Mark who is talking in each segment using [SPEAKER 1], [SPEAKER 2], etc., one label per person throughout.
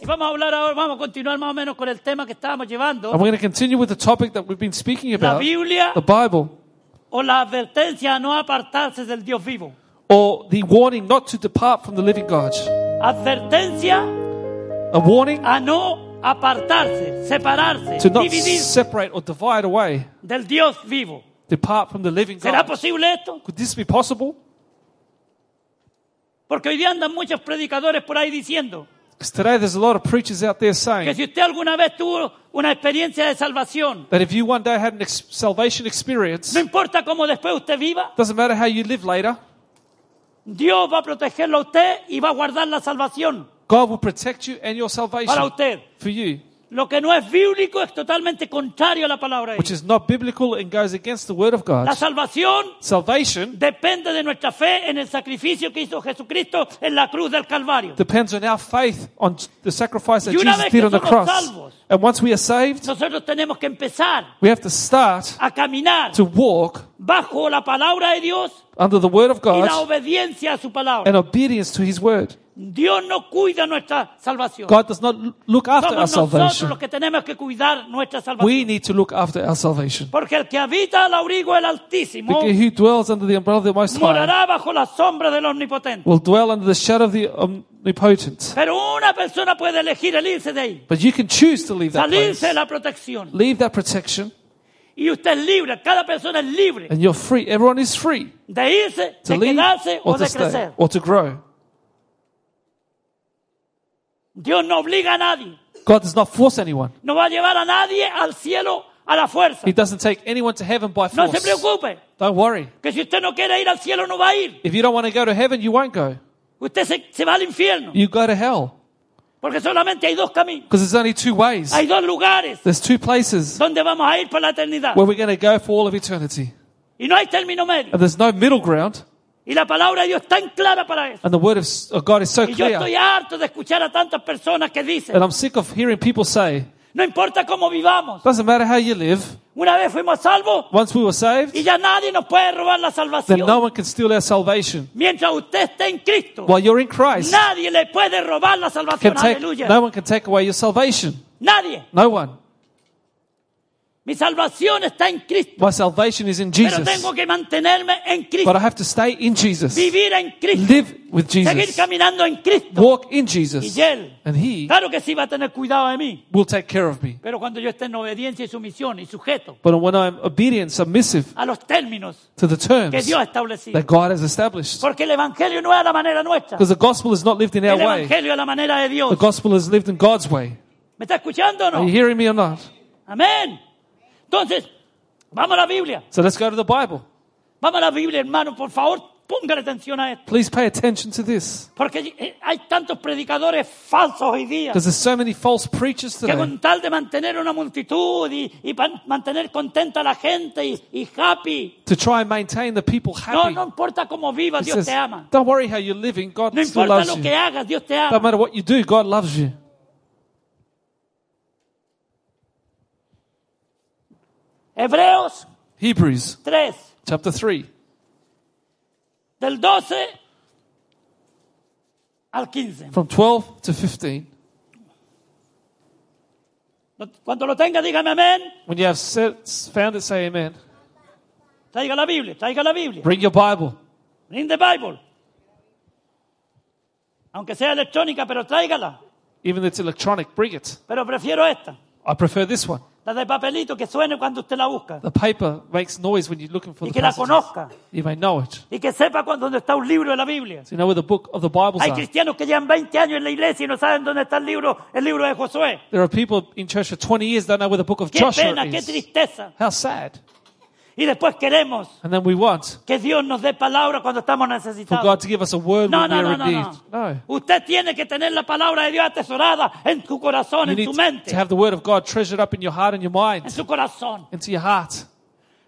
[SPEAKER 1] Y vamos a hablar ahora, vamos a continuar más o menos con el tema que estábamos llevando,
[SPEAKER 2] And we're going to continue with the topic that we've been speaking
[SPEAKER 1] la
[SPEAKER 2] about
[SPEAKER 1] Biblia
[SPEAKER 2] the Bible,
[SPEAKER 1] o la advertencia a no apartarse del Dios vivo.
[SPEAKER 2] or the warning not to depart from the living God.
[SPEAKER 1] Advertencia
[SPEAKER 2] A warning
[SPEAKER 1] a no apartarse, separarse,
[SPEAKER 2] to not
[SPEAKER 1] dividirse
[SPEAKER 2] separate or divide away,
[SPEAKER 1] del Dios vivo.
[SPEAKER 2] depart from the living
[SPEAKER 1] ¿Será
[SPEAKER 2] God.
[SPEAKER 1] posible esto?
[SPEAKER 2] Could this be possible?
[SPEAKER 1] Porque hoy día andan muchos predicadores por ahí diciendo
[SPEAKER 2] Because today there's a lot of preachers out there
[SPEAKER 1] que
[SPEAKER 2] saying
[SPEAKER 1] si usted alguna vez tuvo una experiencia de salvación,
[SPEAKER 2] that if you one day had an ex- salvation experience,
[SPEAKER 1] no importa cómo después usted viva,
[SPEAKER 2] doesn't matter how you live later,
[SPEAKER 1] Dios va a protegerlo a usted y va a guardar la salvación
[SPEAKER 2] God will protect you and your
[SPEAKER 1] para
[SPEAKER 2] salvation
[SPEAKER 1] usted.
[SPEAKER 2] for you,
[SPEAKER 1] Lo que no es bíblico es totalmente contrario a la palabra de
[SPEAKER 2] which
[SPEAKER 1] Dios.
[SPEAKER 2] is not biblical and goes against the word of
[SPEAKER 1] La
[SPEAKER 2] God.
[SPEAKER 1] salvación
[SPEAKER 2] Salvation
[SPEAKER 1] depende de nuestra fe en el sacrificio que hizo Jesucristo en la cruz del Calvario.
[SPEAKER 2] depends on our faith on the sacrifice that
[SPEAKER 1] Y una
[SPEAKER 2] Jesus
[SPEAKER 1] vez
[SPEAKER 2] did
[SPEAKER 1] que
[SPEAKER 2] on the
[SPEAKER 1] somos
[SPEAKER 2] cross.
[SPEAKER 1] salvos,
[SPEAKER 2] and once we are saved,
[SPEAKER 1] Nosotros tenemos que empezar
[SPEAKER 2] we have to start
[SPEAKER 1] a caminar
[SPEAKER 2] to walk
[SPEAKER 1] bajo la palabra de Dios
[SPEAKER 2] under the word of
[SPEAKER 1] y la
[SPEAKER 2] God
[SPEAKER 1] obediencia a su palabra.
[SPEAKER 2] and obedience to his word.
[SPEAKER 1] Dios no cuida nuestra salvación.
[SPEAKER 2] God does not l- look after our
[SPEAKER 1] Somos nosotros
[SPEAKER 2] salvation.
[SPEAKER 1] los que tenemos que cuidar nuestra salvación.
[SPEAKER 2] We need to look after our salvation.
[SPEAKER 1] Porque el que habita al abrigo del Altísimo
[SPEAKER 2] Because who dwells under the umbrella of the Most High
[SPEAKER 1] morará bajo la sombra del Omnipotente.
[SPEAKER 2] will dwell under the shadow of the Omnipotent.
[SPEAKER 1] Pero una persona puede elegir el irse de ahí,
[SPEAKER 2] But you can choose to leave that place.
[SPEAKER 1] salirse de la protección.
[SPEAKER 2] Leave that protection
[SPEAKER 1] Y usted es libre, cada persona es libre
[SPEAKER 2] and you're free. Everyone is free
[SPEAKER 1] de irse,
[SPEAKER 2] to
[SPEAKER 1] de
[SPEAKER 2] leave
[SPEAKER 1] quedarse o
[SPEAKER 2] or to
[SPEAKER 1] de
[SPEAKER 2] stay
[SPEAKER 1] crecer.
[SPEAKER 2] or to grow.
[SPEAKER 1] Dios no obliga a nadie,
[SPEAKER 2] God does not force anyone.
[SPEAKER 1] no va a llevar a nadie al cielo a la fuerza.
[SPEAKER 2] He doesn't take anyone to heaven by
[SPEAKER 1] No se
[SPEAKER 2] force.
[SPEAKER 1] preocupe,
[SPEAKER 2] Don't worry.
[SPEAKER 1] que si usted no quiere ir al cielo no va a ir.
[SPEAKER 2] If you don't want to go to heaven, you won't go.
[SPEAKER 1] Usted se, se va al infierno,
[SPEAKER 2] You go to hell.
[SPEAKER 1] porque solamente hay dos caminos,
[SPEAKER 2] Because there's only two ways.
[SPEAKER 1] hay dos lugares
[SPEAKER 2] There's two places
[SPEAKER 1] donde vamos a ir por la eternidad.
[SPEAKER 2] where we're going to go for all of eternity.
[SPEAKER 1] Y no hay término medio.
[SPEAKER 2] And there's no middle ground.
[SPEAKER 1] Y la palabra de Dios es tan clara para eso.
[SPEAKER 2] And the word of s- of God is so
[SPEAKER 1] Y yo estoy
[SPEAKER 2] clear.
[SPEAKER 1] harto de escuchar a tantas personas que dicen,
[SPEAKER 2] And I'm sick of hearing people say,
[SPEAKER 1] no importa cómo vivamos,
[SPEAKER 2] doesn't matter how you live,
[SPEAKER 1] una vez fuimos salvos
[SPEAKER 2] once we were saved,
[SPEAKER 1] y ya nadie nos puede robar la
[SPEAKER 2] then no
[SPEAKER 1] salvación.
[SPEAKER 2] one can steal our salvation.
[SPEAKER 1] Mientras usted esté en Cristo,
[SPEAKER 2] While you're in Christ,
[SPEAKER 1] nadie le puede robar la
[SPEAKER 2] can
[SPEAKER 1] salvación.
[SPEAKER 2] take,
[SPEAKER 1] Aleluya.
[SPEAKER 2] no one can take away your salvation.
[SPEAKER 1] Nadie.
[SPEAKER 2] No one.
[SPEAKER 1] Mi salvación está en Cristo.
[SPEAKER 2] My salvation is in
[SPEAKER 1] Pero
[SPEAKER 2] Jesus.
[SPEAKER 1] tengo que mantenerme en
[SPEAKER 2] But
[SPEAKER 1] Cristo.
[SPEAKER 2] I have to stay in Jesus,
[SPEAKER 1] Vivir en Cristo.
[SPEAKER 2] live with
[SPEAKER 1] Seguir
[SPEAKER 2] Jesus,
[SPEAKER 1] caminando en Cristo.
[SPEAKER 2] walk in Jesus.
[SPEAKER 1] Y Él,
[SPEAKER 2] And He
[SPEAKER 1] claro que sí va a tener cuidado de mí.
[SPEAKER 2] will take care of me.
[SPEAKER 1] Pero cuando yo esté en obediencia y sumisión y sujeto
[SPEAKER 2] But when I'm obedient, submissive
[SPEAKER 1] a los términos
[SPEAKER 2] to the
[SPEAKER 1] que
[SPEAKER 2] terms
[SPEAKER 1] Dios ha establecido.
[SPEAKER 2] that God has established.
[SPEAKER 1] Porque el Evangelio no es a la manera nuestra.
[SPEAKER 2] Because the gospel is not lived in our
[SPEAKER 1] El
[SPEAKER 2] way.
[SPEAKER 1] Evangelio es a la manera de
[SPEAKER 2] The
[SPEAKER 1] Dios.
[SPEAKER 2] gospel is lived in God's way.
[SPEAKER 1] ¿Me está escuchando o
[SPEAKER 2] Are you
[SPEAKER 1] no?
[SPEAKER 2] hearing me or not?
[SPEAKER 1] Amén. Entonces, vamos a la Biblia.
[SPEAKER 2] So let's go to the Bible.
[SPEAKER 1] Vamos a la Biblia, hermano. Por favor, póngale atención a esto.
[SPEAKER 2] Please pay attention to this.
[SPEAKER 1] Porque eh, hay tantos predicadores falsos hoy día.
[SPEAKER 2] Because there's so many false preachers
[SPEAKER 1] que
[SPEAKER 2] today
[SPEAKER 1] con tal de mantener una multitud y, y pa- mantener contenta a la gente y, y happy.
[SPEAKER 2] to try and maintain the people
[SPEAKER 1] No,
[SPEAKER 2] happy.
[SPEAKER 1] no importa cómo vivas,
[SPEAKER 2] It
[SPEAKER 1] Dios
[SPEAKER 2] says,
[SPEAKER 1] te ama.
[SPEAKER 2] don't worry how you're living, God
[SPEAKER 1] No
[SPEAKER 2] still
[SPEAKER 1] importa
[SPEAKER 2] loves
[SPEAKER 1] lo
[SPEAKER 2] you.
[SPEAKER 1] que hagas, Dios te
[SPEAKER 2] No
[SPEAKER 1] ama.
[SPEAKER 2] matter what you do, God loves you.
[SPEAKER 1] Hebreos
[SPEAKER 2] Hebrews
[SPEAKER 1] 3,
[SPEAKER 2] chapter 3,
[SPEAKER 1] del 12 al 15.
[SPEAKER 2] from 12 to 15.
[SPEAKER 1] Cuando lo tenga, dígame amén.
[SPEAKER 2] When you have said, found it, say amen.
[SPEAKER 1] Traiga la Biblia, traiga la Biblia.
[SPEAKER 2] Bring your Bible.
[SPEAKER 1] Bring the Bible. Aunque sea electrónica, pero tráigala.
[SPEAKER 2] Even if it's electronic, bring it.
[SPEAKER 1] Pero prefiero esta,
[SPEAKER 2] I prefer this one.
[SPEAKER 1] la de papelito que suene cuando usted la busca
[SPEAKER 2] The paper makes noise when you're looking for
[SPEAKER 1] y
[SPEAKER 2] the
[SPEAKER 1] que la
[SPEAKER 2] passages.
[SPEAKER 1] conozca.
[SPEAKER 2] You may know it.
[SPEAKER 1] y que sepa cuándo dónde está un libro de la Biblia.
[SPEAKER 2] So you know where the book of the Bibles
[SPEAKER 1] Hay
[SPEAKER 2] are.
[SPEAKER 1] cristianos que llevan 20 años en la iglesia y no saben dónde está el libro, el libro de Josué.
[SPEAKER 2] There are people in church for 20 years don't know where the book of
[SPEAKER 1] Qué
[SPEAKER 2] Joshua
[SPEAKER 1] pena, qué
[SPEAKER 2] is.
[SPEAKER 1] tristeza.
[SPEAKER 2] How sad.
[SPEAKER 1] Y después queremos
[SPEAKER 2] And then we want
[SPEAKER 1] que Dios nos dé palabra cuando estamos
[SPEAKER 2] for God
[SPEAKER 1] necesitados.
[SPEAKER 2] to give us a word
[SPEAKER 1] No,
[SPEAKER 2] when we
[SPEAKER 1] no, no,
[SPEAKER 2] are
[SPEAKER 1] no,
[SPEAKER 2] in need.
[SPEAKER 1] no. Usted tiene que tener la palabra de Dios atesorada en su corazón,
[SPEAKER 2] You
[SPEAKER 1] en su
[SPEAKER 2] need to-
[SPEAKER 1] mente,
[SPEAKER 2] to have the word of God treasured up in your heart and your
[SPEAKER 1] en
[SPEAKER 2] mind,
[SPEAKER 1] su corazón.
[SPEAKER 2] into your heart.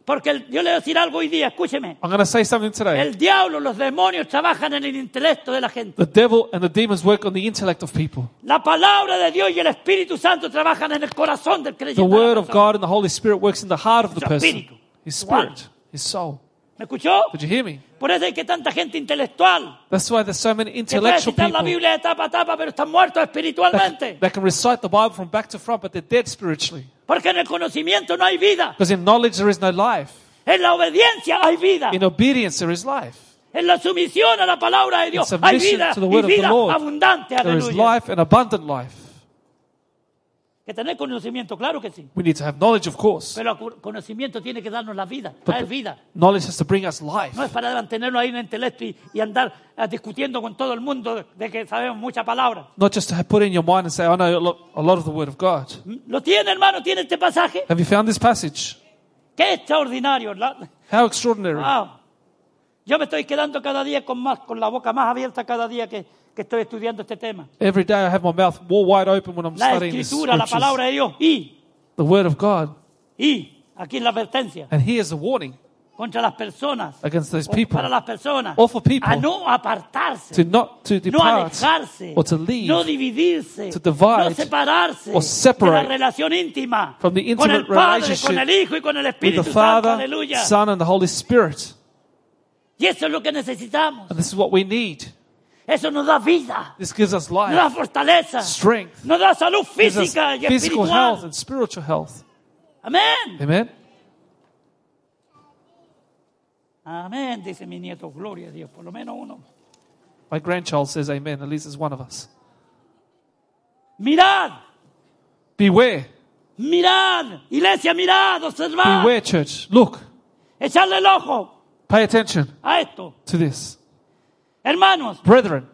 [SPEAKER 1] Porque el- yo le voy a decir algo hoy día, escúcheme.
[SPEAKER 2] I'm going to say something today.
[SPEAKER 1] El diablo, los demonios trabajan en el intelecto de la gente.
[SPEAKER 2] The devil and the demons work on the intellect of people.
[SPEAKER 1] La palabra de Dios y el Espíritu Santo trabajan en el corazón del creyente.
[SPEAKER 2] The
[SPEAKER 1] de la
[SPEAKER 2] word of
[SPEAKER 1] persona.
[SPEAKER 2] God and the Holy Spirit works in the heart of the
[SPEAKER 1] Su
[SPEAKER 2] person,
[SPEAKER 1] espíritu,
[SPEAKER 2] his
[SPEAKER 1] su alma.
[SPEAKER 2] spirit, his soul.
[SPEAKER 1] ¿Me escuchó?
[SPEAKER 2] Did you hear me?
[SPEAKER 1] Por eso hay que tanta gente intelectual.
[SPEAKER 2] That's why there's so many
[SPEAKER 1] Que puede
[SPEAKER 2] intellectual
[SPEAKER 1] citar la
[SPEAKER 2] people
[SPEAKER 1] Biblia de tapa a tapa, pero están muertos espiritualmente.
[SPEAKER 2] that can recite the Bible from back to front, but they're dead spiritually.
[SPEAKER 1] Porque en el conocimiento no hay vida.
[SPEAKER 2] Because in knowledge there is no life.
[SPEAKER 1] En la obediencia hay vida.
[SPEAKER 2] In obedience there is life.
[SPEAKER 1] En la sumisión a la palabra de Dios
[SPEAKER 2] In
[SPEAKER 1] hay
[SPEAKER 2] submission
[SPEAKER 1] vida.
[SPEAKER 2] to the
[SPEAKER 1] Y
[SPEAKER 2] word of the
[SPEAKER 1] vida
[SPEAKER 2] Lord,
[SPEAKER 1] abundante.
[SPEAKER 2] There is
[SPEAKER 1] Aleluya.
[SPEAKER 2] life and abundant life.
[SPEAKER 1] Que tener conocimiento, claro que sí.
[SPEAKER 2] We need to have knowledge, of course.
[SPEAKER 1] Pero el conocimiento tiene que darnos la vida,
[SPEAKER 2] But
[SPEAKER 1] traer
[SPEAKER 2] the-
[SPEAKER 1] vida.
[SPEAKER 2] Knowledge has to bring us life.
[SPEAKER 1] No es para mantenernos ahí en el intelecto y, y andar eh, discutiendo con todo el mundo de- de que sabemos mucha palabra.
[SPEAKER 2] Not just to have put in your mind and say, I know a lot, a lot of the Word of God.
[SPEAKER 1] Lo tiene, hermano, tiene este pasaje.
[SPEAKER 2] Have you found this passage?
[SPEAKER 1] Qué extraordinario. la-
[SPEAKER 2] How extraordinary.
[SPEAKER 1] Wow. Yo me estoy quedando cada día con más, con la boca más abierta cada día que, que estoy estudiando este tema.
[SPEAKER 2] Every day I have my mouth more wide open when I'm
[SPEAKER 1] La
[SPEAKER 2] studying the
[SPEAKER 1] escritura, la
[SPEAKER 2] scriptures.
[SPEAKER 1] palabra de Dios. Y,
[SPEAKER 2] The Word of God.
[SPEAKER 1] y, aquí es la advertencia.
[SPEAKER 2] And here's a warning
[SPEAKER 1] Contra las personas.
[SPEAKER 2] against those
[SPEAKER 1] o
[SPEAKER 2] people
[SPEAKER 1] Oh, Para las personas.
[SPEAKER 2] Or for people.
[SPEAKER 1] A no apartarse.
[SPEAKER 2] to not to
[SPEAKER 1] no
[SPEAKER 2] depart
[SPEAKER 1] alejarse,
[SPEAKER 2] or to leave
[SPEAKER 1] no dividirse,
[SPEAKER 2] to divide,
[SPEAKER 1] no separarse de
[SPEAKER 2] or
[SPEAKER 1] la
[SPEAKER 2] separate
[SPEAKER 1] relación íntima
[SPEAKER 2] from the
[SPEAKER 1] con el
[SPEAKER 2] intimate
[SPEAKER 1] Padre,
[SPEAKER 2] relationship
[SPEAKER 1] con el Hijo y con el
[SPEAKER 2] with
[SPEAKER 1] Espíritu
[SPEAKER 2] the
[SPEAKER 1] Santo.
[SPEAKER 2] Father,
[SPEAKER 1] Aleluya.
[SPEAKER 2] Son, and the Holy Spirit.
[SPEAKER 1] Y eso es lo que necesitamos.
[SPEAKER 2] And this is what we need.
[SPEAKER 1] Eso nos da vida,
[SPEAKER 2] This gives us
[SPEAKER 1] nos da
[SPEAKER 2] life,
[SPEAKER 1] fortaleza,
[SPEAKER 2] strength,
[SPEAKER 1] nos da salud
[SPEAKER 2] gives us
[SPEAKER 1] física y
[SPEAKER 2] physical
[SPEAKER 1] espiritual.
[SPEAKER 2] health and spiritual health.
[SPEAKER 1] Amén.
[SPEAKER 2] Amen.
[SPEAKER 1] Amén, dice mi nieto. Gloria a Dios, por lo menos uno.
[SPEAKER 2] My grandchild says amen. At least there's one of us.
[SPEAKER 1] Mirad,
[SPEAKER 2] Beware.
[SPEAKER 1] mirad, iglesia, mirad, observad,
[SPEAKER 2] Beware, church. Look.
[SPEAKER 1] echarle el ojo
[SPEAKER 2] Pay attention
[SPEAKER 1] a esto.
[SPEAKER 2] to this.
[SPEAKER 1] Hermanos,
[SPEAKER 2] Brethren,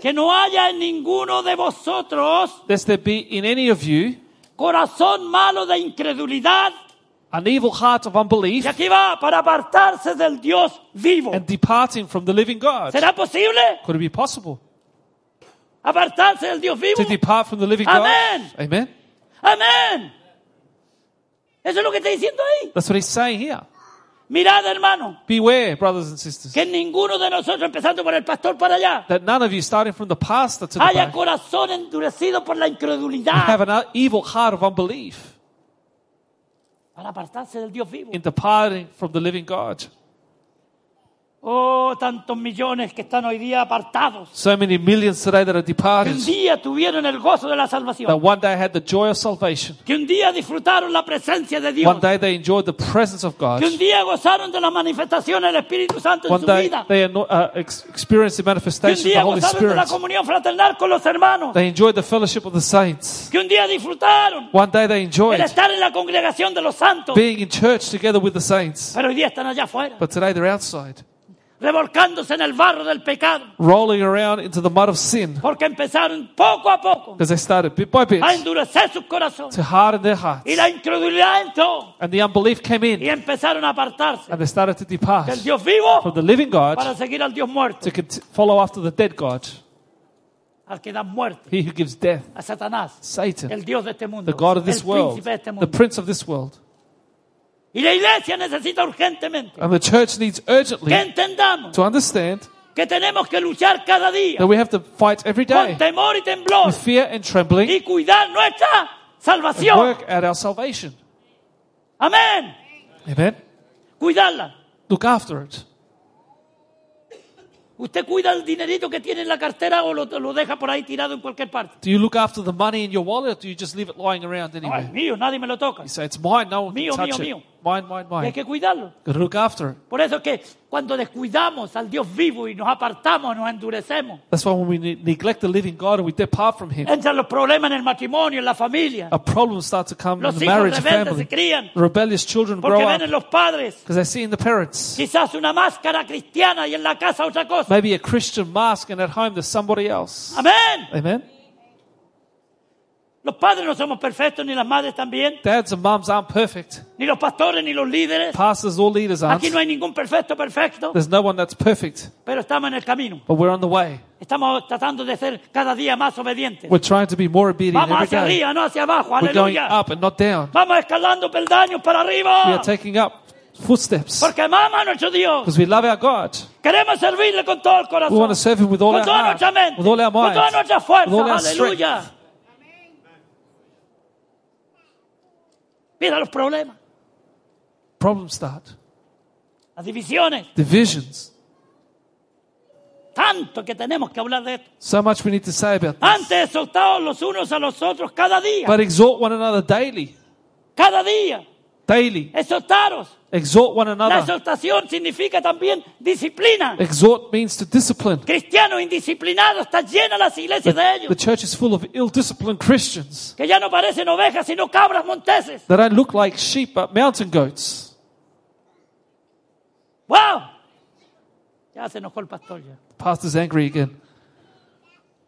[SPEAKER 1] que no haya en ninguno de vosotros
[SPEAKER 2] lest there be in any of you
[SPEAKER 1] corazón malo de incredulidad
[SPEAKER 2] an evil heart of unbelief
[SPEAKER 1] y aquí va para apartarse del Dios vivo.
[SPEAKER 2] and departing from the living God.
[SPEAKER 1] ¿Será posible
[SPEAKER 2] Could it be possible
[SPEAKER 1] apartarse del Dios vivo?
[SPEAKER 2] to depart from the living God?
[SPEAKER 1] Amen.
[SPEAKER 2] Amen.
[SPEAKER 1] Amén. Eso es lo que está diciendo ahí.
[SPEAKER 2] That's what he's saying here.
[SPEAKER 1] Mirad, hermano,
[SPEAKER 2] Beware, brothers and sisters,
[SPEAKER 1] que ninguno de nosotros, empezando por el pastor para allá,
[SPEAKER 2] that none of you, starting from the pastor to the
[SPEAKER 1] haya
[SPEAKER 2] back,
[SPEAKER 1] corazón endurecido por la
[SPEAKER 2] have
[SPEAKER 1] incredulidad
[SPEAKER 2] an evil heart of unbelief
[SPEAKER 1] para apartarse del Dios vivo.
[SPEAKER 2] in departing from the living God.
[SPEAKER 1] Oh, tantos millones que están hoy día apartados,
[SPEAKER 2] So many millions today that are
[SPEAKER 1] que
[SPEAKER 2] departed,
[SPEAKER 1] un día tuvieron el gozo de la
[SPEAKER 2] that
[SPEAKER 1] salvación,
[SPEAKER 2] one day had the joy of salvation,
[SPEAKER 1] que un día disfrutaron la presencia de Dios.
[SPEAKER 2] one day they enjoyed the presence of God,
[SPEAKER 1] que un día gozaron de la manifestación del Espíritu Santo en
[SPEAKER 2] one
[SPEAKER 1] su
[SPEAKER 2] day
[SPEAKER 1] vida,
[SPEAKER 2] they ano- uh, ex- experienced the
[SPEAKER 1] que un
[SPEAKER 2] manifestation of the
[SPEAKER 1] día
[SPEAKER 2] Holy
[SPEAKER 1] gozaron de la
[SPEAKER 2] Spirit,
[SPEAKER 1] comunión fraternal con los hermanos,
[SPEAKER 2] they enjoyed the fellowship of the saints,
[SPEAKER 1] que un día disfrutaron
[SPEAKER 2] one day they
[SPEAKER 1] el
[SPEAKER 2] enjoyed
[SPEAKER 1] estar en la congregación de los santos,
[SPEAKER 2] being in church together with the saints,
[SPEAKER 1] pero hoy día están allá afuera,
[SPEAKER 2] but today they're outside,
[SPEAKER 1] revolcándose en el barro del pecado,
[SPEAKER 2] rolling around into the mud of sin
[SPEAKER 1] porque empezaron poco a poco
[SPEAKER 2] because they started bit by bit
[SPEAKER 1] a endurecer sus corazones
[SPEAKER 2] to harden their hearts.
[SPEAKER 1] y la incredulidad entró
[SPEAKER 2] And the unbelief came
[SPEAKER 1] y
[SPEAKER 2] in,
[SPEAKER 1] empezaron a apartarse
[SPEAKER 2] and they started to depart
[SPEAKER 1] del Dios vivo
[SPEAKER 2] from the living
[SPEAKER 1] para
[SPEAKER 2] God
[SPEAKER 1] seguir al Dios muerto,
[SPEAKER 2] to cont- follow after the dead God,
[SPEAKER 1] al que da muerte,
[SPEAKER 2] he who gives death,
[SPEAKER 1] a Satanás,
[SPEAKER 2] Satan,
[SPEAKER 1] el Dios de este mundo,
[SPEAKER 2] the God of
[SPEAKER 1] el
[SPEAKER 2] this world,
[SPEAKER 1] príncipe de este
[SPEAKER 2] the
[SPEAKER 1] mundo.
[SPEAKER 2] prince of this world.
[SPEAKER 1] Y la iglesia necesita urgentemente
[SPEAKER 2] And the church needs
[SPEAKER 1] que
[SPEAKER 2] urgently
[SPEAKER 1] entendamos
[SPEAKER 2] to understand
[SPEAKER 1] que tenemos que luchar cada día
[SPEAKER 2] that we have to fight every
[SPEAKER 1] con
[SPEAKER 2] day
[SPEAKER 1] temor y temblor
[SPEAKER 2] with fear and trembling
[SPEAKER 1] y cuidar nuestra
[SPEAKER 2] and
[SPEAKER 1] salvación.
[SPEAKER 2] work at our salvation.
[SPEAKER 1] Amén.
[SPEAKER 2] Amen.
[SPEAKER 1] Cuidarla.
[SPEAKER 2] Look after it.
[SPEAKER 1] Usted cuida el dinerito que tiene en la cartera o lo, lo deja por ahí tirado en cualquier parte.
[SPEAKER 2] Do you look after the money in your wallet or do you just leave it lying around
[SPEAKER 1] No, es
[SPEAKER 2] anywhere?
[SPEAKER 1] mío, nadie me lo toca.
[SPEAKER 2] You say, it's mine, no one
[SPEAKER 1] Mío,
[SPEAKER 2] can touch
[SPEAKER 1] mío,
[SPEAKER 2] it.
[SPEAKER 1] mío.
[SPEAKER 2] Mine, mine,
[SPEAKER 1] Y hay
[SPEAKER 2] mine.
[SPEAKER 1] que cuidarlo.
[SPEAKER 2] Gotta look after it.
[SPEAKER 1] Por eso es que cuando descuidamos al Dios vivo y nos apartamos, nos endurecemos.
[SPEAKER 2] That's why when we ne- neglect the living God and we depart from Him,
[SPEAKER 1] Entran los problemas en el matrimonio, en la familia.
[SPEAKER 2] a problem starts to come in
[SPEAKER 1] Los
[SPEAKER 2] the
[SPEAKER 1] hijos
[SPEAKER 2] marriage and
[SPEAKER 1] rebeldes se
[SPEAKER 2] family.
[SPEAKER 1] crían
[SPEAKER 2] Rebellious children
[SPEAKER 1] porque
[SPEAKER 2] grow
[SPEAKER 1] ven
[SPEAKER 2] up
[SPEAKER 1] en los padres
[SPEAKER 2] because they see in the parents.
[SPEAKER 1] Quizás una máscara cristiana y en la casa otra cosa.
[SPEAKER 2] Maybe a Christian mask and at home there's somebody else.
[SPEAKER 1] Amén.
[SPEAKER 2] Amen.
[SPEAKER 1] Los padres no somos perfectos, ni las madres también,
[SPEAKER 2] Dads and mums aren't perfect.
[SPEAKER 1] ni los pastores, ni los líderes.
[SPEAKER 2] Pastors or leaders aren't.
[SPEAKER 1] Aquí no hay ningún perfecto, perfecto,
[SPEAKER 2] There's no one that's perfect,
[SPEAKER 1] pero estamos en el camino.
[SPEAKER 2] but we're on the way.
[SPEAKER 1] Estamos tratando de ser cada día más obedientes.
[SPEAKER 2] We're trying to be more obedient
[SPEAKER 1] Vamos
[SPEAKER 2] every
[SPEAKER 1] hacia
[SPEAKER 2] day.
[SPEAKER 1] arriba, no hacia abajo.
[SPEAKER 2] We're going
[SPEAKER 1] Aleluya.
[SPEAKER 2] up and not down.
[SPEAKER 1] Vamos escalando peldaños para
[SPEAKER 2] We are
[SPEAKER 1] arriba.
[SPEAKER 2] taking up footsteps
[SPEAKER 1] Porque amamos a nuestro Dios.
[SPEAKER 2] because we love our God.
[SPEAKER 1] Queremos servirle con todo el
[SPEAKER 2] Pues, We want to
[SPEAKER 1] corazón.
[SPEAKER 2] serve Him with all
[SPEAKER 1] Con
[SPEAKER 2] our
[SPEAKER 1] toda nuestra
[SPEAKER 2] heart,
[SPEAKER 1] mente.
[SPEAKER 2] with all our
[SPEAKER 1] Con toda
[SPEAKER 2] mind,
[SPEAKER 1] nuestra
[SPEAKER 2] with all
[SPEAKER 1] fuerza.
[SPEAKER 2] our strength.
[SPEAKER 1] Aleluya. Mira los problemas.
[SPEAKER 2] Problems start.
[SPEAKER 1] las divisiones.
[SPEAKER 2] divisions.
[SPEAKER 1] Tanto que tenemos que hablar de esto.
[SPEAKER 2] So much we need to say about this.
[SPEAKER 1] Antes exhortados los unos a los otros cada día.
[SPEAKER 2] But exhort one another daily.
[SPEAKER 1] Cada día.
[SPEAKER 2] Daily.
[SPEAKER 1] Exhortaros.
[SPEAKER 2] Exhort one
[SPEAKER 1] La
[SPEAKER 2] another.
[SPEAKER 1] exhortación significa también disciplina.
[SPEAKER 2] Exhort means to discipline.
[SPEAKER 1] Cristianos indisciplinados están llenas las iglesias de
[SPEAKER 2] The
[SPEAKER 1] ellos.
[SPEAKER 2] church is full of ill disciplined Christians
[SPEAKER 1] Que ya no parecen ovejas sino cabras monteses.
[SPEAKER 2] that don't look like sheep but mountain goats.
[SPEAKER 1] ¡Wow! Ya se enojó el pastor ya.
[SPEAKER 2] The pastor's angry again.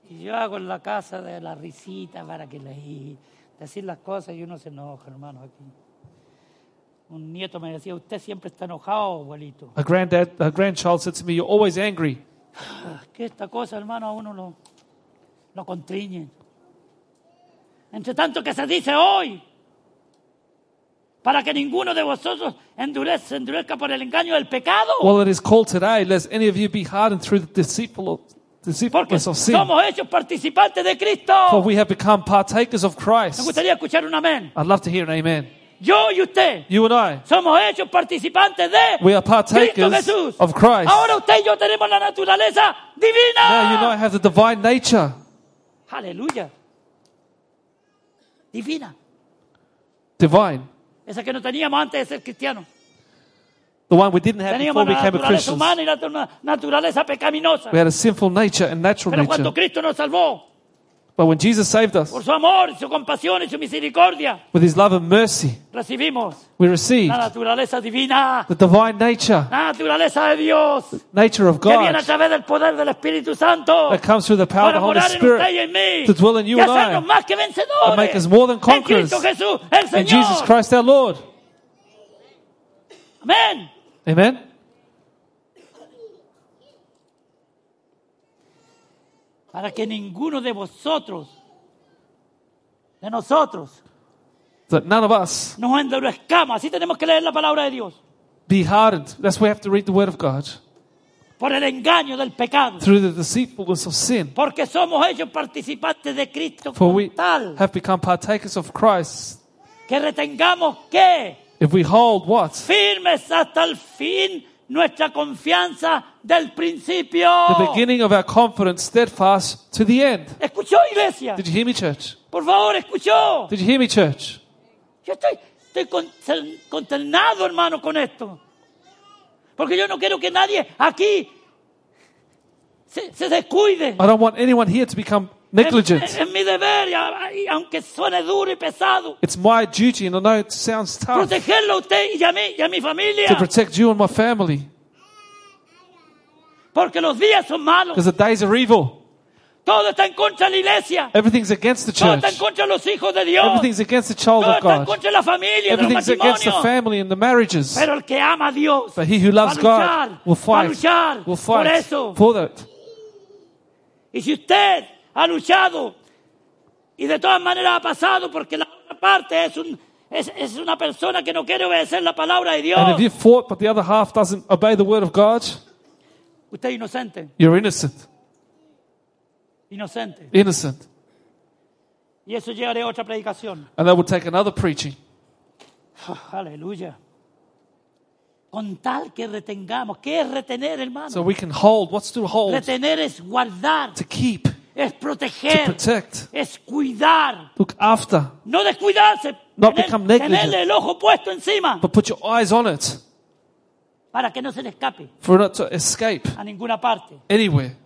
[SPEAKER 1] Y yo hago en la casa de la risita para que leí. Decir las cosas y uno se enoja, hermano. Aquí. Un nieto me decía, usted siempre está enojado, abuelito.
[SPEAKER 2] A granddad, a grandchild said to me, You're always angry.
[SPEAKER 1] Es que esta cosa, hermano, a uno lo, lo contriñe. Entre tanto que se dice hoy, para que ninguno de vosotros endurezca, se endurezca por el engaño del pecado,
[SPEAKER 2] Well, it is called today, lest any of you be hardened through the deceitful,
[SPEAKER 1] porque
[SPEAKER 2] deceitfulness of sin.
[SPEAKER 1] somos hechos participantes de
[SPEAKER 2] For
[SPEAKER 1] Cristo.
[SPEAKER 2] we have become partakers of
[SPEAKER 1] Me
[SPEAKER 2] Christ.
[SPEAKER 1] gustaría escuchar un amén.
[SPEAKER 2] I'd love to hear an amen.
[SPEAKER 1] Yo y usted.
[SPEAKER 2] You and I,
[SPEAKER 1] Somos hechos participantes de
[SPEAKER 2] We are partakers
[SPEAKER 1] Cristo Jesús.
[SPEAKER 2] of Christ.
[SPEAKER 1] Ahora usted y yo tenemos la naturaleza
[SPEAKER 2] now you and
[SPEAKER 1] divina.
[SPEAKER 2] I have the divine nature.
[SPEAKER 1] Aleluya. Divina.
[SPEAKER 2] Divine.
[SPEAKER 1] Esa que no teníamos antes de ser cristianos.
[SPEAKER 2] The one we didn't have before
[SPEAKER 1] Teníamos
[SPEAKER 2] we
[SPEAKER 1] la
[SPEAKER 2] became a
[SPEAKER 1] naturaleza
[SPEAKER 2] Christian.
[SPEAKER 1] humana y la natu- naturaleza pecaminosa.
[SPEAKER 2] We had a sinful nature and natural
[SPEAKER 1] Pero cuando
[SPEAKER 2] nature.
[SPEAKER 1] Cristo nos salvó
[SPEAKER 2] But when Jesus saved us
[SPEAKER 1] por su amor, su compasión y su misericordia,
[SPEAKER 2] with his love and mercy,
[SPEAKER 1] recibimos
[SPEAKER 2] we received
[SPEAKER 1] la naturaleza divina,
[SPEAKER 2] the divine nature,
[SPEAKER 1] la naturaleza de Dios,
[SPEAKER 2] nature of
[SPEAKER 1] que viene a
[SPEAKER 2] God
[SPEAKER 1] través del poder del Espíritu Santo.
[SPEAKER 2] that comes through the power of
[SPEAKER 1] para
[SPEAKER 2] the Holy
[SPEAKER 1] morar en usted y
[SPEAKER 2] Spirit
[SPEAKER 1] en mí.
[SPEAKER 2] to dwell in you
[SPEAKER 1] y
[SPEAKER 2] and I,
[SPEAKER 1] hacernos más que vencedores.
[SPEAKER 2] and make us more than
[SPEAKER 1] en Cristo
[SPEAKER 2] conquerors
[SPEAKER 1] Jesús, el
[SPEAKER 2] in
[SPEAKER 1] Señor.
[SPEAKER 2] Jesus Christ our Lord.
[SPEAKER 1] Amén.
[SPEAKER 2] Amen.
[SPEAKER 1] Para que ninguno de vosotros, de nosotros,
[SPEAKER 2] That none of us
[SPEAKER 1] nos endurezcamos. Así tenemos que leer la palabra de Dios.
[SPEAKER 2] be hardened. That's why we have to read the Word of God
[SPEAKER 1] Por el engaño del pecado.
[SPEAKER 2] through the deceitfulness of sin.
[SPEAKER 1] Porque somos ellos participantes de Cristo
[SPEAKER 2] For
[SPEAKER 1] con
[SPEAKER 2] we
[SPEAKER 1] tal
[SPEAKER 2] have become partakers of Christ.
[SPEAKER 1] que retengamos que
[SPEAKER 2] If we hold what?
[SPEAKER 1] firmes hasta el fin nuestra confianza del principio.
[SPEAKER 2] The beginning of our confidence steadfast to the end.
[SPEAKER 1] ¿Escuchó, iglesia?
[SPEAKER 2] Did you hear me, church?
[SPEAKER 1] Por favor, escuchó.
[SPEAKER 2] Did you hear me, church?
[SPEAKER 1] Yo estoy, estoy con- consternado, hermano, con esto. Porque yo no quiero que nadie aquí se, se descuide.
[SPEAKER 2] I don't want anyone here to become
[SPEAKER 1] Es,
[SPEAKER 2] negligent.
[SPEAKER 1] es- es mi deber, y a- y aunque suene duro y pesado,
[SPEAKER 2] It's my duty, and I know it sounds tough, to
[SPEAKER 1] protegerlo a usted y a mí y a mi familia.
[SPEAKER 2] protect you and my family
[SPEAKER 1] Porque los días son malos.
[SPEAKER 2] because the days are evil.
[SPEAKER 1] Todo está en contra de la iglesia.
[SPEAKER 2] Everything's against the
[SPEAKER 1] Todo
[SPEAKER 2] church.
[SPEAKER 1] está en contra de los hijos de Dios.
[SPEAKER 2] Everything's against the child
[SPEAKER 1] Todo
[SPEAKER 2] of
[SPEAKER 1] está en
[SPEAKER 2] God.
[SPEAKER 1] contra de la familia, de los
[SPEAKER 2] Everything's against the
[SPEAKER 1] matrimonios.
[SPEAKER 2] family and the marriages.
[SPEAKER 1] Pero el que ama a Dios
[SPEAKER 2] But he who loves
[SPEAKER 1] va a luchar,
[SPEAKER 2] God will
[SPEAKER 1] va a
[SPEAKER 2] fight.
[SPEAKER 1] luchar por
[SPEAKER 2] Will fight
[SPEAKER 1] eso.
[SPEAKER 2] for that.
[SPEAKER 1] Y si usted ha luchado y de todas maneras ha pasado porque la otra parte es, un, es, es una persona que no quiere obedecer la palabra de
[SPEAKER 2] And if you
[SPEAKER 1] Dios,
[SPEAKER 2] fought, but the other half doesn't obey the word of God,
[SPEAKER 1] usted es inocente,
[SPEAKER 2] you're innocent.
[SPEAKER 1] inocente.
[SPEAKER 2] Innocent.
[SPEAKER 1] Y eso llevaré a otra predicación.
[SPEAKER 2] And that would take another preaching.
[SPEAKER 1] Ah, aleluya. Con tal que retengamos. ¿Qué es retener, hermano?
[SPEAKER 2] So we can hold. What's to hold?
[SPEAKER 1] retener es guardar,
[SPEAKER 2] To keep, to
[SPEAKER 1] es proteger,
[SPEAKER 2] protect,
[SPEAKER 1] es cuidar.
[SPEAKER 2] look after,
[SPEAKER 1] No descuidarse.
[SPEAKER 2] Not
[SPEAKER 1] tener-
[SPEAKER 2] become negligent.
[SPEAKER 1] tenerle el ojo puesto encima
[SPEAKER 2] but put your eyes on it
[SPEAKER 1] para que no se le escape
[SPEAKER 2] for it not to escape
[SPEAKER 1] a ninguna parte.
[SPEAKER 2] anywhere.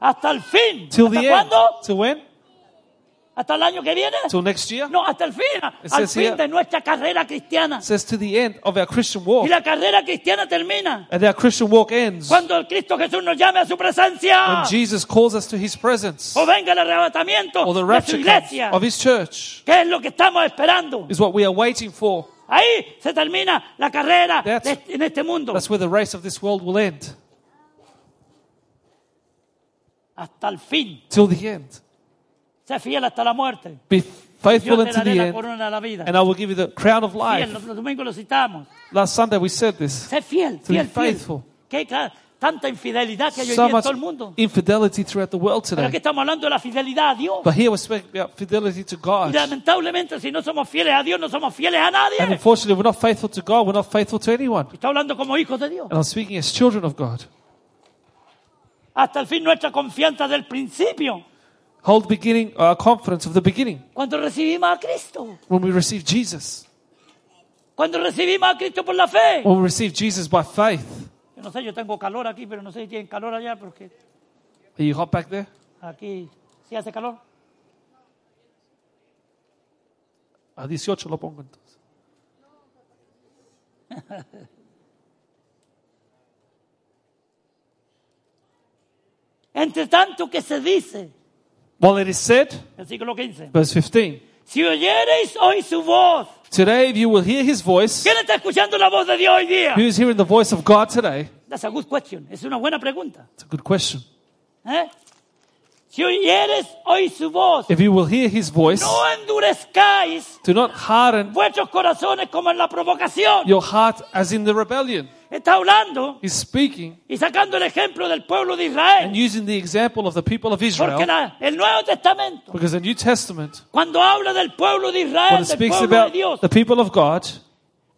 [SPEAKER 1] Hasta el fin.
[SPEAKER 2] Till
[SPEAKER 1] ¿Hasta
[SPEAKER 2] the end.
[SPEAKER 1] cuándo?
[SPEAKER 2] Till when?
[SPEAKER 1] ¿Hasta el año que viene?
[SPEAKER 2] Till next year?
[SPEAKER 1] No, hasta el fin. Al
[SPEAKER 2] says
[SPEAKER 1] fin
[SPEAKER 2] here-
[SPEAKER 1] de nuestra carrera cristiana.
[SPEAKER 2] It says to the end of our Christian walk.
[SPEAKER 1] Y la carrera cristiana termina
[SPEAKER 2] And our Christian walk ends
[SPEAKER 1] cuando el Cristo Jesús nos llame a su presencia.
[SPEAKER 2] when Jesus calls us to his presence
[SPEAKER 1] O venga el arrebatamiento
[SPEAKER 2] or the
[SPEAKER 1] de su
[SPEAKER 2] rapture comes
[SPEAKER 1] Oh, iglesia.
[SPEAKER 2] of his church
[SPEAKER 1] Que es lo que estamos esperando.
[SPEAKER 2] is what we are waiting for.
[SPEAKER 1] Ahí se termina la carrera de
[SPEAKER 2] That's-
[SPEAKER 1] este- en este mundo.
[SPEAKER 2] That's where the race of this world will end.
[SPEAKER 1] Hasta el fin.
[SPEAKER 2] Till the end.
[SPEAKER 1] Sé fiel hasta la muerte.
[SPEAKER 2] Be faithful
[SPEAKER 1] Yo te
[SPEAKER 2] until
[SPEAKER 1] daré
[SPEAKER 2] the
[SPEAKER 1] la
[SPEAKER 2] end
[SPEAKER 1] corona de la vida.
[SPEAKER 2] and I will give you the crown of
[SPEAKER 1] Fiel,
[SPEAKER 2] life.
[SPEAKER 1] los, los domingos lo citamos.
[SPEAKER 2] Last Sunday we said this.
[SPEAKER 1] Sé fiel,
[SPEAKER 2] To be
[SPEAKER 1] fiel, fiel.
[SPEAKER 2] faithful.
[SPEAKER 1] Que, claro, tanta infidelidad que hay hoy
[SPEAKER 2] So
[SPEAKER 1] día en
[SPEAKER 2] much
[SPEAKER 1] todo el mundo.
[SPEAKER 2] infidelity throughout the world
[SPEAKER 1] Pero aquí
[SPEAKER 2] today.
[SPEAKER 1] estamos hablando de la fidelidad a Dios.
[SPEAKER 2] But here we're speaking about fidelity to
[SPEAKER 1] Y
[SPEAKER 2] God.
[SPEAKER 1] lamentablemente, si no somos fieles a Dios, no somos fieles a
[SPEAKER 2] And
[SPEAKER 1] nadie.
[SPEAKER 2] unfortunately, we're not faithful to God. We're not faithful to anyone.
[SPEAKER 1] Está hablando como hijos de Dios.
[SPEAKER 2] And I'm speaking as children of God.
[SPEAKER 1] Hasta el fin nuestra confianza del principio,
[SPEAKER 2] Hold the beginning, uh, confidence of the beginning
[SPEAKER 1] cuando recibimos a Cristo,
[SPEAKER 2] when we receive Jesus.
[SPEAKER 1] cuando recibimos a Cristo por la fe.
[SPEAKER 2] When we receive Jesus by faith.
[SPEAKER 1] Yo no sé, yo tengo calor aquí, pero no sé si tienen calor allá, porque
[SPEAKER 2] Are you hot back there?
[SPEAKER 1] aquí sí hace calor.
[SPEAKER 2] A 18 lo pongo entonces.
[SPEAKER 1] Entre tanto que se dice,
[SPEAKER 2] Well, it is said,
[SPEAKER 1] versículo 15,
[SPEAKER 2] verse 15,
[SPEAKER 1] si oyereis hoy su voz,
[SPEAKER 2] today if you will hear his voice,
[SPEAKER 1] ¿quién está escuchando la voz de Dios hoy día?
[SPEAKER 2] who's hearing the voice of God today?
[SPEAKER 1] That's a good question. Es una buena pregunta.
[SPEAKER 2] It's a good question.
[SPEAKER 1] ¿eh? Si oyeres hoy su voz,
[SPEAKER 2] If you will hear his voice,
[SPEAKER 1] no endurezcáis
[SPEAKER 2] do not harden
[SPEAKER 1] vuestros corazones como en la provocación.
[SPEAKER 2] your heart as in the rebellion.
[SPEAKER 1] Está hablando
[SPEAKER 2] He's speaking
[SPEAKER 1] y sacando el ejemplo del pueblo de Israel.
[SPEAKER 2] and using the example of the people of
[SPEAKER 1] Porque
[SPEAKER 2] Israel.
[SPEAKER 1] la- el Nuevo Testamento,
[SPEAKER 2] Because the New Testament,
[SPEAKER 1] cuando habla del pueblo de
[SPEAKER 2] when
[SPEAKER 1] Israel, del
[SPEAKER 2] it speaks
[SPEAKER 1] pueblo de
[SPEAKER 2] about
[SPEAKER 1] Dios,
[SPEAKER 2] the people of God,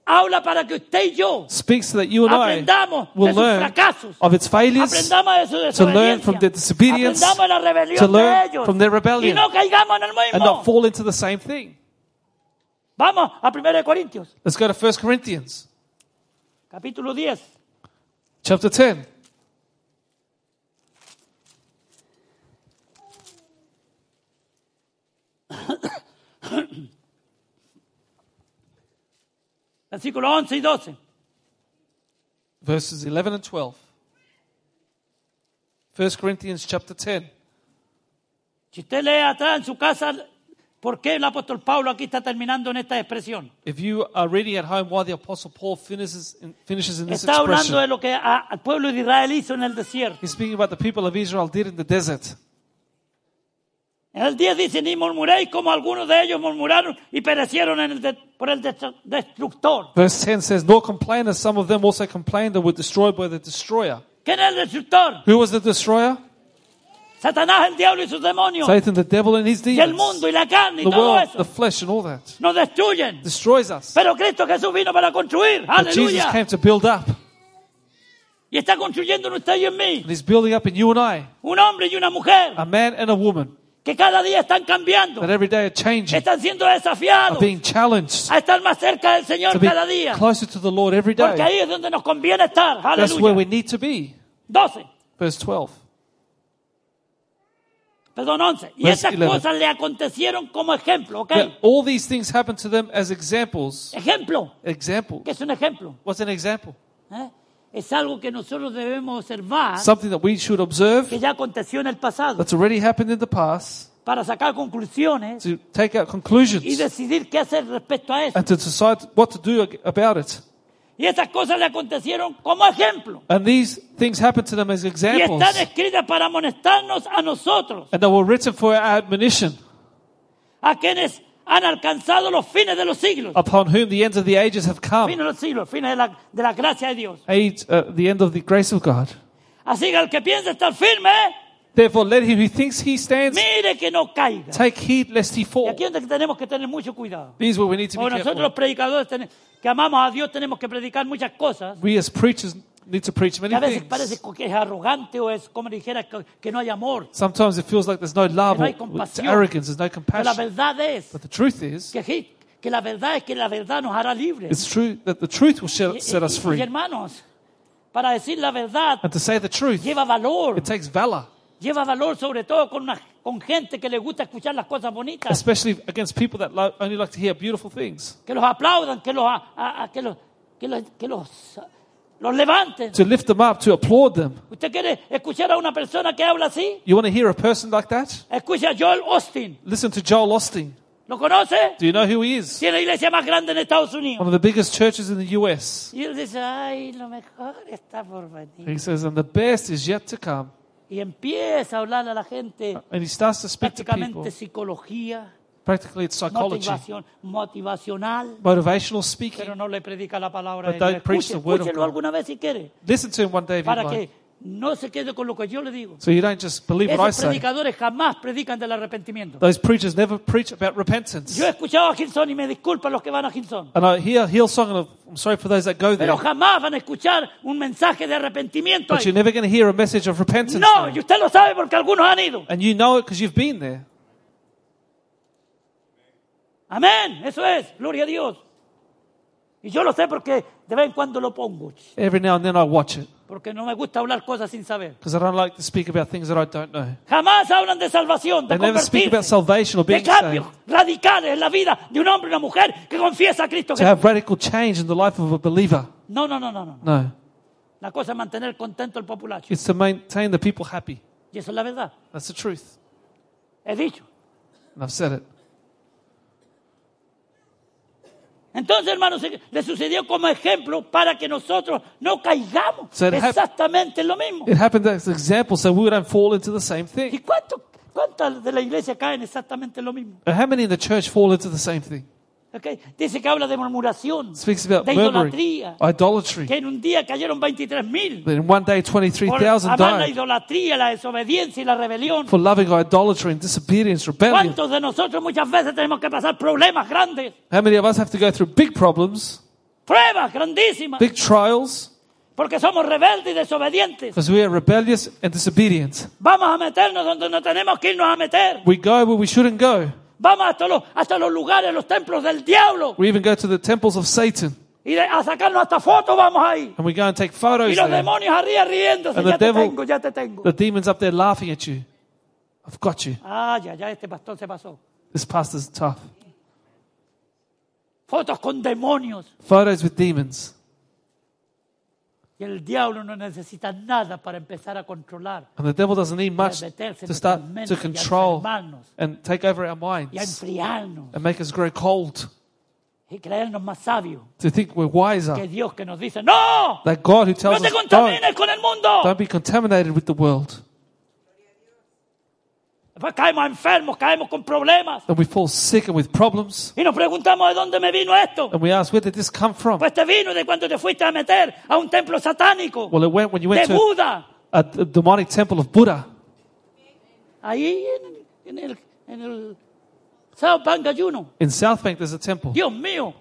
[SPEAKER 1] habla para que usted y yo
[SPEAKER 2] speaks so that you and I
[SPEAKER 1] Aprendamos de
[SPEAKER 2] will
[SPEAKER 1] sus
[SPEAKER 2] learn
[SPEAKER 1] fracasos.
[SPEAKER 2] of its failures,
[SPEAKER 1] aprendamos de su
[SPEAKER 2] to learn from their
[SPEAKER 1] desobediencia,
[SPEAKER 2] disobedience,
[SPEAKER 1] aprendamos de la
[SPEAKER 2] to
[SPEAKER 1] rebelión
[SPEAKER 2] learn
[SPEAKER 1] de ellos
[SPEAKER 2] from their
[SPEAKER 1] y
[SPEAKER 2] rebellion,
[SPEAKER 1] no caigamos en el
[SPEAKER 2] and not
[SPEAKER 1] mismo.
[SPEAKER 2] fall into the same thing.
[SPEAKER 1] Vamos a 1 Corintios,
[SPEAKER 2] Let's go to 1 Corinthians
[SPEAKER 1] capítulo 10.
[SPEAKER 2] chapter 10.
[SPEAKER 1] Versículos 11 y 12.
[SPEAKER 2] verses 11 and 12. 1 Corinthians chapter 10.
[SPEAKER 1] Si usted lee atrás en su casa, ¿por qué el apóstol Pablo aquí está terminando en esta expresión?
[SPEAKER 2] If you are reading at home why the Apostle Paul finishes in, finishes in this
[SPEAKER 1] Está hablando de
[SPEAKER 2] expression,
[SPEAKER 1] lo que a- al pueblo de Israel hizo en el desierto.
[SPEAKER 2] he's speaking about the people of Israel did in the desert.
[SPEAKER 1] En el 10 dice, ni murmuréis como algunos de ellos murmuraron y perecieron en el de- por el destru- destructor.
[SPEAKER 2] Verse 10 says, Nor complain as some of them also complained that were destroyed by the destroyer.
[SPEAKER 1] ¿Quién es el destructor?
[SPEAKER 2] Who was the destroyer?
[SPEAKER 1] Satanás, el diablo y sus demonios.
[SPEAKER 2] Satan, the devil, and his
[SPEAKER 1] Y el
[SPEAKER 2] demons.
[SPEAKER 1] mundo y la carne y
[SPEAKER 2] The
[SPEAKER 1] todo
[SPEAKER 2] world, the
[SPEAKER 1] eso
[SPEAKER 2] flesh, and all that.
[SPEAKER 1] nos destruyen.
[SPEAKER 2] Destroys us.
[SPEAKER 1] Pero Cristo Jesús vino para construir.
[SPEAKER 2] But Jesus
[SPEAKER 1] Aleluya.
[SPEAKER 2] came to build up. And
[SPEAKER 1] Y está construyendo en usted y en mí
[SPEAKER 2] he's building up in you and I,
[SPEAKER 1] un hombre y una mujer
[SPEAKER 2] a man and a woman,
[SPEAKER 1] que cada día están cambiando.
[SPEAKER 2] that every day are changing,
[SPEAKER 1] Están siendo
[SPEAKER 2] are
[SPEAKER 1] desafiados
[SPEAKER 2] being challenged.
[SPEAKER 1] a estar más cerca del
[SPEAKER 2] to
[SPEAKER 1] Señor cada
[SPEAKER 2] be
[SPEAKER 1] día.
[SPEAKER 2] closer to the Lord every
[SPEAKER 1] Porque
[SPEAKER 2] day.
[SPEAKER 1] ahí es donde nos conviene estar.
[SPEAKER 2] That's where we
[SPEAKER 1] Aleluya.
[SPEAKER 2] need to be.
[SPEAKER 1] 12.
[SPEAKER 2] Verse 12.
[SPEAKER 1] Perdón, 11. Y
[SPEAKER 2] Verse
[SPEAKER 1] estas
[SPEAKER 2] 11.
[SPEAKER 1] cosas le acontecieron como ejemplo, ¿ok?
[SPEAKER 2] But all these things happen to them as examples.
[SPEAKER 1] Ejemplo.
[SPEAKER 2] Example.
[SPEAKER 1] ¿Qué es un ejemplo?
[SPEAKER 2] What's an example?
[SPEAKER 1] ¿Eh? Es algo que nosotros debemos observar
[SPEAKER 2] Something that we should observe
[SPEAKER 1] que ya aconteció en el pasado
[SPEAKER 2] that's already happened in the past
[SPEAKER 1] para sacar conclusiones
[SPEAKER 2] to take out
[SPEAKER 1] y
[SPEAKER 2] conclusions
[SPEAKER 1] decidir qué hacer respecto a eso.
[SPEAKER 2] and to decide what to do ag- about it.
[SPEAKER 1] Y estas cosas le acontecieron como ejemplo.
[SPEAKER 2] And these things happen to them as
[SPEAKER 1] Y
[SPEAKER 2] examples.
[SPEAKER 1] están escritas para amonestarnos a nosotros,
[SPEAKER 2] And they were written for our admonition,
[SPEAKER 1] a quienes han alcanzado los fines de los siglos.
[SPEAKER 2] upon whom the ends of the ages have
[SPEAKER 1] Fines
[SPEAKER 2] come.
[SPEAKER 1] de los siglos, fines de la, de la gracia de Dios.
[SPEAKER 2] Age, uh, the end of the grace of God.
[SPEAKER 1] Así que el que piensa estar firme,
[SPEAKER 2] Therefore, let him who thinks he stands
[SPEAKER 1] mire que no caiga.
[SPEAKER 2] take heed lest he
[SPEAKER 1] Y
[SPEAKER 2] fall.
[SPEAKER 1] aquí es donde tenemos que tener mucho cuidado.
[SPEAKER 2] These where we need to be
[SPEAKER 1] Porque nosotros los
[SPEAKER 2] careful.
[SPEAKER 1] predicadores tenemos- que amamos a Dios tenemos que predicar muchas cosas
[SPEAKER 2] We as preachers need to preach
[SPEAKER 1] que a
[SPEAKER 2] many
[SPEAKER 1] veces parece
[SPEAKER 2] things.
[SPEAKER 1] que es arrogante o es como dijera que, que no hay amor.
[SPEAKER 2] Sometimes it feels like there's no love
[SPEAKER 1] Que no
[SPEAKER 2] or
[SPEAKER 1] hay
[SPEAKER 2] it's
[SPEAKER 1] compasión.
[SPEAKER 2] arrogance, there's no
[SPEAKER 1] Pero la
[SPEAKER 2] compassion.
[SPEAKER 1] verdad es
[SPEAKER 2] But the truth is,
[SPEAKER 1] que, sí, que la verdad es que la verdad nos hará libres.
[SPEAKER 2] it's true that the truth will
[SPEAKER 1] Y-
[SPEAKER 2] set set us
[SPEAKER 1] y- y
[SPEAKER 2] free.
[SPEAKER 1] hermanos, para decir la verdad
[SPEAKER 2] And to say the truth,
[SPEAKER 1] lleva valor,
[SPEAKER 2] it takes valor,
[SPEAKER 1] lleva valor sobre todo con, una- con gente que le gusta escuchar las cosas bonitas,
[SPEAKER 2] especially against people that lo- only like to hear beautiful things.
[SPEAKER 1] que los aplaudan, que los, a- a- a- que los, que los, que los, los levanten.
[SPEAKER 2] To lift them up, to applaud them.
[SPEAKER 1] ¿Usted quiere escuchar a una persona que habla así?
[SPEAKER 2] You want to hear a person like that?
[SPEAKER 1] Escucha a Joel Austin.
[SPEAKER 2] Listen to Joel Osteen.
[SPEAKER 1] ¿Lo conoce?
[SPEAKER 2] Do you know who he is?
[SPEAKER 1] Tiene la iglesia más grande en Estados
[SPEAKER 2] One
[SPEAKER 1] Unidos.
[SPEAKER 2] of the biggest churches in the US.
[SPEAKER 1] Y él dice, ay, lo mejor está por venir.
[SPEAKER 2] He says, and the best is yet to come.
[SPEAKER 1] Y empieza a hablar a la gente
[SPEAKER 2] And he starts to speak to people.
[SPEAKER 1] prácticamente psicología,
[SPEAKER 2] Practically, it's psychology,
[SPEAKER 1] motivación, motivacional.
[SPEAKER 2] motivational speaking.
[SPEAKER 1] pero no le predica la palabra
[SPEAKER 2] But
[SPEAKER 1] de
[SPEAKER 2] they
[SPEAKER 1] Dios.
[SPEAKER 2] preach
[SPEAKER 1] Escuche-
[SPEAKER 2] the word of
[SPEAKER 1] escúchelo
[SPEAKER 2] God.
[SPEAKER 1] alguna vez si quiere,
[SPEAKER 2] Listen to him one day if you'd
[SPEAKER 1] para que
[SPEAKER 2] like,
[SPEAKER 1] No se quede con lo que yo le digo.
[SPEAKER 2] So you don't just believe what I
[SPEAKER 1] Esos
[SPEAKER 2] say.
[SPEAKER 1] predicadores jamás predican del arrepentimiento.
[SPEAKER 2] Those preachers never preach about repentance.
[SPEAKER 1] Yo he escuchado a Gilson y me disculpan los que van a Gilson,
[SPEAKER 2] And I hear Hillsong, and I'm sorry for those that go there,
[SPEAKER 1] pero jamás van a escuchar un mensaje de arrepentimiento.
[SPEAKER 2] but
[SPEAKER 1] ahí.
[SPEAKER 2] you're never going to hear a message of repentance.
[SPEAKER 1] No,
[SPEAKER 2] there.
[SPEAKER 1] y usted lo sabe porque algunos han ido.
[SPEAKER 2] And you know it because you've been there.
[SPEAKER 1] Amén, eso es, gloria a Dios. Y yo lo sé porque de vez en cuando lo pongo,
[SPEAKER 2] Every now and then I watch it
[SPEAKER 1] porque no me gusta hablar cosas sin saber.
[SPEAKER 2] because I don't like to speak about things that I don't know.
[SPEAKER 1] Jamás hablan de salvación, de
[SPEAKER 2] They never speak about
[SPEAKER 1] convertirse,
[SPEAKER 2] salvation or
[SPEAKER 1] de
[SPEAKER 2] being saved.
[SPEAKER 1] cambios radicales en la vida de un hombre y una mujer que confiesa a Cristo.
[SPEAKER 2] To
[SPEAKER 1] Jesús.
[SPEAKER 2] have radical change in the life of a believer.
[SPEAKER 1] No, no, no, no, no.
[SPEAKER 2] No.
[SPEAKER 1] La cosa es mantener contento al populacho.
[SPEAKER 2] It's to maintain the people happy.
[SPEAKER 1] Y eso es la verdad.
[SPEAKER 2] That's the truth.
[SPEAKER 1] He dicho.
[SPEAKER 2] And I've said it.
[SPEAKER 1] Entonces, hermanos, se- le sucedió como ejemplo para que nosotros no caigamos.
[SPEAKER 2] So it hap-
[SPEAKER 1] Exactamente lo mismo.
[SPEAKER 2] It happened as an example so we don't fall into the
[SPEAKER 1] ¿Y
[SPEAKER 2] same thing.
[SPEAKER 1] cuánto, cuántas de la iglesia caen exactamente lo mismo?
[SPEAKER 2] But How many in the church fall into the same thing?
[SPEAKER 1] ¿Ok? Dice que habla de murmuración,
[SPEAKER 2] It speaks about
[SPEAKER 1] de
[SPEAKER 2] murmuring,
[SPEAKER 1] idolatría,
[SPEAKER 2] idolatry.
[SPEAKER 1] que en un día cayeron 23.000 mil.
[SPEAKER 2] That in one day 23,000
[SPEAKER 1] Amar la
[SPEAKER 2] died
[SPEAKER 1] idolatría, la desobediencia y la rebelión.
[SPEAKER 2] for loving idolatry and disobedience, rebellion.
[SPEAKER 1] ¿Cuántos de nosotros muchas veces tenemos que pasar problemas grandes,
[SPEAKER 2] How many of us have to go through big problems,
[SPEAKER 1] pruebas grandísimas,
[SPEAKER 2] big trials,
[SPEAKER 1] porque somos rebeldes y desobedientes?
[SPEAKER 2] because we are rebellious and disobedient?
[SPEAKER 1] Vamos a meternos donde no tenemos que irnos a meter.
[SPEAKER 2] We go where we shouldn't go.
[SPEAKER 1] Vamos hasta los, hasta los lugares, los templos del diablo.
[SPEAKER 2] We even go to the temples of Satan
[SPEAKER 1] Y de- a sacarnos hasta fotos vamos ahí.
[SPEAKER 2] and we go and take
[SPEAKER 1] Y
[SPEAKER 2] photos
[SPEAKER 1] los
[SPEAKER 2] there.
[SPEAKER 1] demonios arriba riéndose.
[SPEAKER 2] And the
[SPEAKER 1] Ya te
[SPEAKER 2] devil-
[SPEAKER 1] tengo, ya te tengo.
[SPEAKER 2] The demons up there laughing at you. I've got you.
[SPEAKER 1] Ah, ya, ya, este pastor se pasó.
[SPEAKER 2] This pastor's tough.
[SPEAKER 1] Fotos con demonios.
[SPEAKER 2] Photos with demons.
[SPEAKER 1] Y el diablo no necesita nada para empezar a controlar,
[SPEAKER 2] And the devil doesn't need much
[SPEAKER 1] meterse en
[SPEAKER 2] to start
[SPEAKER 1] nuestras mentes y
[SPEAKER 2] to
[SPEAKER 1] a
[SPEAKER 2] control
[SPEAKER 1] enfermarnos.
[SPEAKER 2] and take over our
[SPEAKER 1] y a
[SPEAKER 2] minds
[SPEAKER 1] enfriarnos
[SPEAKER 2] and make us grow cold,
[SPEAKER 1] y creernos más sabios
[SPEAKER 2] to think we're
[SPEAKER 1] que
[SPEAKER 2] wiser.
[SPEAKER 1] Dios que nos dice, ¡No!
[SPEAKER 2] That God
[SPEAKER 1] ¡No
[SPEAKER 2] who tells
[SPEAKER 1] te
[SPEAKER 2] us, don't,
[SPEAKER 1] contamines con el mundo!
[SPEAKER 2] don't be contaminated with the world.
[SPEAKER 1] Después Pues caemos enfermos, caemos con problemas.
[SPEAKER 2] And we fall sick and with problems.
[SPEAKER 1] Y nos preguntamos de dónde me vino esto.
[SPEAKER 2] And we ask, where did this come from?
[SPEAKER 1] Pues te vino de cuando te fuiste a meter a un templo satánico
[SPEAKER 2] Well, it went when you
[SPEAKER 1] de
[SPEAKER 2] went to
[SPEAKER 1] Buda.
[SPEAKER 2] a, a demonic temple of Buddha
[SPEAKER 1] Ahí en, en el, en el Sao Pangayuno.
[SPEAKER 2] in South Bank. There's a temple,
[SPEAKER 1] Dios mío.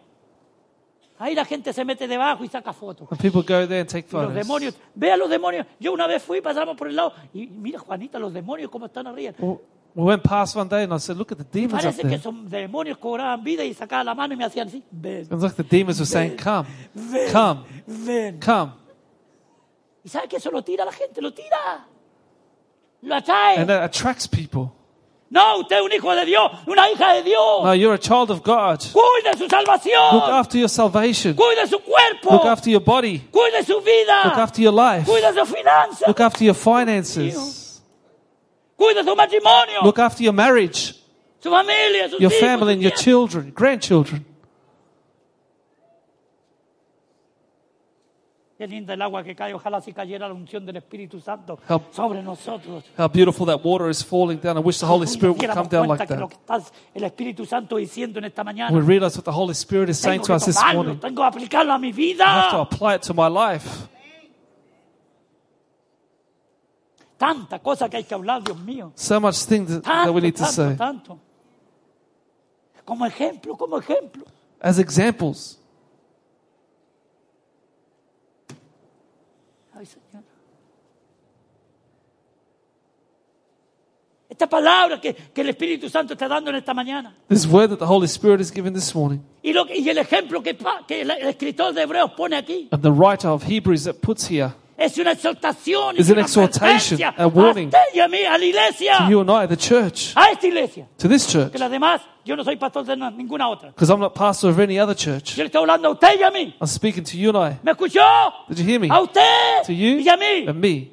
[SPEAKER 1] Ahí la gente se mete debajo y saca fotos.
[SPEAKER 2] and people go there and take
[SPEAKER 1] Y Los
[SPEAKER 2] photos.
[SPEAKER 1] demonios, ve a los demonios. Yo una vez fui, pasamos por el lado y mira, Juanita, los demonios cómo están arriba.
[SPEAKER 2] Well, we went past one day, and I said, look at the demons up
[SPEAKER 1] Parece
[SPEAKER 2] there.
[SPEAKER 1] que son demonios cobraban vida y sacaban la mano y me hacían así. Ven,
[SPEAKER 2] It's like the demons were saying, come,
[SPEAKER 1] ven,
[SPEAKER 2] come,
[SPEAKER 1] ven.
[SPEAKER 2] come.
[SPEAKER 1] ¿Y sabes que eso lo tira la gente? Lo tira. Lo atrae.
[SPEAKER 2] And that attracts people.
[SPEAKER 1] No, usted es un hijo de Dios, una hija de Dios.
[SPEAKER 2] No, you're a child of God.
[SPEAKER 1] Cuide su
[SPEAKER 2] Look
[SPEAKER 1] salvación.
[SPEAKER 2] after your salvation.
[SPEAKER 1] Cuide su
[SPEAKER 2] Look
[SPEAKER 1] cuerpo.
[SPEAKER 2] after your body.
[SPEAKER 1] Cuide su
[SPEAKER 2] Look
[SPEAKER 1] vida.
[SPEAKER 2] after your life.
[SPEAKER 1] Cuide su finanzas.
[SPEAKER 2] Look after your finances.
[SPEAKER 1] Cuide su matrimonio.
[SPEAKER 2] Look after your marriage,
[SPEAKER 1] Su familia, sus
[SPEAKER 2] your
[SPEAKER 1] hijos. sus
[SPEAKER 2] family, and your
[SPEAKER 1] nietos.
[SPEAKER 2] children, grandchildren.
[SPEAKER 1] Qué linda el agua que cae. Ojalá si cayera la unción del Espíritu Santo
[SPEAKER 2] Help.
[SPEAKER 1] sobre nosotros.
[SPEAKER 2] How beautiful that water is falling down. I wish the Holy
[SPEAKER 1] Nos
[SPEAKER 2] Spirit would
[SPEAKER 1] diéramos
[SPEAKER 2] come down
[SPEAKER 1] cuenta
[SPEAKER 2] like
[SPEAKER 1] que lo
[SPEAKER 2] that.
[SPEAKER 1] que está el Espíritu Santo diciendo en esta mañana.
[SPEAKER 2] We realize what the Holy Spirit is saying
[SPEAKER 1] Tengo
[SPEAKER 2] to
[SPEAKER 1] que
[SPEAKER 2] us this
[SPEAKER 1] tomarlo,
[SPEAKER 2] morning.
[SPEAKER 1] tengo que aplicarlo a mi
[SPEAKER 2] I have to
[SPEAKER 1] vida.
[SPEAKER 2] apply it to my life.
[SPEAKER 1] Tanta cosa que hay que hablar, Dios mío.
[SPEAKER 2] So much thing that,
[SPEAKER 1] Tanto,
[SPEAKER 2] that we need to
[SPEAKER 1] tanto,
[SPEAKER 2] say.
[SPEAKER 1] tanto. Como ejemplo, como ejemplo.
[SPEAKER 2] As examples,
[SPEAKER 1] Ay, Señor. Esta palabra que, que el Espíritu Santo está dando en esta mañana.
[SPEAKER 2] this word that the Holy Spirit is giving this morning,
[SPEAKER 1] Y, lo, que- y el ejemplo que, pa- que el el escritor de Hebreos pone aquí
[SPEAKER 2] and the writer of Hebrews that puts here
[SPEAKER 1] es una exhortación, y
[SPEAKER 2] It's an
[SPEAKER 1] una
[SPEAKER 2] exhortation,
[SPEAKER 1] advertencia
[SPEAKER 2] a warning.
[SPEAKER 1] a usted y a mí, a la iglesia,
[SPEAKER 2] to you and I, the church,
[SPEAKER 1] a esta iglesia.
[SPEAKER 2] to this church,
[SPEAKER 1] Que las demás, yo no soy pastor de na- ninguna otra.
[SPEAKER 2] because I'm not pastor of any other church.
[SPEAKER 1] Yo le estoy hablando a usted y a mí.
[SPEAKER 2] I'm speaking to you and I.
[SPEAKER 1] ¿Me escuchó?
[SPEAKER 2] Did you hear me?
[SPEAKER 1] A usted
[SPEAKER 2] To you
[SPEAKER 1] y a mí.
[SPEAKER 2] and me.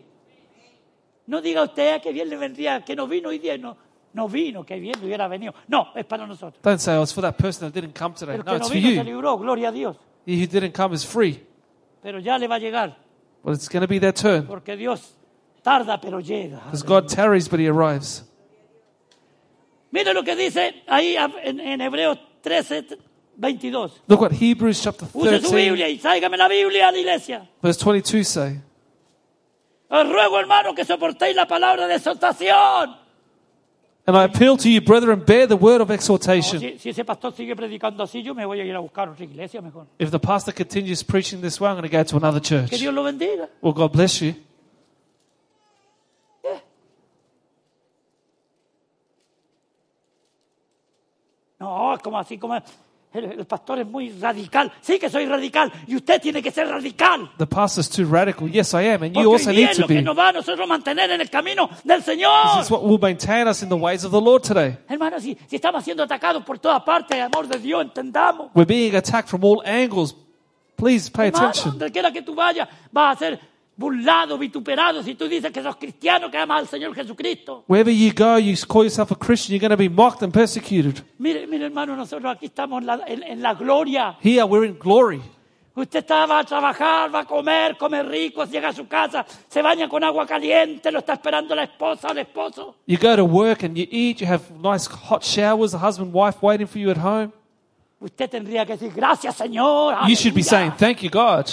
[SPEAKER 1] No diga usted "Ah, que bien le vendría, que no vino hoy día. No, no vino, que bien le hubiera venido. No, es para nosotros.
[SPEAKER 2] Don't say, oh, it's for that person that didn't come today.
[SPEAKER 1] El
[SPEAKER 2] No,
[SPEAKER 1] que
[SPEAKER 2] it's
[SPEAKER 1] no
[SPEAKER 2] for
[SPEAKER 1] vino se
[SPEAKER 2] you.
[SPEAKER 1] libró, gloria a Dios.
[SPEAKER 2] He who didn't come is free,
[SPEAKER 1] Pero ya le va a llegar,
[SPEAKER 2] but it's going to be their turn.
[SPEAKER 1] porque Dios tarda, pero llega.
[SPEAKER 2] Because God tarries, but he arrives.
[SPEAKER 1] Mire lo que dice ahí en, en Hebreos 13, 22.
[SPEAKER 2] Look what Hebrews chapter
[SPEAKER 1] Use su
[SPEAKER 2] 13,
[SPEAKER 1] Biblia y tráigame la Biblia a la iglesia.
[SPEAKER 2] verse 22 say.
[SPEAKER 1] Os ruego, hermano, que soportéis la palabra de exhortación.
[SPEAKER 2] And I appeal to you, brethren, bear the word of
[SPEAKER 1] No,
[SPEAKER 2] exhortation.
[SPEAKER 1] si, si ese pastor sigue predicando así, yo me voy a ir a buscar otra iglesia mejor.
[SPEAKER 2] If the pastor continues preaching this way, I'm going to go to another
[SPEAKER 1] Que
[SPEAKER 2] church.
[SPEAKER 1] Dios lo bendiga.
[SPEAKER 2] Well, God bless you.
[SPEAKER 1] No, es como así, como el, el pastor es muy radical. Sí que soy radical y usted tiene que ser radical.
[SPEAKER 2] The pastor's too radical. Yes, I am. And
[SPEAKER 1] Porque
[SPEAKER 2] you also
[SPEAKER 1] hoy día
[SPEAKER 2] need
[SPEAKER 1] es
[SPEAKER 2] to
[SPEAKER 1] lo
[SPEAKER 2] be.
[SPEAKER 1] que
[SPEAKER 2] This
[SPEAKER 1] nos va a nosotros mantener en el camino del Señor.
[SPEAKER 2] is what will maintain us in the ways of the Lord today.
[SPEAKER 1] Hermanos, si, si estamos siendo atacados por todas partes, amor de Dios, entendamos.
[SPEAKER 2] We're being attacked from all angles. Please pay
[SPEAKER 1] Hermano,
[SPEAKER 2] attention.
[SPEAKER 1] donde quiera que tú vayas, vas a ser burlado, vituperado, si tú dices que sos cristiano, que amas al Señor Jesucristo.
[SPEAKER 2] Wherever you go, you call yourself a Christian, you're going to be mocked and persecuted.
[SPEAKER 1] Mire, mire hermano, nosotros aquí estamos en la, en- en la gloria.
[SPEAKER 2] Here, we're in glory.
[SPEAKER 1] Usted está, va a trabajar, va a comer, come rico, llega a su casa, se baña con agua caliente, lo está esperando la esposa o el esposo.
[SPEAKER 2] You go to work and you eat, you have nice hot showers, a husband, wife waiting for you at home.
[SPEAKER 1] Usted tendría que decir, gracias Señor.
[SPEAKER 2] You should be saying,
[SPEAKER 1] aleluya".
[SPEAKER 2] Thank you, God.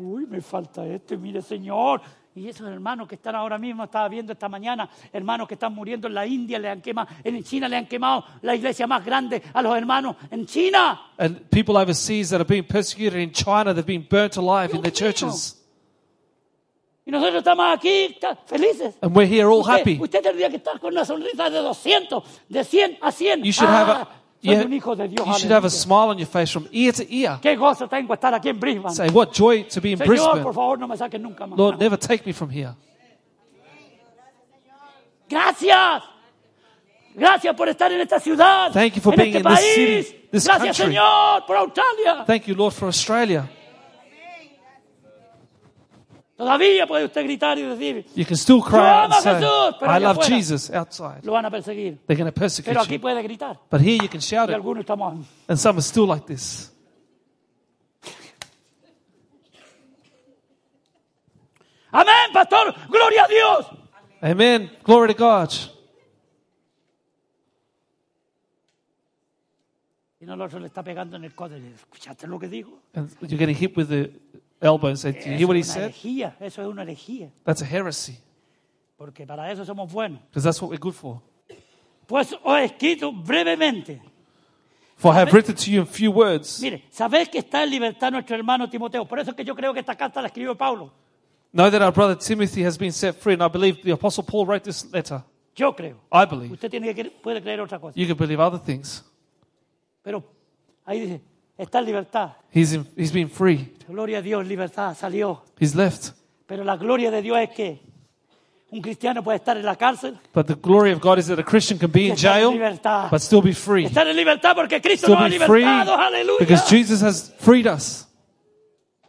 [SPEAKER 1] Uy, me falta esto, y mire Señor. Y esos hermanos que están ahora mismo, estaba viendo esta mañana, hermanos que están muriendo en la India, le han quemado, en China le han quemado la iglesia más grande a los hermanos en China.
[SPEAKER 2] And people overseas that are being persecuted in China, they've been burnt alive in their churches.
[SPEAKER 1] Y nosotros estamos aquí ta- felices.
[SPEAKER 2] And we're here all happy.
[SPEAKER 1] Usted, usted tendría que estar con una sonrisa de 200, de 100 a 100.
[SPEAKER 2] You should have
[SPEAKER 1] Ah,
[SPEAKER 2] a
[SPEAKER 1] soy
[SPEAKER 2] you,
[SPEAKER 1] un hijo de Dios.
[SPEAKER 2] you should have a
[SPEAKER 1] aleluya.
[SPEAKER 2] smile on your face from ear to ear.
[SPEAKER 1] Qué gozo tengo estar aquí en Brisbane.
[SPEAKER 2] Say, what joy to be in
[SPEAKER 1] Señor, por
[SPEAKER 2] Brisbane.
[SPEAKER 1] favor, no me saquen nunca más.
[SPEAKER 2] Lord, never take me from here.
[SPEAKER 1] Gracias. Gracias por estar en esta ciudad.
[SPEAKER 2] Thank you for
[SPEAKER 1] en
[SPEAKER 2] being
[SPEAKER 1] este
[SPEAKER 2] in this
[SPEAKER 1] país.
[SPEAKER 2] city, this
[SPEAKER 1] Gracias,
[SPEAKER 2] country.
[SPEAKER 1] Señor, por Australia.
[SPEAKER 2] Thank you, Lord, for Australia.
[SPEAKER 1] Todavía puede usted gritar y decir,
[SPEAKER 2] You can still
[SPEAKER 1] Yo
[SPEAKER 2] cry out
[SPEAKER 1] amo a
[SPEAKER 2] and say,
[SPEAKER 1] Jesús, pero
[SPEAKER 2] I
[SPEAKER 1] allá
[SPEAKER 2] love
[SPEAKER 1] afuera.
[SPEAKER 2] Jesus outside.
[SPEAKER 1] lo van a perseguir.
[SPEAKER 2] They're going to
[SPEAKER 1] Pero
[SPEAKER 2] persecute
[SPEAKER 1] aquí
[SPEAKER 2] you.
[SPEAKER 1] puede gritar.
[SPEAKER 2] But here you can shout
[SPEAKER 1] Y
[SPEAKER 2] it.
[SPEAKER 1] algunos estamos.
[SPEAKER 2] And some are still like this.
[SPEAKER 1] Amén, pastor. Gloria a Dios.
[SPEAKER 2] Amen. Glory to God.
[SPEAKER 1] Y no, el otro le está pegando en el codo. y le dice, ¿Escuchaste lo que dijo?
[SPEAKER 2] And you're getting hit with the elbow and say, Do you hear what he
[SPEAKER 1] es una
[SPEAKER 2] said?
[SPEAKER 1] herejía. Eso es una herejía.
[SPEAKER 2] That's a heresy.
[SPEAKER 1] Porque para eso somos buenos.
[SPEAKER 2] Because that's what we're good for.
[SPEAKER 1] Pues os he escrito brevemente.
[SPEAKER 2] For I have written to you in few words.
[SPEAKER 1] Mire, sabéis que está en libertad nuestro hermano Timoteo. Por eso es que yo creo que esta carta la escribió Pablo.
[SPEAKER 2] Know that our brother Timothy has been set free, and I believe the Apostle Paul wrote this letter.
[SPEAKER 1] Yo creo.
[SPEAKER 2] I believe.
[SPEAKER 1] Usted tiene que cre- puede creer otra cosa.
[SPEAKER 2] You can believe other things.
[SPEAKER 1] Pero ahí dice, está en libertad.
[SPEAKER 2] He's, in, he's been free.
[SPEAKER 1] Gloria a Dios, libertad, salió.
[SPEAKER 2] He's left.
[SPEAKER 1] Pero la gloria de Dios es que un cristiano puede estar en la cárcel.
[SPEAKER 2] But the glory of God is that a Christian can be in
[SPEAKER 1] Estar en
[SPEAKER 2] jail,
[SPEAKER 1] libertad.
[SPEAKER 2] but still be free.
[SPEAKER 1] Estar en libertad porque Cristo
[SPEAKER 2] Still
[SPEAKER 1] nos ha
[SPEAKER 2] be free
[SPEAKER 1] libertado. Aleluya.
[SPEAKER 2] because Jesus has freed us.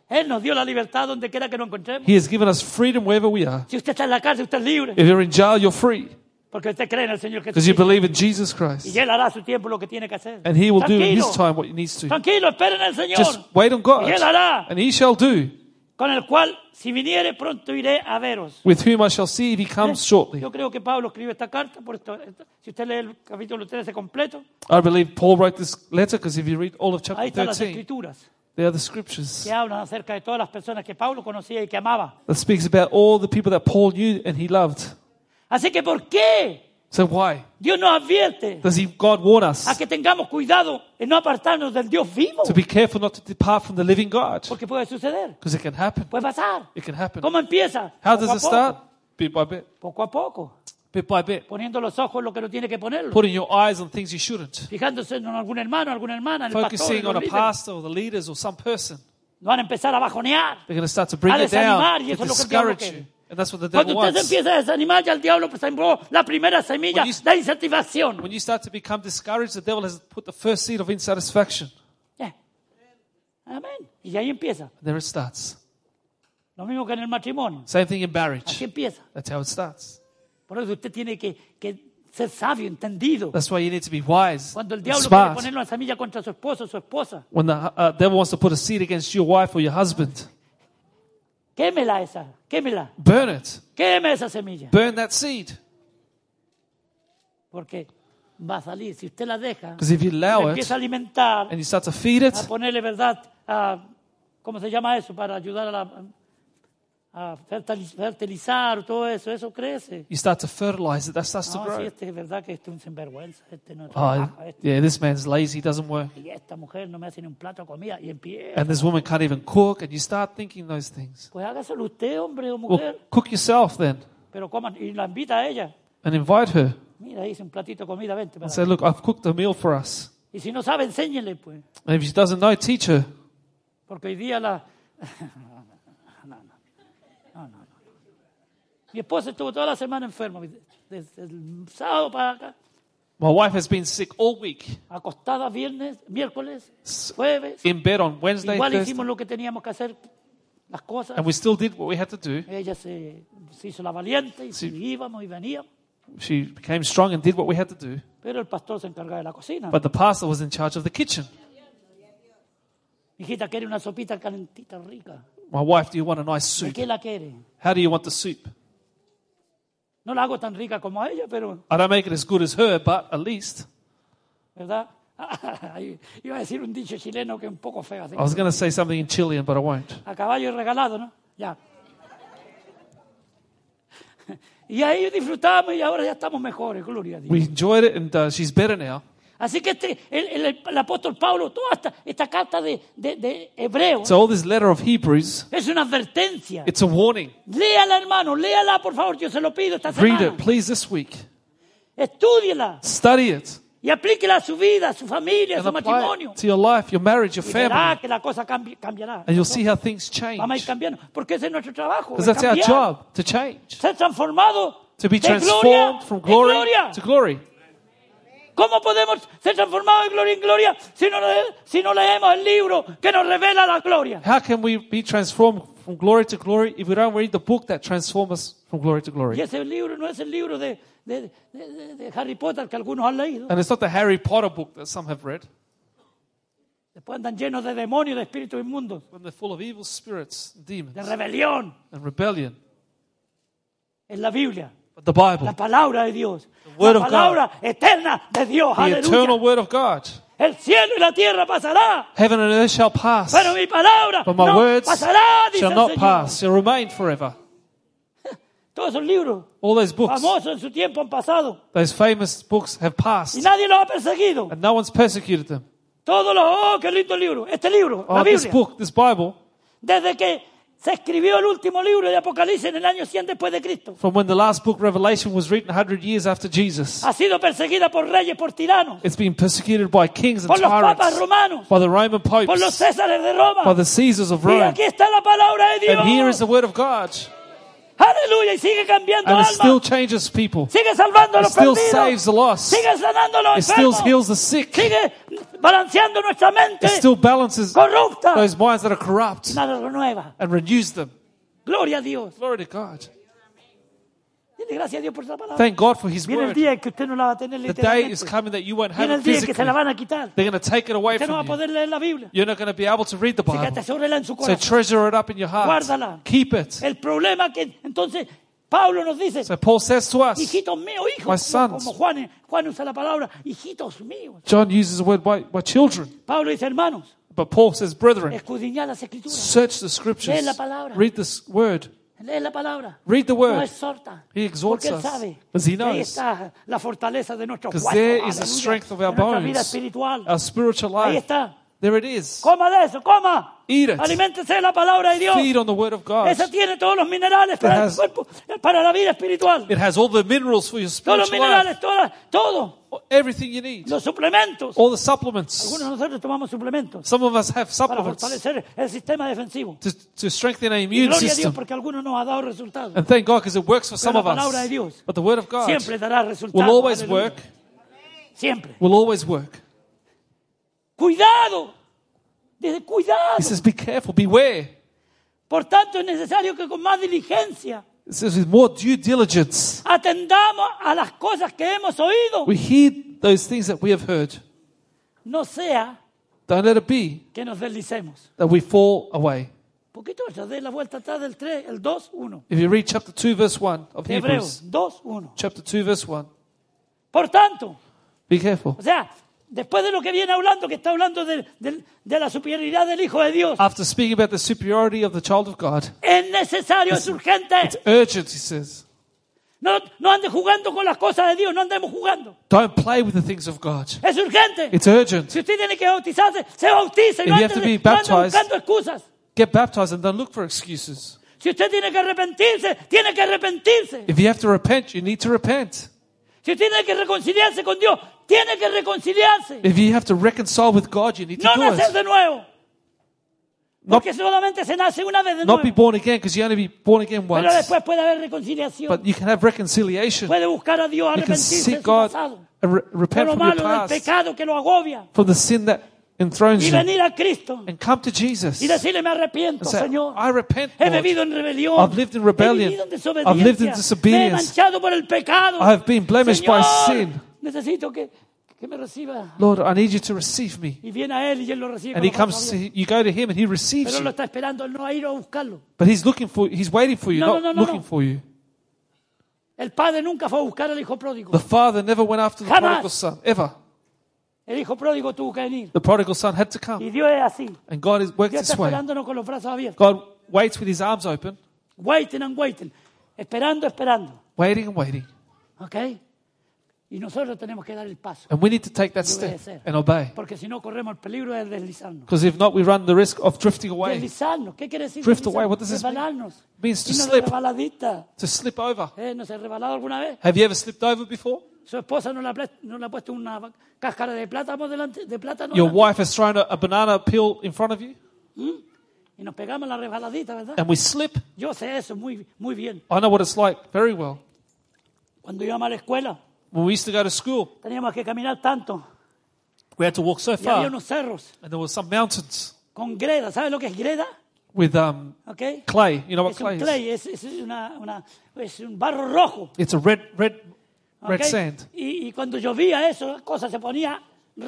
[SPEAKER 1] Él nos dio la libertad donde quiera que nos encontremos.
[SPEAKER 2] He has given us freedom wherever we are.
[SPEAKER 1] Si usted está en la cárcel, usted es libre.
[SPEAKER 2] If you're in jail, you're free
[SPEAKER 1] Porque usted cree en el Señor
[SPEAKER 2] because you
[SPEAKER 1] Jesucristo.
[SPEAKER 2] believe in Jesus
[SPEAKER 1] Y
[SPEAKER 2] Christ.
[SPEAKER 1] Él hará a su tiempo lo que tiene que hacer.
[SPEAKER 2] And He will do in His
[SPEAKER 1] Tranquilo.
[SPEAKER 2] time what He needs to.
[SPEAKER 1] Tranquilo, esperen al Señor.
[SPEAKER 2] Just wait on God,
[SPEAKER 1] Y Él hará.
[SPEAKER 2] and He shall do,
[SPEAKER 1] Con el cual, si viniere, pronto iré a veros.
[SPEAKER 2] with whom I shall see if He comes shortly.
[SPEAKER 1] Yo creo que Pablo escribe esta carta. Por esto, esto- si usted lee el capítulo 13 completo,
[SPEAKER 2] I believe Paul wrote this letter because if you read all
[SPEAKER 1] ahí
[SPEAKER 2] of chapter
[SPEAKER 1] están las
[SPEAKER 2] 13,
[SPEAKER 1] escrituras
[SPEAKER 2] there are the scriptures
[SPEAKER 1] que hablan acerca de todas las personas que Pablo conocía y que amaba.
[SPEAKER 2] that speaks about all the people that Paul knew and he loved.
[SPEAKER 1] Así que, ¿por qué
[SPEAKER 2] So why
[SPEAKER 1] Dios nos advierte
[SPEAKER 2] does he God warn
[SPEAKER 1] a
[SPEAKER 2] us
[SPEAKER 1] que tengamos cuidado en no apartarnos del Dios vivo?
[SPEAKER 2] to be careful not to depart from the living God?
[SPEAKER 1] Porque puede suceder,
[SPEAKER 2] Because it can happen.
[SPEAKER 1] puede pasar.
[SPEAKER 2] It can happen.
[SPEAKER 1] ¿Cómo empieza? Poco
[SPEAKER 2] How does
[SPEAKER 1] a
[SPEAKER 2] it
[SPEAKER 1] poco,
[SPEAKER 2] start? Bit by bit,
[SPEAKER 1] Poco a poco,
[SPEAKER 2] bit by bit.
[SPEAKER 1] poniendo los ojos en lo que no tiene que ponerlo.
[SPEAKER 2] Putting your eyes on things you shouldn't.
[SPEAKER 1] Fijándose en algún hermano, alguna hermana, en el pastor, en
[SPEAKER 2] Focusing
[SPEAKER 1] los
[SPEAKER 2] on a
[SPEAKER 1] líderes.
[SPEAKER 2] pastor or the leaders or some person.
[SPEAKER 1] Nos van a empezar a bajonear.
[SPEAKER 2] They're going to start to bring
[SPEAKER 1] A
[SPEAKER 2] you down,
[SPEAKER 1] desanimar, y
[SPEAKER 2] to
[SPEAKER 1] eso es lo que el diablo
[SPEAKER 2] discourage
[SPEAKER 1] quiere.
[SPEAKER 2] you. And that's what the
[SPEAKER 1] Cuando
[SPEAKER 2] devil
[SPEAKER 1] usted se
[SPEAKER 2] wants.
[SPEAKER 1] empieza a desanimar, ya el diablo pues, sembró la primera semilla
[SPEAKER 2] When you-
[SPEAKER 1] de insatisfacción.
[SPEAKER 2] When you start to become discouraged, the devil has put the first seed of insatisfaction.
[SPEAKER 1] Eh. Amén. Y ahí empieza.
[SPEAKER 2] There it starts.
[SPEAKER 1] Lo mismo que en el matrimonio.
[SPEAKER 2] Same thing in
[SPEAKER 1] Así
[SPEAKER 2] marriage.
[SPEAKER 1] empieza.
[SPEAKER 2] That's how it starts.
[SPEAKER 1] Por eso usted tiene que, que ser sabio, entendido.
[SPEAKER 2] That's why you need to be wise,
[SPEAKER 1] Cuando el
[SPEAKER 2] and
[SPEAKER 1] diablo quiere
[SPEAKER 2] smart.
[SPEAKER 1] poner una semilla contra su esposo o su esposa,
[SPEAKER 2] When the uh, devil wants to put a seed against your wife or your husband,
[SPEAKER 1] quémela esa, quémela.
[SPEAKER 2] burn it.
[SPEAKER 1] Queme esa semilla.
[SPEAKER 2] Burn that seed.
[SPEAKER 1] Porque va a salir. Si usted la deja,
[SPEAKER 2] Because if you
[SPEAKER 1] la
[SPEAKER 2] allow it
[SPEAKER 1] empieza a Ah, alimentar,
[SPEAKER 2] and you start to feed it,
[SPEAKER 1] a ponerle verdad a. ¿Cómo se llama eso? Para ayudar a la. a fertiliz- fertilizar, todo eso, eso crece.
[SPEAKER 2] You start to fertilize it. That starts to
[SPEAKER 1] No, sí,
[SPEAKER 2] grow.
[SPEAKER 1] este es ah, verdad que este es un sinvergüenza, este no
[SPEAKER 2] Oh,
[SPEAKER 1] trabaja, este,
[SPEAKER 2] yeah, this man's lazy, doesn't work.
[SPEAKER 1] y esta mujer no me hace ni un plato de comida, y empieza.
[SPEAKER 2] And this woman can't even cook. And you start thinking those things.
[SPEAKER 1] Pues hágaselo usted, hombre o mujer,
[SPEAKER 2] Well, cook yourself then
[SPEAKER 1] pero coman, y la invita a ella.
[SPEAKER 2] and invite her
[SPEAKER 1] Mira, hice un platito de comida, vente para acá.
[SPEAKER 2] and say, Look, I've cooked a meal for us.
[SPEAKER 1] Y si no sabe, enséñele, pues.
[SPEAKER 2] And if she doesn't know, teach her.
[SPEAKER 1] Porque hoy día la... No, no, no, no, no. Mi esposa estuvo toda la semana enferma, desde el sábado para acá,
[SPEAKER 2] My wife has been sick all week,
[SPEAKER 1] acostada viernes, miércoles,
[SPEAKER 2] S-
[SPEAKER 1] jueves.
[SPEAKER 2] in bed on Wednesday,
[SPEAKER 1] Igual
[SPEAKER 2] Thursday,
[SPEAKER 1] hicimos lo que teníamos que hacer, las cosas.
[SPEAKER 2] and we still did what we had to do.
[SPEAKER 1] Ella se, se hizo la valiente y
[SPEAKER 2] Sí.
[SPEAKER 1] íbamos y veníamos.
[SPEAKER 2] She became strong and did what we had to do.
[SPEAKER 1] Pero el pastor se encargaba de la cocina.
[SPEAKER 2] But the pastor was in charge of the kitchen.
[SPEAKER 1] Mi hijita quiere una sopita calentita, rica.
[SPEAKER 2] My wife, do you want a nice
[SPEAKER 1] ¿De
[SPEAKER 2] soup?
[SPEAKER 1] qué la quiere?
[SPEAKER 2] How do you want the soup?
[SPEAKER 1] No la hago tan rica como a ella, pero,
[SPEAKER 2] I don't make it as good as her, but at least.
[SPEAKER 1] ¿verdad? Ahí Iba a decir un dicho chileno que es un poco feo. Así.
[SPEAKER 2] I was going to say something in Chilean, but I won't.
[SPEAKER 1] A caballo y regalado, ¿no? Ya. Y ahí disfrutamos y ahora ya estamos mejores, gloria a Dios.
[SPEAKER 2] We enjoyed it, and uh, she's better now.
[SPEAKER 1] Así que este, el, el- el apóstol Pablo, toda esta, esta carta de, de, de Hebreo
[SPEAKER 2] So, all this letter of Hebrews,
[SPEAKER 1] es una advertencia.
[SPEAKER 2] it's a warning.
[SPEAKER 1] Léala, hermano, léala, por favor, yo se lo pido esta
[SPEAKER 2] Read
[SPEAKER 1] semana.
[SPEAKER 2] it, please, this week.
[SPEAKER 1] Estúdiela
[SPEAKER 2] Study it
[SPEAKER 1] y aplíquela a su vida, a su familia, a
[SPEAKER 2] and
[SPEAKER 1] su
[SPEAKER 2] apply
[SPEAKER 1] matrimonio.
[SPEAKER 2] it to your life, your marriage, your
[SPEAKER 1] Y verá
[SPEAKER 2] family,
[SPEAKER 1] que la cosa cambi- cambiará.
[SPEAKER 2] and you'll see how things change.
[SPEAKER 1] Vamos a ir
[SPEAKER 2] Because
[SPEAKER 1] cambiando, porque ese es nuestro trabajo. es
[SPEAKER 2] that's our
[SPEAKER 1] cambiar,
[SPEAKER 2] job to change,
[SPEAKER 1] Ser transformado
[SPEAKER 2] to be
[SPEAKER 1] de gloria
[SPEAKER 2] transformed from
[SPEAKER 1] en
[SPEAKER 2] glory
[SPEAKER 1] gloria.
[SPEAKER 2] to glory.
[SPEAKER 1] ¿Cómo podemos ser transformados de gloria en gloria si no, le- si no leemos el libro que nos revela la gloria?
[SPEAKER 2] How can we be transformed from glory to glory if we don't read the book that transforms us from glory to
[SPEAKER 1] Y
[SPEAKER 2] glory?
[SPEAKER 1] ese libro no es el libro de, de- de- de- de Harry Potter que algunos han leído.
[SPEAKER 2] And it's not the Harry Potter book that some have read.
[SPEAKER 1] Después andan llenos de demonios, de espíritus inmundos,
[SPEAKER 2] When they're full of evil spirits, demons,
[SPEAKER 1] de rebelión.
[SPEAKER 2] and rebellion.
[SPEAKER 1] Es la Biblia,
[SPEAKER 2] But the Bible,
[SPEAKER 1] la palabra de Dios,
[SPEAKER 2] Word
[SPEAKER 1] la
[SPEAKER 2] of God.
[SPEAKER 1] palabra eterna de Dios.
[SPEAKER 2] the eternal
[SPEAKER 1] Aleluya.
[SPEAKER 2] word of God.
[SPEAKER 1] El cielo y la tierra pasará,
[SPEAKER 2] Heaven and earth shall pass,
[SPEAKER 1] pero mi palabra
[SPEAKER 2] but my
[SPEAKER 1] no
[SPEAKER 2] words
[SPEAKER 1] pasará, dice
[SPEAKER 2] shall
[SPEAKER 1] el
[SPEAKER 2] not
[SPEAKER 1] Señor.
[SPEAKER 2] pass, shall remain forever.
[SPEAKER 1] Todos esos libros
[SPEAKER 2] All those books,
[SPEAKER 1] famosos en su tiempo han pasado
[SPEAKER 2] those famous books have
[SPEAKER 1] y
[SPEAKER 2] passed,
[SPEAKER 1] nadie los ha perseguido.
[SPEAKER 2] and no one's persecuted them.
[SPEAKER 1] Todos los, oh, qué lindo libro. Este libro, la
[SPEAKER 2] Oh, this
[SPEAKER 1] Biblia.
[SPEAKER 2] book, this Bible,
[SPEAKER 1] Desde que se escribió el último libro de Apocalipsis en el año 100 después de Cristo.
[SPEAKER 2] from when the last book, Revelation, was written 100 years after Jesus,
[SPEAKER 1] Ha sido perseguida por reyes, por tiranos,
[SPEAKER 2] it's been persecuted by kings and
[SPEAKER 1] por los papas
[SPEAKER 2] tyrants,
[SPEAKER 1] romanos,
[SPEAKER 2] by the Roman
[SPEAKER 1] por los
[SPEAKER 2] popes,
[SPEAKER 1] césares de
[SPEAKER 2] by
[SPEAKER 1] Roma.
[SPEAKER 2] the Caesars of
[SPEAKER 1] Y
[SPEAKER 2] Rome.
[SPEAKER 1] aquí está la palabra de
[SPEAKER 2] And here
[SPEAKER 1] Dios.
[SPEAKER 2] is the word of God,
[SPEAKER 1] Aleluya, y sigue cambiando
[SPEAKER 2] and it still
[SPEAKER 1] almas.
[SPEAKER 2] changes people.
[SPEAKER 1] Sigue salvando a
[SPEAKER 2] It
[SPEAKER 1] los
[SPEAKER 2] still
[SPEAKER 1] perdidos.
[SPEAKER 2] saves the lost.
[SPEAKER 1] Sigue sanando a
[SPEAKER 2] It
[SPEAKER 1] los
[SPEAKER 2] still
[SPEAKER 1] enfermos.
[SPEAKER 2] heals the sick.
[SPEAKER 1] Sigue balanceando nuestra mente
[SPEAKER 2] It still balances
[SPEAKER 1] corrupta.
[SPEAKER 2] those minds that are corrupt
[SPEAKER 1] Nada renueva.
[SPEAKER 2] and renews them.
[SPEAKER 1] Gloria a Dios.
[SPEAKER 2] Glory to God.
[SPEAKER 1] Dile gracias a Dios por esa palabra.
[SPEAKER 2] Thank God for His
[SPEAKER 1] Viene el
[SPEAKER 2] word.
[SPEAKER 1] día en que usted no la va a tener
[SPEAKER 2] The day is
[SPEAKER 1] literalmente.
[SPEAKER 2] coming that you won't have
[SPEAKER 1] Viene el
[SPEAKER 2] it
[SPEAKER 1] día en que se
[SPEAKER 2] physically.
[SPEAKER 1] la van a quitar.
[SPEAKER 2] They're going to take it away
[SPEAKER 1] Usted no va a
[SPEAKER 2] from you.
[SPEAKER 1] poder leer la Biblia.
[SPEAKER 2] You're not going to be able to read the
[SPEAKER 1] Así que
[SPEAKER 2] Bible.
[SPEAKER 1] atesórela en su
[SPEAKER 2] So
[SPEAKER 1] corazón.
[SPEAKER 2] treasure it up in your heart.
[SPEAKER 1] Guárdala. Eh.
[SPEAKER 2] Keep it.
[SPEAKER 1] El problema es que entonces Pablo nos dice,
[SPEAKER 2] So Paul says to us,
[SPEAKER 1] hijitos míos,
[SPEAKER 2] My
[SPEAKER 1] hijos,
[SPEAKER 2] sons.
[SPEAKER 1] como como Juan, Juan usa la palabra, hijitos míos.
[SPEAKER 2] John uses the word my, my children,
[SPEAKER 1] Pablo dice, hermanos,
[SPEAKER 2] but Paul says, brethren,
[SPEAKER 1] escudriñad las escrituras,
[SPEAKER 2] search the
[SPEAKER 1] Eh. Lee
[SPEAKER 2] scriptures.
[SPEAKER 1] la palabra.
[SPEAKER 2] Read this word.
[SPEAKER 1] lee la palabra,
[SPEAKER 2] Read the
[SPEAKER 1] no
[SPEAKER 2] word.
[SPEAKER 1] exhorta,
[SPEAKER 2] He
[SPEAKER 1] porque
[SPEAKER 2] exhorts
[SPEAKER 1] él
[SPEAKER 2] us,
[SPEAKER 1] sabe
[SPEAKER 2] because he
[SPEAKER 1] que ahí
[SPEAKER 2] knows.
[SPEAKER 1] está la fortaleza de nuestros
[SPEAKER 2] Because
[SPEAKER 1] cuerpos,
[SPEAKER 2] there is the
[SPEAKER 1] aleluya,
[SPEAKER 2] strength of
[SPEAKER 1] de
[SPEAKER 2] our
[SPEAKER 1] nuestra vida
[SPEAKER 2] bones,
[SPEAKER 1] espiritual.
[SPEAKER 2] our spiritual
[SPEAKER 1] Ahí
[SPEAKER 2] life.
[SPEAKER 1] está,
[SPEAKER 2] There it is.
[SPEAKER 1] coma de eso, coma,
[SPEAKER 2] Eat it.
[SPEAKER 1] aliméntese de la palabra de Dios.
[SPEAKER 2] Feed on the word of God.
[SPEAKER 1] Esa tiene todos los minerales para el
[SPEAKER 2] has-
[SPEAKER 1] cuerpo, para la vida espiritual.
[SPEAKER 2] It has all the minerals for your
[SPEAKER 1] Todos los
[SPEAKER 2] spiritual life.
[SPEAKER 1] minerales, todas, todo,
[SPEAKER 2] Everything you need.
[SPEAKER 1] los suplementos.
[SPEAKER 2] All the supplements.
[SPEAKER 1] Algunos de nosotros tomamos suplementos
[SPEAKER 2] Some of us have
[SPEAKER 1] para
[SPEAKER 2] supplements
[SPEAKER 1] fortalecer el sistema defensivo.
[SPEAKER 2] to, to strengthen our
[SPEAKER 1] Y
[SPEAKER 2] immune
[SPEAKER 1] gloria a Dios
[SPEAKER 2] system.
[SPEAKER 1] porque algunos nos ha dado resultados.
[SPEAKER 2] And thank God because it works for some
[SPEAKER 1] la
[SPEAKER 2] of
[SPEAKER 1] palabra de Dios
[SPEAKER 2] us. But the Word of God
[SPEAKER 1] Siempre dará
[SPEAKER 2] will
[SPEAKER 1] resultados.
[SPEAKER 2] always
[SPEAKER 1] Aleluya.
[SPEAKER 2] work,
[SPEAKER 1] Siempre.
[SPEAKER 2] will always work.
[SPEAKER 1] Cuidado. Dice, cuidado.
[SPEAKER 2] He says, be careful, beware.
[SPEAKER 1] Por tanto, es necesario que con más diligencia
[SPEAKER 2] It says, with more due diligence,
[SPEAKER 1] atendamos a las cosas que hemos oído.
[SPEAKER 2] we heed those things that we have heard.
[SPEAKER 1] No sea
[SPEAKER 2] Don't let it be
[SPEAKER 1] que nos deslicemos.
[SPEAKER 2] that we fall away.
[SPEAKER 1] Poquito, atrás, de la vuelta atrás del 3, el 2, 1.
[SPEAKER 2] If you read chapter 2, verse 1 of Hebrews,
[SPEAKER 1] Hebreos 2, 1.
[SPEAKER 2] chapter 2, verse 1,
[SPEAKER 1] Por tanto,
[SPEAKER 2] be careful.
[SPEAKER 1] O sea, Después de lo que viene hablando, que está hablando de, de- de la superioridad del Hijo de Dios,
[SPEAKER 2] After speaking about the superiority of the child of God,
[SPEAKER 1] es necesario, es urgente.
[SPEAKER 2] it's urgent, he says.
[SPEAKER 1] No, no andes jugando con las cosas de Dios, no andemos jugando.
[SPEAKER 2] Don't play with the things of God.
[SPEAKER 1] Es urgente.
[SPEAKER 2] It's urgent.
[SPEAKER 1] Si usted tiene que bautizarse, se bautice.
[SPEAKER 2] If
[SPEAKER 1] No
[SPEAKER 2] you
[SPEAKER 1] ande,
[SPEAKER 2] have to be
[SPEAKER 1] no ande
[SPEAKER 2] baptized-
[SPEAKER 1] buscando excusas.
[SPEAKER 2] Get baptized and don't look for excuses.
[SPEAKER 1] Si usted tiene que arrepentirse, tiene que arrepentirse.
[SPEAKER 2] If you have to repent, you need to repent.
[SPEAKER 1] Si usted tiene que reconciliarse con Dios, tiene que reconciliarse.
[SPEAKER 2] If you have to reconcile with God, you need to
[SPEAKER 1] No
[SPEAKER 2] do
[SPEAKER 1] nacer
[SPEAKER 2] it.
[SPEAKER 1] de nuevo.
[SPEAKER 2] No-
[SPEAKER 1] Porque solamente se nace una vez de
[SPEAKER 2] Not be
[SPEAKER 1] nuevo.
[SPEAKER 2] born again because you only be born again
[SPEAKER 1] Pero
[SPEAKER 2] once.
[SPEAKER 1] después puede haber reconciliación.
[SPEAKER 2] But you can have reconciliation.
[SPEAKER 1] Puede buscar a Dios,
[SPEAKER 2] You can
[SPEAKER 1] arrepentirse de
[SPEAKER 2] seek
[SPEAKER 1] su
[SPEAKER 2] God
[SPEAKER 1] pasado.
[SPEAKER 2] and re-
[SPEAKER 1] Por
[SPEAKER 2] repent
[SPEAKER 1] lo
[SPEAKER 2] from your
[SPEAKER 1] malo del
[SPEAKER 2] past,
[SPEAKER 1] pecado que lo agobia.
[SPEAKER 2] from the sin that enthrones
[SPEAKER 1] Y
[SPEAKER 2] you,
[SPEAKER 1] venir a Cristo
[SPEAKER 2] and come to Jesus
[SPEAKER 1] y
[SPEAKER 2] and
[SPEAKER 1] decirle, me arrepiento,
[SPEAKER 2] say,
[SPEAKER 1] Señor.
[SPEAKER 2] I repent,
[SPEAKER 1] He
[SPEAKER 2] Lord.
[SPEAKER 1] vivido en rebelión.
[SPEAKER 2] I've lived in rebellion.
[SPEAKER 1] He vivido en desobediencia.
[SPEAKER 2] I've lived in
[SPEAKER 1] Me he
[SPEAKER 2] disobedience.
[SPEAKER 1] manchado por el pecado.
[SPEAKER 2] I have been blemished by
[SPEAKER 1] Señor,
[SPEAKER 2] sin.
[SPEAKER 1] Necesito que, que me reciba.
[SPEAKER 2] Lord, I need you to receive me.
[SPEAKER 1] Y viene a él y él lo recibe.
[SPEAKER 2] And
[SPEAKER 1] con
[SPEAKER 2] he
[SPEAKER 1] los brazos
[SPEAKER 2] comes, to,
[SPEAKER 1] abiertos.
[SPEAKER 2] you go to him and he receives
[SPEAKER 1] Pero lo
[SPEAKER 2] you.
[SPEAKER 1] está esperando, él no ha ido a buscarlo.
[SPEAKER 2] But he's looking for he's waiting for you,
[SPEAKER 1] No, no,
[SPEAKER 2] not
[SPEAKER 1] no, no,
[SPEAKER 2] looking
[SPEAKER 1] no.
[SPEAKER 2] for you.
[SPEAKER 1] El padre nunca fue a buscar al hijo pródigo.
[SPEAKER 2] The father never went after the
[SPEAKER 1] Jamás.
[SPEAKER 2] prodigal son, ever.
[SPEAKER 1] El hijo pródigo tuvo que venir.
[SPEAKER 2] The prodigal son had to come.
[SPEAKER 1] Y Dios es así.
[SPEAKER 2] And God is, works
[SPEAKER 1] Dios está
[SPEAKER 2] this way.
[SPEAKER 1] esperándonos con los brazos abiertos.
[SPEAKER 2] God waits with his arms open,
[SPEAKER 1] Waiting and waiting. Esperando, esperando.
[SPEAKER 2] waiting and waiting.
[SPEAKER 1] ¿Ok? Y nosotros tenemos que dar el paso.
[SPEAKER 2] And we need to take that
[SPEAKER 1] Y
[SPEAKER 2] step
[SPEAKER 1] obedecer.
[SPEAKER 2] and obey.
[SPEAKER 1] Porque si no, corremos el peligro de deslizarnos.
[SPEAKER 2] Because if not, we run the risk of drifting away,
[SPEAKER 1] Deslizarnos. ¿Qué quiere decir?
[SPEAKER 2] Drift
[SPEAKER 1] deslizarnos?
[SPEAKER 2] away. What does this mean?
[SPEAKER 1] Resbalarnos.
[SPEAKER 2] Means to
[SPEAKER 1] Irnos de
[SPEAKER 2] slip.
[SPEAKER 1] rebaladita.
[SPEAKER 2] to slip over.
[SPEAKER 1] ¿Eh? ¿No se ha rebalado alguna vez?
[SPEAKER 2] Have you ever slipped over before?
[SPEAKER 1] Su esposa no le ha, pla- no le ha puesto una va- cáscara de plátano delante, de plátano
[SPEAKER 2] Your
[SPEAKER 1] delante?
[SPEAKER 2] wife has thrown a, a banana peel in front of you,
[SPEAKER 1] ¿Mm? y nos pegamos la resbaladita, ¿verdad?
[SPEAKER 2] and we slip.
[SPEAKER 1] Yo sé eso muy, muy bien.
[SPEAKER 2] I know what it's like very well.
[SPEAKER 1] Cuando íbamos a la escuela,
[SPEAKER 2] When we used to go to school,
[SPEAKER 1] teníamos que caminar tanto.
[SPEAKER 2] we had to walk so
[SPEAKER 1] Y había
[SPEAKER 2] far,
[SPEAKER 1] unos cerros
[SPEAKER 2] and there were some mountains
[SPEAKER 1] con greda. ¿Sabes lo que es greda?
[SPEAKER 2] with um,
[SPEAKER 1] ¿Ok?
[SPEAKER 2] clay. You know what
[SPEAKER 1] Es
[SPEAKER 2] clay
[SPEAKER 1] un
[SPEAKER 2] is?
[SPEAKER 1] clay, es, es una- una- es un barro rojo.
[SPEAKER 2] It's a red, red,
[SPEAKER 1] ¿ok?
[SPEAKER 2] red sand.
[SPEAKER 1] Y, y cuando llovía eso, la cosa se ponía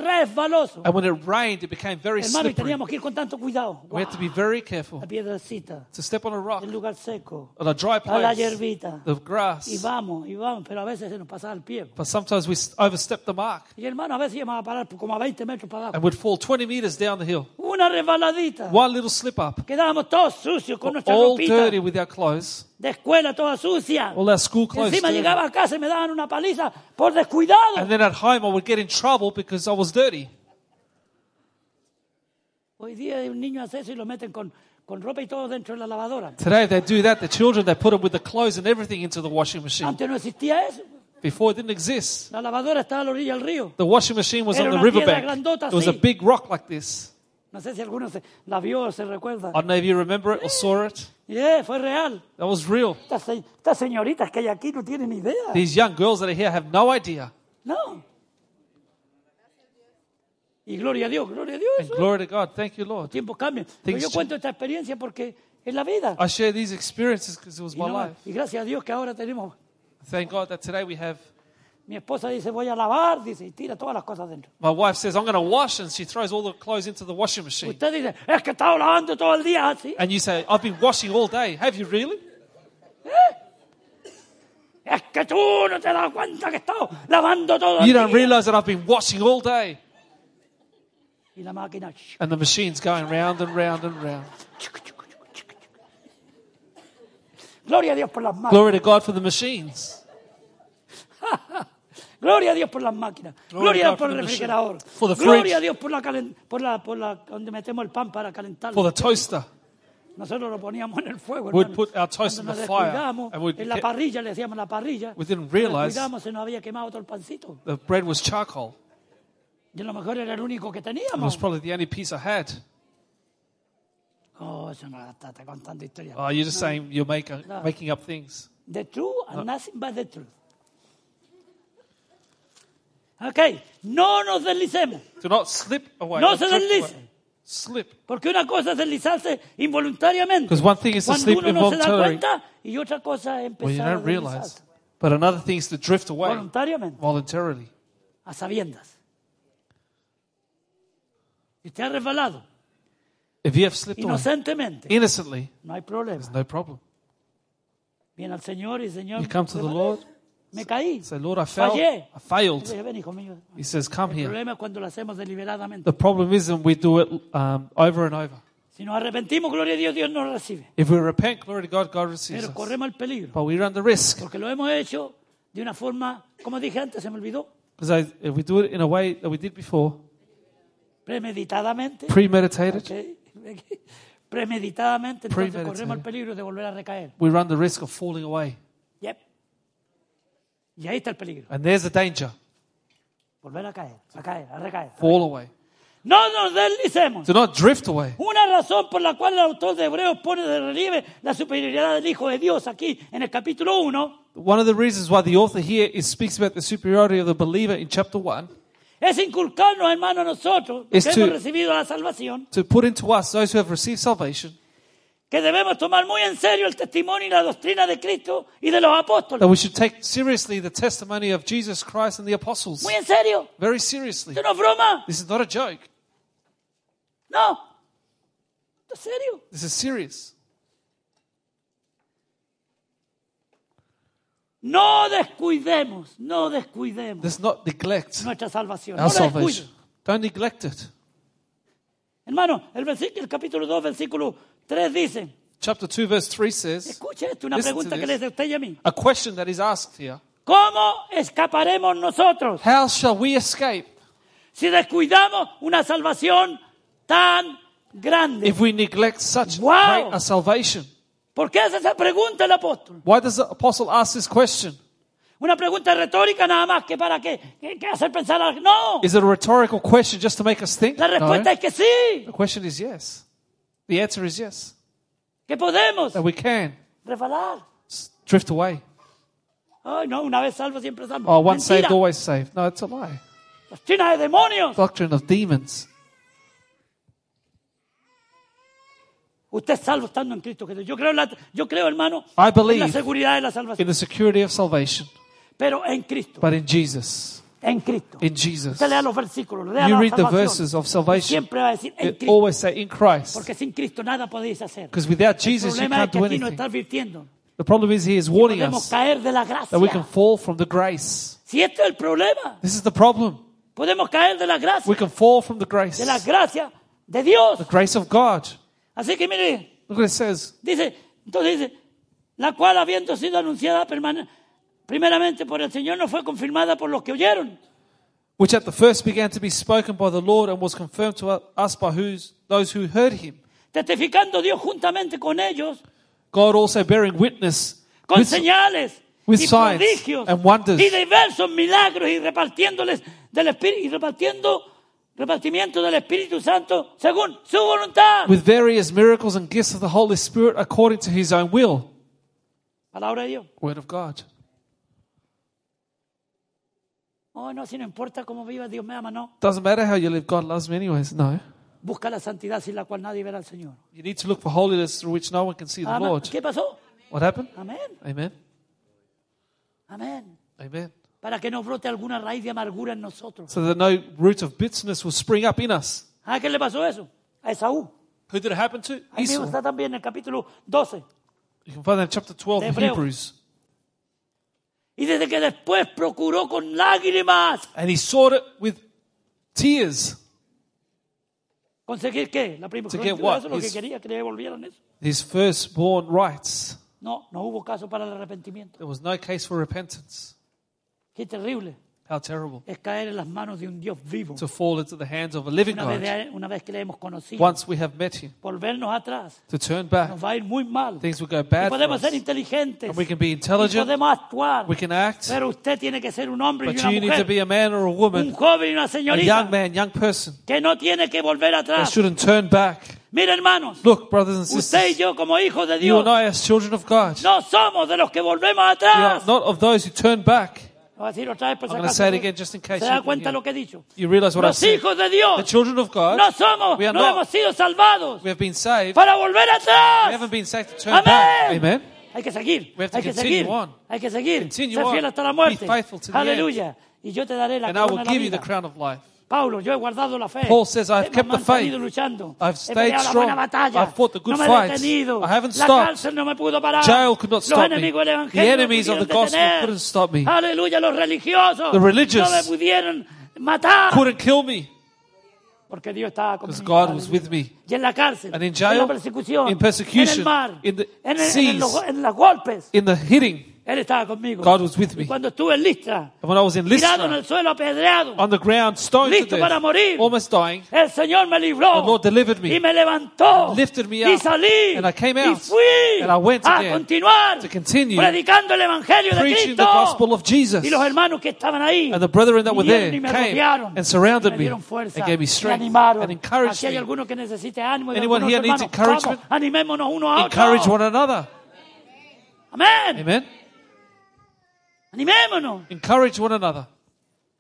[SPEAKER 1] resbaloso.
[SPEAKER 2] And when it rained, it became very
[SPEAKER 1] Hermano, y
[SPEAKER 2] slippery.
[SPEAKER 1] teníamos que ir con tanto cuidado.
[SPEAKER 2] We had to be very careful
[SPEAKER 1] La piedrecita,
[SPEAKER 2] to step on a rock,
[SPEAKER 1] el lugar seco,
[SPEAKER 2] on a dry
[SPEAKER 1] a la
[SPEAKER 2] place,
[SPEAKER 1] hierbita.
[SPEAKER 2] the
[SPEAKER 1] Y
[SPEAKER 2] grass.
[SPEAKER 1] vamos, y vamos, pero a veces se nos pasaba el pie.
[SPEAKER 2] But sometimes we s- overstep the mark
[SPEAKER 1] Y hermano, a veces íbamos a parar como a 20 metros para
[SPEAKER 2] and
[SPEAKER 1] abajo.
[SPEAKER 2] would fall 20 meters down the hill.
[SPEAKER 1] Una resbaladita.
[SPEAKER 2] One little slip up,
[SPEAKER 1] Quedábamos todos sucios con nuestra
[SPEAKER 2] all
[SPEAKER 1] ropita
[SPEAKER 2] dirty with our clothes,
[SPEAKER 1] de escuela, toda sucia.
[SPEAKER 2] all our school
[SPEAKER 1] Y
[SPEAKER 2] clothes.
[SPEAKER 1] encima
[SPEAKER 2] dirty.
[SPEAKER 1] llegaba a casa y me daban una paliza por descuidado.
[SPEAKER 2] And then at home, I would get in trouble because I was dirty.
[SPEAKER 1] Hoy día un niño hace eso y lo meten con, con ropa y todo dentro de la lavadora.
[SPEAKER 2] Today, they do that. The children, they put them with the clothes and everything into the washing machine.
[SPEAKER 1] Antes no existía eso.
[SPEAKER 2] Before, it didn't exist.
[SPEAKER 1] La lavadora estaba a la orilla del río.
[SPEAKER 2] The washing machine was
[SPEAKER 1] Era
[SPEAKER 2] on the
[SPEAKER 1] una piedra
[SPEAKER 2] riverbank.
[SPEAKER 1] grandota
[SPEAKER 2] It was a
[SPEAKER 1] así.
[SPEAKER 2] big rock like this.
[SPEAKER 1] No sé si alguno se, la vio o se recuerda.
[SPEAKER 2] I don't know if you remember it or saw it.
[SPEAKER 1] Y eh, fue real.
[SPEAKER 2] That was real.
[SPEAKER 1] Estas, se- estas señoritas que hay aquí no tienen idea.
[SPEAKER 2] These young girls that are here have no idea.
[SPEAKER 1] No. Y gloria a Dios, gloria a Dios.
[SPEAKER 2] And glory to God. Thank you, Lord.
[SPEAKER 1] Los tiempos cambian. Pero
[SPEAKER 2] Things
[SPEAKER 1] yo cuento esta experiencia porque es la vida.
[SPEAKER 2] I share these experiences because it was
[SPEAKER 1] Y,
[SPEAKER 2] my
[SPEAKER 1] no-
[SPEAKER 2] life.
[SPEAKER 1] y gracias a Dios que ahora tenemos.
[SPEAKER 2] Thank God that today we have.
[SPEAKER 1] Mi esposa dice, voy a lavar, dice, y tira todas las cosas dentro.
[SPEAKER 2] My wife says, I'm going to wash, and she throws all the clothes into the washing machine.
[SPEAKER 1] Usted dice, es que he estado lavando todo el día así.
[SPEAKER 2] And you say, I've been washing all day. Have you really?
[SPEAKER 1] Es que tú no te das cuenta que he estado lavando todo el
[SPEAKER 2] You
[SPEAKER 1] día.
[SPEAKER 2] don't realize that I've been washing all day.
[SPEAKER 1] Y la máquina. shh,
[SPEAKER 2] And the machine's going round and round and round.
[SPEAKER 1] chuc, chuc, chuc, chuc, chuc. Gloria a Dios por las máquinas.
[SPEAKER 2] Glory to God for the machines.
[SPEAKER 1] Gloria a Dios por las máquinas.
[SPEAKER 2] Glory
[SPEAKER 1] Gloria a Dios
[SPEAKER 2] God for
[SPEAKER 1] por el
[SPEAKER 2] the machine.
[SPEAKER 1] refrigerador.
[SPEAKER 2] For the
[SPEAKER 1] Gloria
[SPEAKER 2] fridge.
[SPEAKER 1] a Dios por la, calen- por la, por la donde metemos el pan para calentarlo.
[SPEAKER 2] For the toaster.
[SPEAKER 1] Nosotros lo poníamos en el fuego.
[SPEAKER 2] We'd
[SPEAKER 1] hermano.
[SPEAKER 2] put our toast
[SPEAKER 1] Cuando
[SPEAKER 2] in
[SPEAKER 1] nos
[SPEAKER 2] the fire
[SPEAKER 1] descuidamos,
[SPEAKER 2] and we'd
[SPEAKER 1] en la
[SPEAKER 2] get-
[SPEAKER 1] parrilla le decíamos la parrilla.
[SPEAKER 2] We
[SPEAKER 1] Cuando
[SPEAKER 2] didn't
[SPEAKER 1] nos
[SPEAKER 2] realize-
[SPEAKER 1] descuidamos, se nos había quemado todo el pancito.
[SPEAKER 2] The bread was charcoal.
[SPEAKER 1] Y a lo mejor era el único que
[SPEAKER 2] It was
[SPEAKER 1] teníamos.
[SPEAKER 2] probably the only piece I had.
[SPEAKER 1] Oh, eso no está, está contando historia.
[SPEAKER 2] Oh, you're just saying you're making, making up things.
[SPEAKER 1] The truth
[SPEAKER 2] Ah.
[SPEAKER 1] and nothing but the truth. Ok, no nos deslicemos.
[SPEAKER 2] Do not slip away.
[SPEAKER 1] No
[SPEAKER 2] or
[SPEAKER 1] se
[SPEAKER 2] drift
[SPEAKER 1] deslice.
[SPEAKER 2] away. Slip.
[SPEAKER 1] Porque una cosa es deslizarse involuntariamente.
[SPEAKER 2] 'Cause one thing is to
[SPEAKER 1] Cuando
[SPEAKER 2] sleep
[SPEAKER 1] uno no se da
[SPEAKER 2] involuntarily.
[SPEAKER 1] cuenta y otra cosa es
[SPEAKER 2] Well, you
[SPEAKER 1] empezar a
[SPEAKER 2] don't realize.
[SPEAKER 1] deslizarse
[SPEAKER 2] But another thing is to drift away
[SPEAKER 1] voluntariamente,
[SPEAKER 2] voluntarily.
[SPEAKER 1] a sabiendas. Y usted ha resbalado
[SPEAKER 2] If you have slipped away
[SPEAKER 1] inocentemente.
[SPEAKER 2] innocently,
[SPEAKER 1] No hay problema.
[SPEAKER 2] no problem.
[SPEAKER 1] Viene al Señor y Señor.
[SPEAKER 2] You come to the
[SPEAKER 1] resbalé.
[SPEAKER 2] Lord,
[SPEAKER 1] Me caí.
[SPEAKER 2] Say, Lord, I fell.
[SPEAKER 1] Fallé.
[SPEAKER 2] I
[SPEAKER 1] Le
[SPEAKER 2] failed.
[SPEAKER 1] dije, ven, hijo mío.
[SPEAKER 2] He says, Come
[SPEAKER 1] El
[SPEAKER 2] here.
[SPEAKER 1] problema es cuando lo hacemos deliberadamente.
[SPEAKER 2] The problem isn't we do it um, over and over.
[SPEAKER 1] Si nos arrepentimos, gloria a Dios, Dios nos recibe.
[SPEAKER 2] If we repent, glory to God, God receives
[SPEAKER 1] Pero
[SPEAKER 2] us.
[SPEAKER 1] corremos el peligro.
[SPEAKER 2] But we run the risk
[SPEAKER 1] Porque lo hemos hecho de una forma, como dije antes, se me olvidó,
[SPEAKER 2] because if we do it in a way that we did before,
[SPEAKER 1] premeditadamente.
[SPEAKER 2] premeditated,
[SPEAKER 1] Ok. Premeditadamente, entonces
[SPEAKER 2] Premeditated.
[SPEAKER 1] corremos el peligro de volver a recaer.
[SPEAKER 2] we run the risk of falling away.
[SPEAKER 1] Yep. Y ahí está el peligro.
[SPEAKER 2] And there's the danger
[SPEAKER 1] Volver a caer, a caer, a recaer.
[SPEAKER 2] fall away.
[SPEAKER 1] No nos deslicemos.
[SPEAKER 2] Do not drift away.
[SPEAKER 1] Una razón por la cual el autor de Hebreos pone de relieve la superioridad del Hijo de Dios aquí en el capítulo 1
[SPEAKER 2] One of the reasons why the author here is speaks about the superiority of the believer in chapter 1
[SPEAKER 1] es inculcarnos, hermano, a nosotros, los
[SPEAKER 2] Es
[SPEAKER 1] que
[SPEAKER 2] tu-
[SPEAKER 1] hemos recibido la salvación,
[SPEAKER 2] to put into us those who have received salvation
[SPEAKER 1] que debemos tomar muy en serio el testimonio y la doctrina de Cristo y de los
[SPEAKER 2] that
[SPEAKER 1] apóstoles.
[SPEAKER 2] we should take seriously the testimony of Jesus Christ and the apostles.
[SPEAKER 1] Muy en serio.
[SPEAKER 2] Very seriously.
[SPEAKER 1] Esto no es broma.
[SPEAKER 2] This is not a joke.
[SPEAKER 1] No. Esto es serio.
[SPEAKER 2] This is serious.
[SPEAKER 1] No descuidemos, no descuidemos
[SPEAKER 2] Let's not neglect
[SPEAKER 1] nuestra salvación. No
[SPEAKER 2] our
[SPEAKER 1] la descuiden.
[SPEAKER 2] salvation. Don't neglect it.
[SPEAKER 1] Hermano, el, versículo, el capítulo 2, versículo 3 dice,
[SPEAKER 2] Chapter 2, verse 3 says
[SPEAKER 1] escuche esto, una
[SPEAKER 2] Listen to
[SPEAKER 1] pregunta que
[SPEAKER 2] this.
[SPEAKER 1] le hace a usted y a mí.
[SPEAKER 2] a question that is asked here
[SPEAKER 1] ¿Cómo escaparemos nosotros
[SPEAKER 2] How shall we escape
[SPEAKER 1] si descuidamos una salvación tan grande?
[SPEAKER 2] if we neglect such
[SPEAKER 1] Wow.
[SPEAKER 2] great a salvation?
[SPEAKER 1] ¿Por qué hace esa pregunta el apóstol?
[SPEAKER 2] Why does the apostle ask this question?
[SPEAKER 1] Una pregunta retórica nada más que para que, que- que hacer pensar al... No,
[SPEAKER 2] Is it a rhetorical question just to make us think?
[SPEAKER 1] la respuesta
[SPEAKER 2] No.
[SPEAKER 1] es que sí,
[SPEAKER 2] The question is yes. The answer is yes.
[SPEAKER 1] que podemos
[SPEAKER 2] That we can
[SPEAKER 1] resbalar.
[SPEAKER 2] s- drift away.
[SPEAKER 1] Ay, no, una vez salvo, siempre salvo.
[SPEAKER 2] Oh, once
[SPEAKER 1] Mentira.
[SPEAKER 2] saved, always saved. No, it's a lie.
[SPEAKER 1] Doctrina de demonios.
[SPEAKER 2] Doctrine of demons.
[SPEAKER 1] Usted es salvo estando en Cristo Jesús. Yo creo, en la- yo creo hermano,
[SPEAKER 2] I
[SPEAKER 1] en la
[SPEAKER 2] believe
[SPEAKER 1] seguridad de la
[SPEAKER 2] in
[SPEAKER 1] salvación.
[SPEAKER 2] the security of salvation,
[SPEAKER 1] Pero en Cristo,
[SPEAKER 2] but in Jesus.
[SPEAKER 1] en Cristo.
[SPEAKER 2] In Jesus.
[SPEAKER 1] Usted lea los versículos, lea
[SPEAKER 2] You
[SPEAKER 1] la
[SPEAKER 2] read the
[SPEAKER 1] salvación.
[SPEAKER 2] verses of salvation.
[SPEAKER 1] Siempre va a decir en
[SPEAKER 2] It
[SPEAKER 1] Cristo.
[SPEAKER 2] always say in Christ.
[SPEAKER 1] Porque sin Cristo nada podéis hacer.
[SPEAKER 2] Because without
[SPEAKER 1] El
[SPEAKER 2] Jesus, you
[SPEAKER 1] problema es
[SPEAKER 2] can't
[SPEAKER 1] que
[SPEAKER 2] do
[SPEAKER 1] aquí nos
[SPEAKER 2] anything.
[SPEAKER 1] está advirtiendo.
[SPEAKER 2] The problem is he is warning
[SPEAKER 1] Podemos
[SPEAKER 2] us
[SPEAKER 1] caer de la gracia.
[SPEAKER 2] that we can fall from the grace.
[SPEAKER 1] Si esto es el problema,
[SPEAKER 2] This is the problem.
[SPEAKER 1] podemos caer de la gracia.
[SPEAKER 2] We can fall from the grace.
[SPEAKER 1] De la
[SPEAKER 2] The
[SPEAKER 1] gracia de Dios.
[SPEAKER 2] grace of God.
[SPEAKER 1] Así que mire,
[SPEAKER 2] Look what it says.
[SPEAKER 1] Dice, entonces dice, la cual habiendo sido anunciada permane- primeramente por el Señor no fue confirmada por los que oyeron,
[SPEAKER 2] Which at the first began to be spoken by the Lord and was confirmed to us by whose, those who heard him.
[SPEAKER 1] testificando Dios juntamente con ellos,
[SPEAKER 2] God also bearing witness
[SPEAKER 1] con
[SPEAKER 2] with-
[SPEAKER 1] señales
[SPEAKER 2] with
[SPEAKER 1] y
[SPEAKER 2] signs
[SPEAKER 1] prodigios
[SPEAKER 2] and wonders.
[SPEAKER 1] y diversos milagros y repartiéndoles del Espíritu y repartiendo repartimiento del Espíritu Santo según su voluntad.
[SPEAKER 2] with various miracles and gifts of the Holy Spirit according to his own will.
[SPEAKER 1] Palabra de Dios.
[SPEAKER 2] Word of God.
[SPEAKER 1] Oh, no, si no importa cómo vivas, Dios me ama, no.
[SPEAKER 2] Doesn't matter how you live, God loves me anyways. No.
[SPEAKER 1] Busca la santidad sin la cual nadie verá al Señor.
[SPEAKER 2] You need to look for holiness through which no one can see the
[SPEAKER 1] Ama-
[SPEAKER 2] Lord.
[SPEAKER 1] ¿Qué pasó?
[SPEAKER 2] What happened?
[SPEAKER 1] Amén,
[SPEAKER 2] Amen.
[SPEAKER 1] amén.
[SPEAKER 2] Amen.
[SPEAKER 1] para que no brote alguna raíz de amargura en nosotros.
[SPEAKER 2] So that no root of bitterness will spring up in us.
[SPEAKER 1] ¿A qué le pasó eso? A Esaú.
[SPEAKER 2] Who did it happen to?
[SPEAKER 1] Ahí mismo
[SPEAKER 2] Esau.
[SPEAKER 1] está también en el capítulo 12.
[SPEAKER 2] You can find that in chapter 12 of
[SPEAKER 1] Hebreo.
[SPEAKER 2] Hebrews.
[SPEAKER 1] Y desde que después procuró con lágrimas
[SPEAKER 2] And he sought it with tears.
[SPEAKER 1] conseguir qué? La prima
[SPEAKER 2] To
[SPEAKER 1] eso
[SPEAKER 2] get
[SPEAKER 1] es
[SPEAKER 2] what?
[SPEAKER 1] lo que
[SPEAKER 2] His-
[SPEAKER 1] quería, que le devolvieran eso.
[SPEAKER 2] His firstborn rights.
[SPEAKER 1] No, no hubo caso para el arrepentimiento.
[SPEAKER 2] There was no case for repentance.
[SPEAKER 1] Qué terrible
[SPEAKER 2] How terrible.
[SPEAKER 1] es caer en las manos de un Dios vivo.
[SPEAKER 2] To fall into the hands of a living
[SPEAKER 1] Una vez,
[SPEAKER 2] God
[SPEAKER 1] de- una vez que le hemos conocido,
[SPEAKER 2] once we have met him.
[SPEAKER 1] volvernos atrás
[SPEAKER 2] To turn back.
[SPEAKER 1] nos va a ir muy mal.
[SPEAKER 2] Things will go
[SPEAKER 1] Y
[SPEAKER 2] bad. For
[SPEAKER 1] podemos ser
[SPEAKER 2] us.
[SPEAKER 1] inteligentes,
[SPEAKER 2] And we can be
[SPEAKER 1] y
[SPEAKER 2] intelligent.
[SPEAKER 1] podemos actuar,
[SPEAKER 2] We can act.
[SPEAKER 1] pero usted tiene que ser un hombre y
[SPEAKER 2] But
[SPEAKER 1] una
[SPEAKER 2] you need to
[SPEAKER 1] mujer,
[SPEAKER 2] be a man or a
[SPEAKER 1] un
[SPEAKER 2] woman,
[SPEAKER 1] joven y una
[SPEAKER 2] a
[SPEAKER 1] señorita.
[SPEAKER 2] young man, young person.
[SPEAKER 1] que no tiene que volver
[SPEAKER 2] They
[SPEAKER 1] atrás.
[SPEAKER 2] shouldn't turn back.
[SPEAKER 1] Mira, hermanos,
[SPEAKER 2] Look, brothers and
[SPEAKER 1] usted y
[SPEAKER 2] sisters,
[SPEAKER 1] yo como hijos de
[SPEAKER 2] you
[SPEAKER 1] Dios
[SPEAKER 2] and I, as children of God, we
[SPEAKER 1] no somos de los que volvemos
[SPEAKER 2] are
[SPEAKER 1] atrás.
[SPEAKER 2] not of those who turn back.
[SPEAKER 1] Voy a decir otra vez por si
[SPEAKER 2] I'm gonna
[SPEAKER 1] acaso.
[SPEAKER 2] say it again just in case
[SPEAKER 1] ¿Se
[SPEAKER 2] you
[SPEAKER 1] da
[SPEAKER 2] didn't
[SPEAKER 1] cuenta
[SPEAKER 2] hear.
[SPEAKER 1] lo que he dicho?
[SPEAKER 2] You realize what I've
[SPEAKER 1] Los
[SPEAKER 2] said.
[SPEAKER 1] hijos de
[SPEAKER 2] The
[SPEAKER 1] Dios
[SPEAKER 2] children of
[SPEAKER 1] no
[SPEAKER 2] God,
[SPEAKER 1] somos,
[SPEAKER 2] we are
[SPEAKER 1] no
[SPEAKER 2] not.
[SPEAKER 1] hemos sido salvados
[SPEAKER 2] we have been saved.
[SPEAKER 1] para volver
[SPEAKER 2] We
[SPEAKER 1] atrás.
[SPEAKER 2] haven't been saved to turn back.
[SPEAKER 1] Amén.
[SPEAKER 2] Amen.
[SPEAKER 1] Hay que seguir,
[SPEAKER 2] We have to
[SPEAKER 1] hay que
[SPEAKER 2] continue
[SPEAKER 1] seguir,
[SPEAKER 2] on.
[SPEAKER 1] hay que seguir,
[SPEAKER 2] Continue
[SPEAKER 1] ser fiel
[SPEAKER 2] on.
[SPEAKER 1] hasta la muerte.
[SPEAKER 2] Be faithful to the end.
[SPEAKER 1] Aleluya. Y yo te daré la
[SPEAKER 2] And I
[SPEAKER 1] corona
[SPEAKER 2] will
[SPEAKER 1] de la
[SPEAKER 2] give you the
[SPEAKER 1] vida.
[SPEAKER 2] crown of life.
[SPEAKER 1] Paulo, yo he guardado la fe.
[SPEAKER 2] Paul says, "I have
[SPEAKER 1] He
[SPEAKER 2] kept the
[SPEAKER 1] mantenido
[SPEAKER 2] faith.
[SPEAKER 1] luchando. He
[SPEAKER 2] I've stayed
[SPEAKER 1] peleado
[SPEAKER 2] strong.
[SPEAKER 1] La buena batalla.
[SPEAKER 2] I've fought the good
[SPEAKER 1] no me he
[SPEAKER 2] fights.
[SPEAKER 1] detenido.
[SPEAKER 2] I haven't
[SPEAKER 1] la
[SPEAKER 2] stopped.
[SPEAKER 1] cárcel no me pudo parar.
[SPEAKER 2] Jail could not
[SPEAKER 1] Los
[SPEAKER 2] stop me.
[SPEAKER 1] enemigos del
[SPEAKER 2] The
[SPEAKER 1] evangelio no me
[SPEAKER 2] enemies of the
[SPEAKER 1] pudieron
[SPEAKER 2] gospel
[SPEAKER 1] detener.
[SPEAKER 2] couldn't stop me.
[SPEAKER 1] Aleluya, los religiosos
[SPEAKER 2] The religious
[SPEAKER 1] no me pudieron matar.
[SPEAKER 2] couldn't kill me
[SPEAKER 1] Porque Dios estaba conmigo.
[SPEAKER 2] because God was with
[SPEAKER 1] Aleluya.
[SPEAKER 2] me.
[SPEAKER 1] Y en la cárcel,
[SPEAKER 2] And in
[SPEAKER 1] en
[SPEAKER 2] jail,
[SPEAKER 1] la persecución,
[SPEAKER 2] in persecution,
[SPEAKER 1] en el mar,
[SPEAKER 2] in the
[SPEAKER 1] en, el- en,
[SPEAKER 2] seas.
[SPEAKER 1] los, en los golpes,
[SPEAKER 2] In the hitting,
[SPEAKER 1] Él estaba conmigo.
[SPEAKER 2] God was with
[SPEAKER 1] Y
[SPEAKER 2] me.
[SPEAKER 1] cuando estuve en Listra,
[SPEAKER 2] And when I was in
[SPEAKER 1] tirado en
[SPEAKER 2] Lystra,
[SPEAKER 1] el suelo, apedreado,
[SPEAKER 2] on the ground, stoned to
[SPEAKER 1] Listo para morir. Oh.
[SPEAKER 2] death, almost dying,
[SPEAKER 1] El Señor me libró.
[SPEAKER 2] The Oh, Lord delivered me
[SPEAKER 1] y me levantó.
[SPEAKER 2] and lifted me
[SPEAKER 1] y
[SPEAKER 2] up.
[SPEAKER 1] salí.
[SPEAKER 2] And I came
[SPEAKER 1] y
[SPEAKER 2] out.
[SPEAKER 1] fui
[SPEAKER 2] And I went
[SPEAKER 1] a
[SPEAKER 2] again
[SPEAKER 1] continuar
[SPEAKER 2] to continue
[SPEAKER 1] predicando el Evangelio de
[SPEAKER 2] preaching
[SPEAKER 1] Cristo.
[SPEAKER 2] the gospel of Jesus.
[SPEAKER 1] y los hermanos que estaban ahí
[SPEAKER 2] And the brethren that were
[SPEAKER 1] vinieron
[SPEAKER 2] there
[SPEAKER 1] y me
[SPEAKER 2] came
[SPEAKER 1] rodearon,
[SPEAKER 2] and
[SPEAKER 1] y
[SPEAKER 2] surrounded
[SPEAKER 1] me
[SPEAKER 2] me
[SPEAKER 1] dieron fuerza,
[SPEAKER 2] and gave me strength
[SPEAKER 1] me animaron.
[SPEAKER 2] and encouraged
[SPEAKER 1] Aquí hay
[SPEAKER 2] me.
[SPEAKER 1] alguno que necesite ánimo de
[SPEAKER 2] Anyone
[SPEAKER 1] algunos
[SPEAKER 2] here
[SPEAKER 1] hermanos.
[SPEAKER 2] needs encouragement?
[SPEAKER 1] Vamos, animémonos uno a otro.
[SPEAKER 2] Encourage one another.
[SPEAKER 1] Amén.
[SPEAKER 2] Amen.
[SPEAKER 1] Animémonos.
[SPEAKER 2] Encourage one another.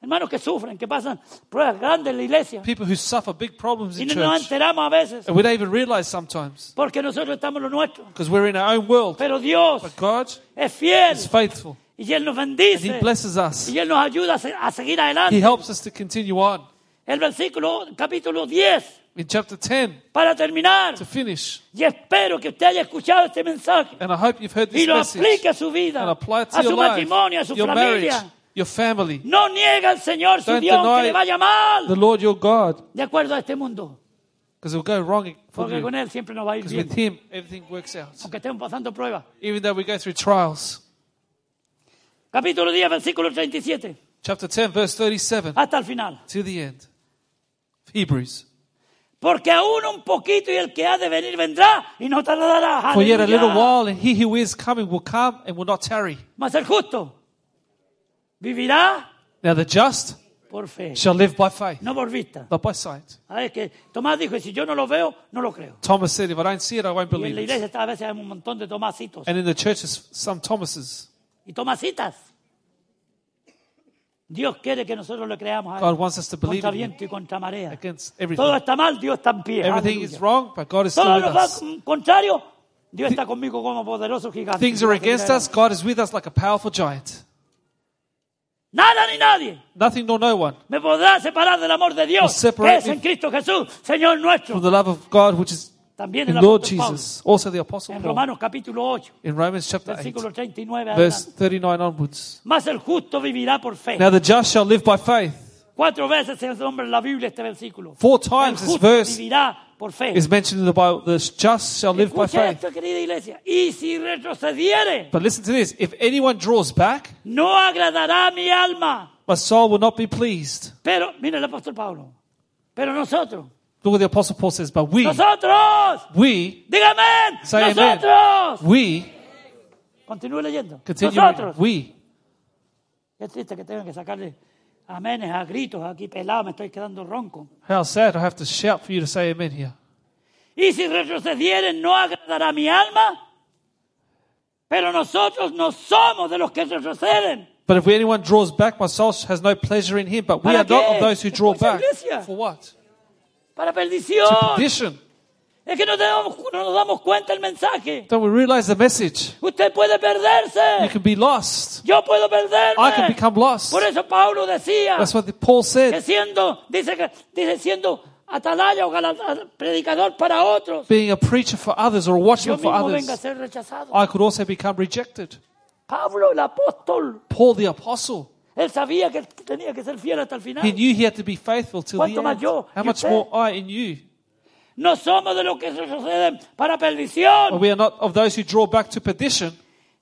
[SPEAKER 1] Hermanos que sufren, que pasan pruebas grandes en la iglesia.
[SPEAKER 2] People who suffer big problems
[SPEAKER 1] Y
[SPEAKER 2] in
[SPEAKER 1] no nos
[SPEAKER 2] church.
[SPEAKER 1] enteramos a veces
[SPEAKER 2] And we don't even realize sometimes
[SPEAKER 1] porque nosotros estamos lo nuestro.
[SPEAKER 2] because we're in our own world.
[SPEAKER 1] Pero Dios
[SPEAKER 2] But God
[SPEAKER 1] es fiel
[SPEAKER 2] is faithful
[SPEAKER 1] y Él nos
[SPEAKER 2] and He
[SPEAKER 1] bendice
[SPEAKER 2] blesses us.
[SPEAKER 1] y Él nos ayuda a se- a seguir adelante.
[SPEAKER 2] He helps us to continue on.
[SPEAKER 1] El versículo capítulo 10
[SPEAKER 2] In chapter 10,
[SPEAKER 1] para terminar.
[SPEAKER 2] to finish.
[SPEAKER 1] Y espero que usted haya escuchado este mensaje
[SPEAKER 2] And I hope you've heard
[SPEAKER 1] y
[SPEAKER 2] this
[SPEAKER 1] lo
[SPEAKER 2] message
[SPEAKER 1] aplique a su vida,
[SPEAKER 2] and apply it
[SPEAKER 1] a
[SPEAKER 2] to your
[SPEAKER 1] su matrimonio, a
[SPEAKER 2] life,
[SPEAKER 1] su
[SPEAKER 2] your marriage,
[SPEAKER 1] familia.
[SPEAKER 2] your family.
[SPEAKER 1] No niega al Señor su
[SPEAKER 2] Don't
[SPEAKER 1] Dios que
[SPEAKER 2] deny
[SPEAKER 1] le vaya mal
[SPEAKER 2] The Lord your God,
[SPEAKER 1] de acuerdo a este mundo,
[SPEAKER 2] because it'll go wrong for
[SPEAKER 1] porque
[SPEAKER 2] you.
[SPEAKER 1] con Él Ah. siempre nos va a ir
[SPEAKER 2] Because
[SPEAKER 1] bien,
[SPEAKER 2] with Him, everything works out.
[SPEAKER 1] aunque estemos pasando pruebas.
[SPEAKER 2] Even though we go through trials.
[SPEAKER 1] Capítulo 10, versículo 37,
[SPEAKER 2] Chapter 10, verse 37,
[SPEAKER 1] hasta el final.
[SPEAKER 2] to the end. Hebrews.
[SPEAKER 1] Porque aún un poquito y el que ha de venir vendrá y no tardará.
[SPEAKER 2] For yet a little
[SPEAKER 1] Aleluya.
[SPEAKER 2] while, and he who is coming will come and will not tarry.
[SPEAKER 1] Mas el justo vivirá
[SPEAKER 2] Now the just
[SPEAKER 1] por fe,
[SPEAKER 2] shall live by faith,
[SPEAKER 1] no por vista.
[SPEAKER 2] not by sight.
[SPEAKER 1] A ver, que Tomás dijo, si yo no lo veo, no lo creo.
[SPEAKER 2] Thomas said, If I don't see it, I won't
[SPEAKER 1] Y en
[SPEAKER 2] believe
[SPEAKER 1] la
[SPEAKER 2] it.
[SPEAKER 1] iglesia a veces hay un montón de Tomásitos
[SPEAKER 2] And in the church, there's some Thomases.
[SPEAKER 1] y Tomasitas. Dios quiere que nosotros le creamos a
[SPEAKER 2] God
[SPEAKER 1] él,
[SPEAKER 2] wants us to believe
[SPEAKER 1] contra
[SPEAKER 2] in Him
[SPEAKER 1] viento y contra marea.
[SPEAKER 2] against
[SPEAKER 1] Todo
[SPEAKER 2] everything.
[SPEAKER 1] está mal, Dios está en pie.
[SPEAKER 2] Everything
[SPEAKER 1] Aleluya.
[SPEAKER 2] is wrong, but God is still
[SPEAKER 1] Todo
[SPEAKER 2] with
[SPEAKER 1] lo va
[SPEAKER 2] us.
[SPEAKER 1] contrario, Dios está conmigo como poderoso gigante.
[SPEAKER 2] Things are against us, God is with us like a powerful giant.
[SPEAKER 1] Nada ni nadie
[SPEAKER 2] Nothing nor no one
[SPEAKER 1] me podrá separar del amor de
[SPEAKER 2] Will
[SPEAKER 1] Dios,
[SPEAKER 2] separate
[SPEAKER 1] que es
[SPEAKER 2] me
[SPEAKER 1] en Cristo Jesús, Señor nuestro.
[SPEAKER 2] from the love of God, which is
[SPEAKER 1] También
[SPEAKER 2] in
[SPEAKER 1] el
[SPEAKER 2] Lord
[SPEAKER 1] apóstol Pablo,
[SPEAKER 2] Jesus, also the Apostle
[SPEAKER 1] en
[SPEAKER 2] Paul,
[SPEAKER 1] Romanos capítulo 8,
[SPEAKER 2] in Romans chapter 8,
[SPEAKER 1] versículo 39
[SPEAKER 2] verse
[SPEAKER 1] adelante.
[SPEAKER 2] 39 onwards.
[SPEAKER 1] Mas el justo vivirá por fe.
[SPEAKER 2] Now the just shall live by faith.
[SPEAKER 1] Cuatro veces se nombra en la Biblia este versículo.
[SPEAKER 2] Four
[SPEAKER 1] El
[SPEAKER 2] times this
[SPEAKER 1] justo
[SPEAKER 2] verse
[SPEAKER 1] vivirá por fe.
[SPEAKER 2] is mentioned in the Bible. The just shall live by
[SPEAKER 1] Escucha
[SPEAKER 2] faith.
[SPEAKER 1] esto, querida iglesia. Y si retrocediere,
[SPEAKER 2] But listen to this if anyone draws back,
[SPEAKER 1] no agradará a mi alma.
[SPEAKER 2] my soul will not be pleased.
[SPEAKER 1] Pero, mira el apóstol Pablo. Pero nosotros,
[SPEAKER 2] Look what the Apostle Paul says. But we,
[SPEAKER 1] nosotros,
[SPEAKER 2] we,
[SPEAKER 1] dígame,
[SPEAKER 2] Say amen.
[SPEAKER 1] nosotros.
[SPEAKER 2] we,
[SPEAKER 1] Continúe leyendo.
[SPEAKER 2] continue,
[SPEAKER 1] Nosotros.
[SPEAKER 2] we,
[SPEAKER 1] Qué triste que tengan que sacarle amenes a gritos aquí pelado, me estoy quedando ronco.
[SPEAKER 2] how sad I have to shout for you to say amen here.
[SPEAKER 1] Y si retrocedieren, no agradará a mi alma. Pero nosotros no somos de los que retroceden.
[SPEAKER 2] But if anyone draws back, my soul has no pleasure in him. But we
[SPEAKER 1] ¿Para
[SPEAKER 2] are not
[SPEAKER 1] qué?
[SPEAKER 2] of those who draw
[SPEAKER 1] Escucha,
[SPEAKER 2] back.
[SPEAKER 1] iglesia.
[SPEAKER 2] For what?
[SPEAKER 1] Para
[SPEAKER 2] To
[SPEAKER 1] perdición.
[SPEAKER 2] perdition.
[SPEAKER 1] Es que no, tenemos- no nos damos cuenta el mensaje.
[SPEAKER 2] Don't we realize the message?
[SPEAKER 1] Usted puede
[SPEAKER 2] You
[SPEAKER 1] perderse.
[SPEAKER 2] can be lost.
[SPEAKER 1] Yo puedo perderme.
[SPEAKER 2] I can become lost.
[SPEAKER 1] Por eso Pablo decía
[SPEAKER 2] That's what the- Paul
[SPEAKER 1] que
[SPEAKER 2] said.
[SPEAKER 1] siendo, dice que dice siendo atalaya o gala- predicador para otros,
[SPEAKER 2] Being a preacher for others or a
[SPEAKER 1] yo
[SPEAKER 2] watchman for
[SPEAKER 1] mismo venga a
[SPEAKER 2] others,
[SPEAKER 1] ser rechazado.
[SPEAKER 2] I could also become rejected.
[SPEAKER 1] Pablo, el apóstol,
[SPEAKER 2] Paul the apostle,
[SPEAKER 1] él sabía que tenía que ser fiel hasta el
[SPEAKER 2] he
[SPEAKER 1] final.
[SPEAKER 2] knew he had to be faithful till the
[SPEAKER 1] ¿Cuánto más
[SPEAKER 2] end.
[SPEAKER 1] yo?
[SPEAKER 2] How
[SPEAKER 1] Y
[SPEAKER 2] much
[SPEAKER 1] usted?
[SPEAKER 2] more I in you?
[SPEAKER 1] No somos de los que se suceden para
[SPEAKER 2] But
[SPEAKER 1] perdición,
[SPEAKER 2] we are not of those who draw back to perdition,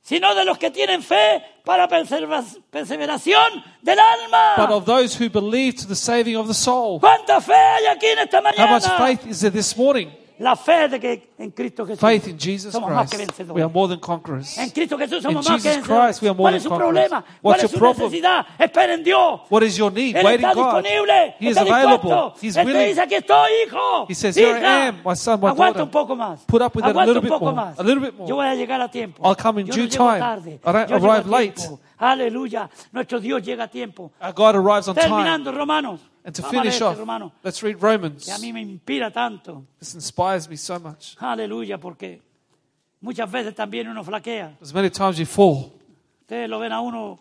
[SPEAKER 1] sino de los que tienen fe para perseveras- perseveración del
[SPEAKER 2] but
[SPEAKER 1] alma.
[SPEAKER 2] of those who believe to the saving of the soul.
[SPEAKER 1] ¿Cuánta fe hay aquí en esta
[SPEAKER 2] How much
[SPEAKER 1] mañana?
[SPEAKER 2] faith is there this morning?
[SPEAKER 1] La fe de que en Cristo Jesús.
[SPEAKER 2] Faith in Jesus
[SPEAKER 1] Somos más que
[SPEAKER 2] Christ.
[SPEAKER 1] vencedores.
[SPEAKER 2] We are more than conquerors.
[SPEAKER 1] En Cristo Jesús somos
[SPEAKER 2] In
[SPEAKER 1] más que
[SPEAKER 2] Jesus
[SPEAKER 1] vencedores.
[SPEAKER 2] Christ we are more
[SPEAKER 1] ¿Cuál
[SPEAKER 2] than
[SPEAKER 1] es su
[SPEAKER 2] conquerors.
[SPEAKER 1] problema? ¿Cuál
[SPEAKER 2] What's
[SPEAKER 1] es su
[SPEAKER 2] your problem?
[SPEAKER 1] necesidad? Espera en Dios.
[SPEAKER 2] What is your need?
[SPEAKER 1] Él
[SPEAKER 2] Wait in
[SPEAKER 1] está
[SPEAKER 2] God.
[SPEAKER 1] disponible.
[SPEAKER 2] He is
[SPEAKER 1] está
[SPEAKER 2] available.
[SPEAKER 1] dispuesto.
[SPEAKER 2] He is
[SPEAKER 1] Él te
[SPEAKER 2] willing.
[SPEAKER 1] dice, aquí estoy, hijo.
[SPEAKER 2] He says, "Here I
[SPEAKER 1] Hija,
[SPEAKER 2] am, my son, my
[SPEAKER 1] Aguanta
[SPEAKER 2] daughter.
[SPEAKER 1] un poco más.
[SPEAKER 2] Put up with it a
[SPEAKER 1] Aguanta
[SPEAKER 2] little
[SPEAKER 1] un
[SPEAKER 2] bit
[SPEAKER 1] poco
[SPEAKER 2] more.
[SPEAKER 1] más.
[SPEAKER 2] A little bit more.
[SPEAKER 1] Yo voy a llegar a tiempo.
[SPEAKER 2] I'll come in
[SPEAKER 1] Yo
[SPEAKER 2] due
[SPEAKER 1] no llego
[SPEAKER 2] time.
[SPEAKER 1] tarde.
[SPEAKER 2] I don't
[SPEAKER 1] Yo llego a
[SPEAKER 2] arrive late.
[SPEAKER 1] tiempo. Aleluya. Nuestro Dios llega a tiempo.
[SPEAKER 2] Our God arrives on time.
[SPEAKER 1] Terminando, Romanos.
[SPEAKER 2] And to
[SPEAKER 1] Vamos a leer
[SPEAKER 2] finish
[SPEAKER 1] este
[SPEAKER 2] off,
[SPEAKER 1] Romanos,
[SPEAKER 2] let's read Romans.
[SPEAKER 1] que a mí me inspira tanto.
[SPEAKER 2] This inspires me so much.
[SPEAKER 1] Aleluya, porque muchas veces también uno flaquea.
[SPEAKER 2] There's many times you fall.
[SPEAKER 1] Ustedes lo ven a uno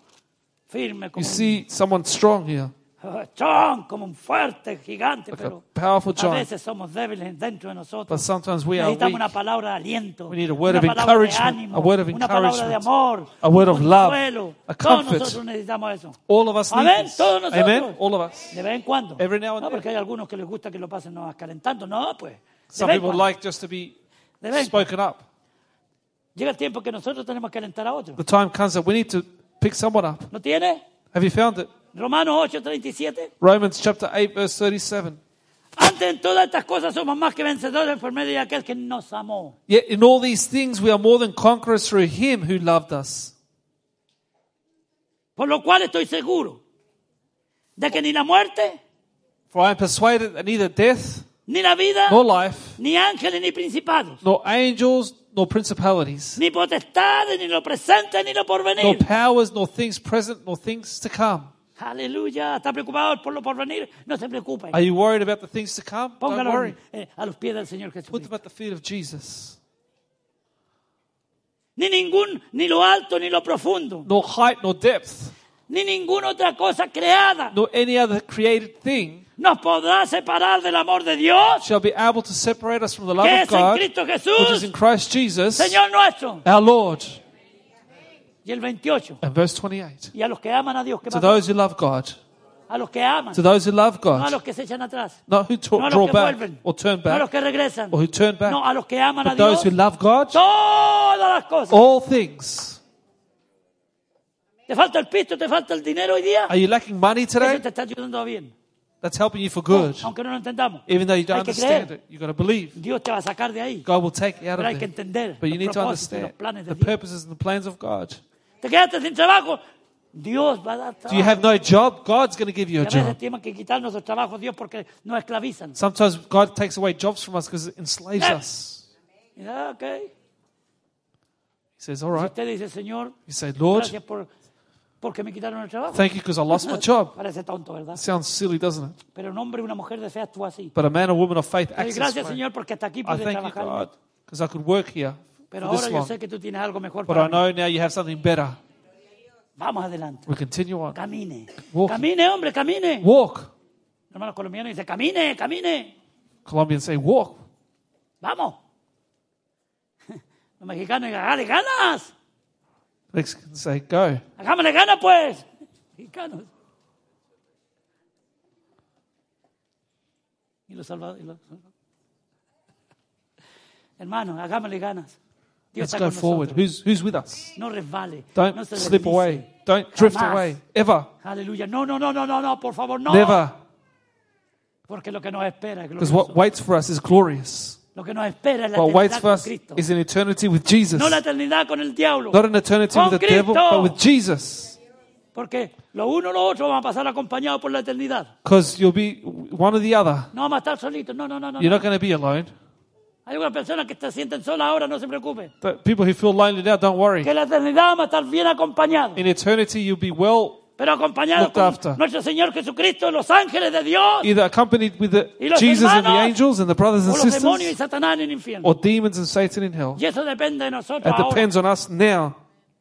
[SPEAKER 1] firme
[SPEAKER 2] You
[SPEAKER 1] como
[SPEAKER 2] see someone strong here.
[SPEAKER 1] John Ah, como un fuerte gigante,
[SPEAKER 2] Like a
[SPEAKER 1] pero
[SPEAKER 2] powerful
[SPEAKER 1] a
[SPEAKER 2] John.
[SPEAKER 1] veces somos débiles dentro de
[SPEAKER 2] But
[SPEAKER 1] nosotros.
[SPEAKER 2] sometimes we are
[SPEAKER 1] Necesitamos
[SPEAKER 2] weak.
[SPEAKER 1] una palabra de aliento,
[SPEAKER 2] We need a word
[SPEAKER 1] una
[SPEAKER 2] of
[SPEAKER 1] palabra
[SPEAKER 2] encouragement,
[SPEAKER 1] de ánimo,
[SPEAKER 2] a word of
[SPEAKER 1] una palabra de
[SPEAKER 2] encouragement,
[SPEAKER 1] amor,
[SPEAKER 2] a word of
[SPEAKER 1] un
[SPEAKER 2] love,
[SPEAKER 1] consuelo.
[SPEAKER 2] a
[SPEAKER 1] Todos
[SPEAKER 2] comfort.
[SPEAKER 1] nosotros necesitamos eso.
[SPEAKER 2] All of us need
[SPEAKER 1] Amén,
[SPEAKER 2] this.
[SPEAKER 1] todos nosotros.
[SPEAKER 2] Amen. All of us.
[SPEAKER 1] De vez en cuando.
[SPEAKER 2] Every now and
[SPEAKER 1] no,
[SPEAKER 2] then.
[SPEAKER 1] porque hay algunos que les gusta que lo pasen nomás calentando. No, pues. de
[SPEAKER 2] Some
[SPEAKER 1] vez en
[SPEAKER 2] people
[SPEAKER 1] cuando.
[SPEAKER 2] like just to be
[SPEAKER 1] De vez en
[SPEAKER 2] spoken up.
[SPEAKER 1] Llega el tiempo que nosotros tenemos que alentar a otros.
[SPEAKER 2] The time comes that we need to pick someone up.
[SPEAKER 1] ¿Lo tiene?
[SPEAKER 2] Have you found it?
[SPEAKER 1] Romanos 8:37.
[SPEAKER 2] Romans chapter 8, verse 37.
[SPEAKER 1] Antes en todas estas cosas somos más que vencedores por medio de aquel que nos amó.
[SPEAKER 2] Yet in all these things we are more than conquerors through him who loved us.
[SPEAKER 1] Por lo cual estoy seguro de que ni la muerte,
[SPEAKER 2] For I am persuaded that neither death,
[SPEAKER 1] ni la vida,
[SPEAKER 2] nor life,
[SPEAKER 1] ni ángeles, ni principados,
[SPEAKER 2] nor angels, nor principalities,
[SPEAKER 1] ni potestades, ni lo presente, ni lo
[SPEAKER 2] nor
[SPEAKER 1] porvenir.
[SPEAKER 2] powers, nor things present, nor things to come.
[SPEAKER 1] Aleluya. ¿Está preocupado por lo porvenir? No se preocupe.
[SPEAKER 2] Are you worried about the things to come? Don't
[SPEAKER 1] Póngalo
[SPEAKER 2] worry.
[SPEAKER 1] eh, a los pies del Señor
[SPEAKER 2] Put them
[SPEAKER 1] Jesucristo.
[SPEAKER 2] at the feet of Jesus.
[SPEAKER 1] Ni ningún, ni lo alto, ni lo profundo,
[SPEAKER 2] Nor height, nor depth,
[SPEAKER 1] ni ninguna otra cosa creada
[SPEAKER 2] nor any other created thing
[SPEAKER 1] nos podrá separar del amor de Dios,
[SPEAKER 2] shall be able to separate us from the
[SPEAKER 1] que
[SPEAKER 2] love of
[SPEAKER 1] es en
[SPEAKER 2] God,
[SPEAKER 1] Cristo
[SPEAKER 2] which is
[SPEAKER 1] Jesús,
[SPEAKER 2] in Christ Jesus,
[SPEAKER 1] Señor nuestro.
[SPEAKER 2] our Lord.
[SPEAKER 1] Y el 28.
[SPEAKER 2] And verse 28.
[SPEAKER 1] Y a los que aman a Dios, ¿qué
[SPEAKER 2] To
[SPEAKER 1] pasa?
[SPEAKER 2] those who love God,
[SPEAKER 1] A los que aman,
[SPEAKER 2] to those who love
[SPEAKER 1] no a
[SPEAKER 2] God,
[SPEAKER 1] los que se echan atrás.
[SPEAKER 2] not who
[SPEAKER 1] no
[SPEAKER 2] ta-
[SPEAKER 1] a los
[SPEAKER 2] draw
[SPEAKER 1] que
[SPEAKER 2] back
[SPEAKER 1] vuelven,
[SPEAKER 2] or turn
[SPEAKER 1] no a los
[SPEAKER 2] back,
[SPEAKER 1] que regresan,
[SPEAKER 2] or who turn back,
[SPEAKER 1] no a los que aman a
[SPEAKER 2] but those
[SPEAKER 1] Dios,
[SPEAKER 2] who love God,
[SPEAKER 1] todas las cosas.
[SPEAKER 2] all things.
[SPEAKER 1] Te falta el pisto, te falta el dinero hoy día,
[SPEAKER 2] Are you lacking money
[SPEAKER 1] eso
[SPEAKER 2] today?
[SPEAKER 1] te está ayudando bien,
[SPEAKER 2] That's helping you for good.
[SPEAKER 1] aunque no lo entendamos.
[SPEAKER 2] Even though you don't
[SPEAKER 1] Hay que
[SPEAKER 2] understand
[SPEAKER 1] creer.
[SPEAKER 2] it, you've got to believe.
[SPEAKER 1] Dios te va a sacar de ahí,
[SPEAKER 2] God will take you out
[SPEAKER 1] pero hay
[SPEAKER 2] of
[SPEAKER 1] que
[SPEAKER 2] it.
[SPEAKER 1] entender
[SPEAKER 2] But you need
[SPEAKER 1] los propósitos
[SPEAKER 2] to
[SPEAKER 1] y los
[SPEAKER 2] understand
[SPEAKER 1] planes de
[SPEAKER 2] the
[SPEAKER 1] Dios.
[SPEAKER 2] purposes and the plans of God.
[SPEAKER 1] Te quedaste sin trabajo, Dios va a dar
[SPEAKER 2] Do you
[SPEAKER 1] trabajo.
[SPEAKER 2] have no job? God's going to give
[SPEAKER 1] Y
[SPEAKER 2] you a
[SPEAKER 1] a veces
[SPEAKER 2] job.
[SPEAKER 1] tenemos que quitar nuestros trabajos, Dios, porque nos esclavizan.
[SPEAKER 2] Sometimes God takes away jobs from us because it enslaves
[SPEAKER 1] Yeah.
[SPEAKER 2] us.
[SPEAKER 1] Y, ah, ok.
[SPEAKER 2] He says, All
[SPEAKER 1] Si
[SPEAKER 2] right.
[SPEAKER 1] usted dice, Señor,
[SPEAKER 2] You say, Lord,
[SPEAKER 1] gracias por, porque me quitaron el trabajo. Ah,
[SPEAKER 2] thank you because I lost my job.
[SPEAKER 1] Parece tonto, ¿verdad?
[SPEAKER 2] Sounds silly, doesn't it?
[SPEAKER 1] Pero un hombre y una mujer de fe actúa así.
[SPEAKER 2] But a man or woman of faith
[SPEAKER 1] Doy
[SPEAKER 2] acts this
[SPEAKER 1] gracias,
[SPEAKER 2] way.
[SPEAKER 1] Señor, porque hasta aquí
[SPEAKER 2] I
[SPEAKER 1] pude
[SPEAKER 2] Oh, thank you,
[SPEAKER 1] trabajar.
[SPEAKER 2] God, because I could work here for
[SPEAKER 1] Pero ahora
[SPEAKER 2] this
[SPEAKER 1] yo
[SPEAKER 2] long.
[SPEAKER 1] sé que tú tienes algo mejor
[SPEAKER 2] But I
[SPEAKER 1] para mí.
[SPEAKER 2] know now you have something better.
[SPEAKER 1] Vamos adelante.
[SPEAKER 2] We continue on.
[SPEAKER 1] Camine.
[SPEAKER 2] Walk.
[SPEAKER 1] Camine, hombre, camine.
[SPEAKER 2] Walk.
[SPEAKER 1] Hermanos colombianos dicen, camine, camine.
[SPEAKER 2] Colombians say, Walk.
[SPEAKER 1] Vamos. Los mexicanos dicen, hágale ganas.
[SPEAKER 2] Mexicans say, Go.
[SPEAKER 1] Hagámosle ganas, pues. Mexicanos. Y los salvados. y los- Hermanos, hagámosle ganas. Dios
[SPEAKER 2] Let's
[SPEAKER 1] está
[SPEAKER 2] go
[SPEAKER 1] con
[SPEAKER 2] forward.
[SPEAKER 1] nosotros.
[SPEAKER 2] Who's, who's with us?
[SPEAKER 1] No resbale. no
[SPEAKER 2] Don't
[SPEAKER 1] se
[SPEAKER 2] slip
[SPEAKER 1] deslice.
[SPEAKER 2] away. Don't drift
[SPEAKER 1] Jamás.
[SPEAKER 2] away. Ever.
[SPEAKER 1] Aleluya. No, no, no, no, no, no, por favor, no.
[SPEAKER 2] Never.
[SPEAKER 1] Porque lo que nos espera es
[SPEAKER 2] Because
[SPEAKER 1] glorioso.
[SPEAKER 2] what waits for us is glorious.
[SPEAKER 1] lo que nos espera es la
[SPEAKER 2] What waits
[SPEAKER 1] eternidad
[SPEAKER 2] for
[SPEAKER 1] con
[SPEAKER 2] us
[SPEAKER 1] Cristo.
[SPEAKER 2] is an eternity with Jesus.
[SPEAKER 1] No la eternidad con el diablo.
[SPEAKER 2] Not an eternity
[SPEAKER 1] Con
[SPEAKER 2] with the devil,
[SPEAKER 1] Cristo.
[SPEAKER 2] but with Jesus.
[SPEAKER 1] Porque lo uno o lo otro van a pasar acompañados por la eternidad.
[SPEAKER 2] Because you'll be one or the other.
[SPEAKER 1] No vamos a estar solitos. No, no, no, no.
[SPEAKER 2] You're
[SPEAKER 1] no.
[SPEAKER 2] not going to be alone.
[SPEAKER 1] Hay algunas personas que se sienten solas ahora, no se preocupen.
[SPEAKER 2] But people who feel lonely now, don't worry.
[SPEAKER 1] Que en la eternidad vamos a estar bien acompañados.
[SPEAKER 2] In eternity, you'll be well
[SPEAKER 1] Pero acompañados
[SPEAKER 2] Looked after.
[SPEAKER 1] con nuestro Señor Jesucristo, los ángeles de Dios,
[SPEAKER 2] either accompanied with the
[SPEAKER 1] Y los
[SPEAKER 2] Jesus and the
[SPEAKER 1] hermanos,
[SPEAKER 2] angels and the brothers and
[SPEAKER 1] o los demonios y
[SPEAKER 2] sisters,
[SPEAKER 1] Satanás en el infierno.
[SPEAKER 2] or demons and Satan in hell.
[SPEAKER 1] Y eso depende de nosotros
[SPEAKER 2] That
[SPEAKER 1] ahora.
[SPEAKER 2] depends on us now.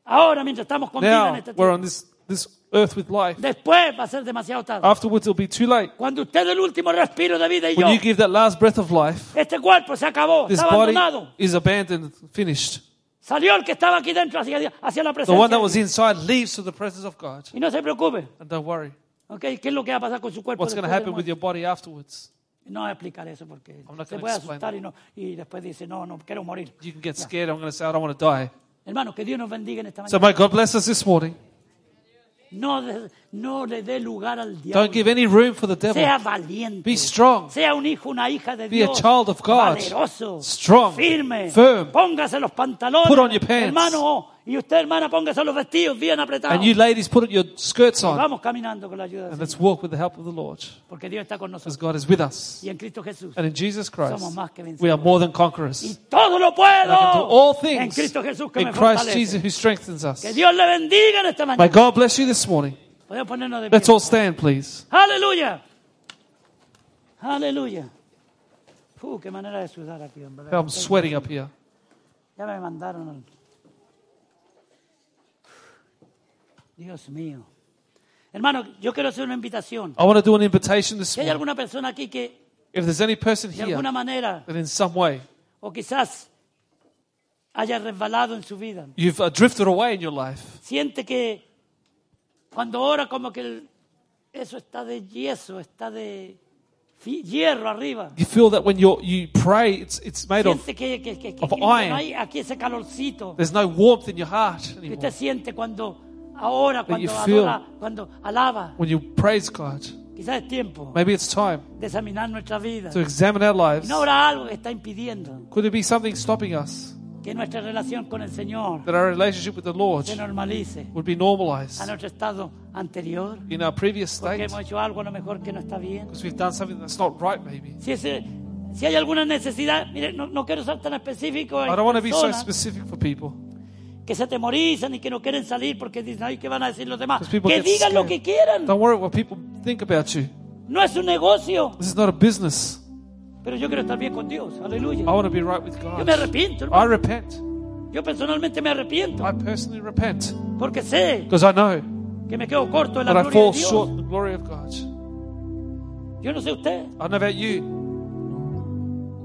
[SPEAKER 1] Ahora, mientras estamos con vida en
[SPEAKER 2] Now
[SPEAKER 1] este tiempo.
[SPEAKER 2] we're on this, this earth with life.
[SPEAKER 1] Después va a ser demasiado tarde.
[SPEAKER 2] Afterwards, it'll be too late.
[SPEAKER 1] Cuando usted dé el último respiro de vida y yo,
[SPEAKER 2] When you give that last breath of life,
[SPEAKER 1] este cuerpo se acabó,
[SPEAKER 2] this
[SPEAKER 1] está
[SPEAKER 2] body
[SPEAKER 1] abandonado.
[SPEAKER 2] is abandoned, finished.
[SPEAKER 1] Salió el que estaba aquí dentro hacia, hacia la
[SPEAKER 2] The one that was
[SPEAKER 1] presencia.
[SPEAKER 2] inside leaves to the presence of God.
[SPEAKER 1] Y no se preocupe,
[SPEAKER 2] And don't worry.
[SPEAKER 1] ¿ok? ¿Qué es lo que va a pasar con su cuerpo?
[SPEAKER 2] What's going to
[SPEAKER 1] después de
[SPEAKER 2] happen with
[SPEAKER 1] muerte?
[SPEAKER 2] your body afterwards?
[SPEAKER 1] No voy a explicar eso porque
[SPEAKER 2] not
[SPEAKER 1] se
[SPEAKER 2] gonna
[SPEAKER 1] puede
[SPEAKER 2] explain
[SPEAKER 1] asustar y, no, y después dice, no, no, quiero morir.
[SPEAKER 2] You can get scared. I'm going to say, I don't want to die.
[SPEAKER 1] Hermanos, que Dios nos bendiga en esta
[SPEAKER 2] So
[SPEAKER 1] mañana.
[SPEAKER 2] may God bless us this morning.
[SPEAKER 1] No, de- no le dé lugar al
[SPEAKER 2] Don't
[SPEAKER 1] diablo.
[SPEAKER 2] give any room for the devil.
[SPEAKER 1] Sea valiente.
[SPEAKER 2] Be strong.
[SPEAKER 1] Sea un hijo, una hija de
[SPEAKER 2] Be a
[SPEAKER 1] Dios.
[SPEAKER 2] child of God.
[SPEAKER 1] Valeroso.
[SPEAKER 2] Strong.
[SPEAKER 1] Firme.
[SPEAKER 2] Firm.
[SPEAKER 1] Póngase los pantalones.
[SPEAKER 2] Put on your pants.
[SPEAKER 1] Hermano, y usted, hermana, póngase los vestidos bien apretados.
[SPEAKER 2] And you ladies, put your skirts on
[SPEAKER 1] Vamos caminando con la ayuda de
[SPEAKER 2] and
[SPEAKER 1] Dios.
[SPEAKER 2] let's walk with the help of the Lord
[SPEAKER 1] Porque Dios está con nosotros.
[SPEAKER 2] because God is with us.
[SPEAKER 1] Y en Cristo Jesús.
[SPEAKER 2] And in Jesus Christ,
[SPEAKER 1] Somos más que
[SPEAKER 2] we are
[SPEAKER 1] vencedores.
[SPEAKER 2] more than
[SPEAKER 1] Y
[SPEAKER 2] conquerors.
[SPEAKER 1] todo lo
[SPEAKER 2] And I can do all
[SPEAKER 1] puedo. En
[SPEAKER 2] things
[SPEAKER 1] Cristo Jesús que
[SPEAKER 2] in
[SPEAKER 1] me
[SPEAKER 2] Christ
[SPEAKER 1] fortalece.
[SPEAKER 2] Jesus who strengthens us.
[SPEAKER 1] Que Dios le bendiga en esta
[SPEAKER 2] May
[SPEAKER 1] mañana.
[SPEAKER 2] God bless you this morning.
[SPEAKER 1] Podemos ponernos de pie.
[SPEAKER 2] Let's all stand, please.
[SPEAKER 1] Aleluya. Aleluya. Uh, qué manera de sudar aquí, en verdad.
[SPEAKER 2] I'm sweating up here.
[SPEAKER 1] Ya me mandaron. al- Dios mío. Hermano, yo quiero hacer una invitación.
[SPEAKER 2] I want to do an invitation this
[SPEAKER 1] Si hay
[SPEAKER 2] morning.
[SPEAKER 1] alguna persona aquí que
[SPEAKER 2] If there's any person
[SPEAKER 1] de
[SPEAKER 2] here
[SPEAKER 1] alguna manera
[SPEAKER 2] that in some way
[SPEAKER 1] o quizás haya resbalado en su vida,
[SPEAKER 2] you've uh, drifted away in your life,
[SPEAKER 1] siente que cuando ora como que el- eso está de yeso, está de fi- hierro arriba.
[SPEAKER 2] you feel that when you you pray, it's it's made of
[SPEAKER 1] Siente que, que- que- que-
[SPEAKER 2] Of
[SPEAKER 1] que no
[SPEAKER 2] iron.
[SPEAKER 1] hay aquí ese calorcito
[SPEAKER 2] there's no warmth in your heart
[SPEAKER 1] que
[SPEAKER 2] anymore.
[SPEAKER 1] usted siente cuando ahora, cuando
[SPEAKER 2] you feel-
[SPEAKER 1] adora, cuando alaba.
[SPEAKER 2] When you praise God,
[SPEAKER 1] Quizás es tiempo
[SPEAKER 2] maybe it's time
[SPEAKER 1] de examinar nuestra vida.
[SPEAKER 2] to examine our
[SPEAKER 1] Y
[SPEAKER 2] lives.
[SPEAKER 1] no habrá algo que está impidiendo
[SPEAKER 2] Could there be something stopping us
[SPEAKER 1] que nuestra relación con el Señor
[SPEAKER 2] that our relationship with the Lord
[SPEAKER 1] se normalice
[SPEAKER 2] would be
[SPEAKER 1] a
[SPEAKER 2] normalized
[SPEAKER 1] nuestro estado anterior?
[SPEAKER 2] in our previous
[SPEAKER 1] Porque
[SPEAKER 2] state
[SPEAKER 1] hemos hecho algo a lo mejor que no está bien.
[SPEAKER 2] because we've done something that's not right, maybe?
[SPEAKER 1] Si, ese- si hay alguna necesidad, mire, no, no quiero ser tan específico. Hay
[SPEAKER 2] I don't want to be so
[SPEAKER 1] personas
[SPEAKER 2] specific for people
[SPEAKER 1] que se atemorizan y que no quieren salir porque dicen, ay, ¿qué van a decir los demás?
[SPEAKER 2] because people
[SPEAKER 1] Que
[SPEAKER 2] get
[SPEAKER 1] digan lo
[SPEAKER 2] scared.
[SPEAKER 1] que quieran.
[SPEAKER 2] Don't worry what people think about you.
[SPEAKER 1] No es un negocio.
[SPEAKER 2] This is not a business.
[SPEAKER 1] Pero yo quiero estar bien con Dios. Aleluya.
[SPEAKER 2] I want to be right with
[SPEAKER 1] Yo me
[SPEAKER 2] God.
[SPEAKER 1] arrepiento. hermano.
[SPEAKER 2] I repent.
[SPEAKER 1] Yo personalmente me arrepiento
[SPEAKER 2] I personally repent
[SPEAKER 1] porque sé
[SPEAKER 2] because I know
[SPEAKER 1] que me quedo corto en la
[SPEAKER 2] that I
[SPEAKER 1] gloria de
[SPEAKER 2] fall
[SPEAKER 1] Dios.
[SPEAKER 2] short of the glory of God.
[SPEAKER 1] Yo no sé usted,
[SPEAKER 2] I don't know about you,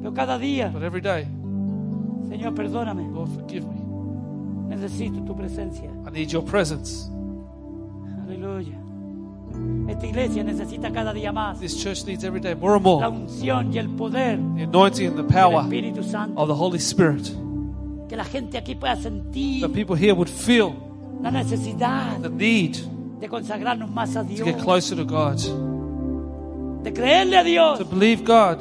[SPEAKER 1] pero cada día,
[SPEAKER 2] but every day,
[SPEAKER 1] Señor, perdóname.
[SPEAKER 2] Lord, forgive me.
[SPEAKER 1] Necesito tu presencia.
[SPEAKER 2] I need your presence.
[SPEAKER 1] Aleluya. Esta iglesia necesita cada día más
[SPEAKER 2] This church needs every day more and
[SPEAKER 1] la
[SPEAKER 2] more
[SPEAKER 1] unción y el poder
[SPEAKER 2] the anointing and the
[SPEAKER 1] del
[SPEAKER 2] power
[SPEAKER 1] Espíritu Santo.
[SPEAKER 2] of the Holy Spirit.
[SPEAKER 1] Que la gente aquí pueda
[SPEAKER 2] That
[SPEAKER 1] sentir
[SPEAKER 2] people here would feel
[SPEAKER 1] la necesidad
[SPEAKER 2] the need
[SPEAKER 1] de consagrarnos más a
[SPEAKER 2] to
[SPEAKER 1] Dios,
[SPEAKER 2] get closer to God, to
[SPEAKER 1] de creerle a Dios,
[SPEAKER 2] believe God,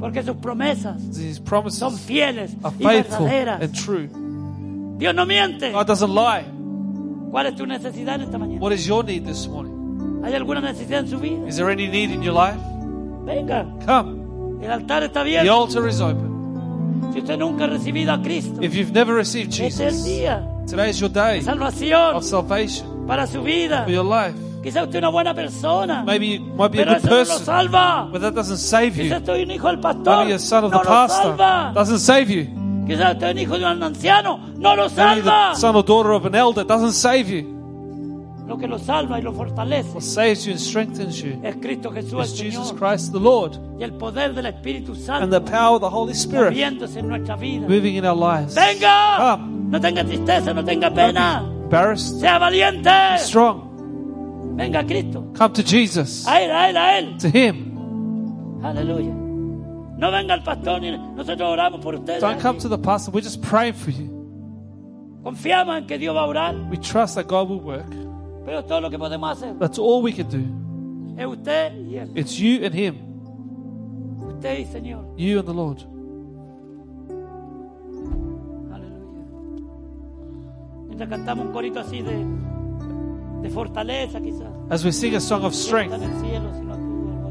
[SPEAKER 1] porque sus promesas
[SPEAKER 2] His
[SPEAKER 1] son
[SPEAKER 2] promises
[SPEAKER 1] fieles
[SPEAKER 2] are
[SPEAKER 1] y
[SPEAKER 2] faithful
[SPEAKER 1] verdaderas.
[SPEAKER 2] and true.
[SPEAKER 1] Dios no miente.
[SPEAKER 2] God doesn't lie.
[SPEAKER 1] ¿Cuál es tu necesidad en esta mañana?
[SPEAKER 2] What is your need this morning?
[SPEAKER 1] ¿Hay alguna necesidad en su vida?
[SPEAKER 2] Is there any need in your life?
[SPEAKER 1] Venga,
[SPEAKER 2] Come.
[SPEAKER 1] el altar está
[SPEAKER 2] The
[SPEAKER 1] abierto.
[SPEAKER 2] altar is open.
[SPEAKER 1] Si usted nunca ha recibido a Cristo,
[SPEAKER 2] If you've never received
[SPEAKER 1] este es el
[SPEAKER 2] Jesus,
[SPEAKER 1] día.
[SPEAKER 2] today is your day.
[SPEAKER 1] Salvación
[SPEAKER 2] of salvation
[SPEAKER 1] para su vida.
[SPEAKER 2] for your life.
[SPEAKER 1] Quizá usted es una buena persona,
[SPEAKER 2] Maybe you might be a
[SPEAKER 1] pero
[SPEAKER 2] good
[SPEAKER 1] eso no lo
[SPEAKER 2] person,
[SPEAKER 1] salva.
[SPEAKER 2] but that doesn't save
[SPEAKER 1] Quizá
[SPEAKER 2] you.
[SPEAKER 1] usted es un hijo del pastor,
[SPEAKER 2] Maybe you're a son
[SPEAKER 1] no
[SPEAKER 2] of the
[SPEAKER 1] lo
[SPEAKER 2] pastor,
[SPEAKER 1] salva.
[SPEAKER 2] doesn't save you.
[SPEAKER 1] Quizá usted es un hijo de un anciano, no lo
[SPEAKER 2] Maybe
[SPEAKER 1] salva.
[SPEAKER 2] the son or daughter of an elder doesn't save you.
[SPEAKER 1] Lo que lo salva y lo fortalece
[SPEAKER 2] What saves you and strengthens you
[SPEAKER 1] es Cristo Jesús
[SPEAKER 2] is
[SPEAKER 1] el
[SPEAKER 2] Jesus
[SPEAKER 1] Señor
[SPEAKER 2] Christ the Lord
[SPEAKER 1] y el poder del Espíritu
[SPEAKER 2] and
[SPEAKER 1] Santo
[SPEAKER 2] the power of the Holy Spirit
[SPEAKER 1] moviéndose en nuestra vida.
[SPEAKER 2] moving in our lives.
[SPEAKER 1] Venga,
[SPEAKER 2] Come.
[SPEAKER 1] no tenga tristeza, no tenga pena,
[SPEAKER 2] Embarrassed,
[SPEAKER 1] sea valiente.
[SPEAKER 2] strong,
[SPEAKER 1] Venga Cristo,
[SPEAKER 2] come to Jesus,
[SPEAKER 1] a él, a él, a él.
[SPEAKER 2] to Him.
[SPEAKER 1] Aleluya. No venga el pastor, ni nosotros oramos por ustedes.
[SPEAKER 2] Don't come to the pastor, we're just praying for you.
[SPEAKER 1] Confiamos en que Dios va a orar.
[SPEAKER 2] We trust that God will work.
[SPEAKER 1] Pero todo lo que podemos hacer
[SPEAKER 2] That's all we can do.
[SPEAKER 1] es usted y él,
[SPEAKER 2] It's you and Him,
[SPEAKER 1] usted y Señor.
[SPEAKER 2] you and the Lord.
[SPEAKER 1] Aleluya. Mientras cantamos un corito así de, de fortaleza, quizás.
[SPEAKER 2] As we sing a song of
[SPEAKER 1] Que no
[SPEAKER 2] strength,
[SPEAKER 1] está en el cielo, sino tú, algo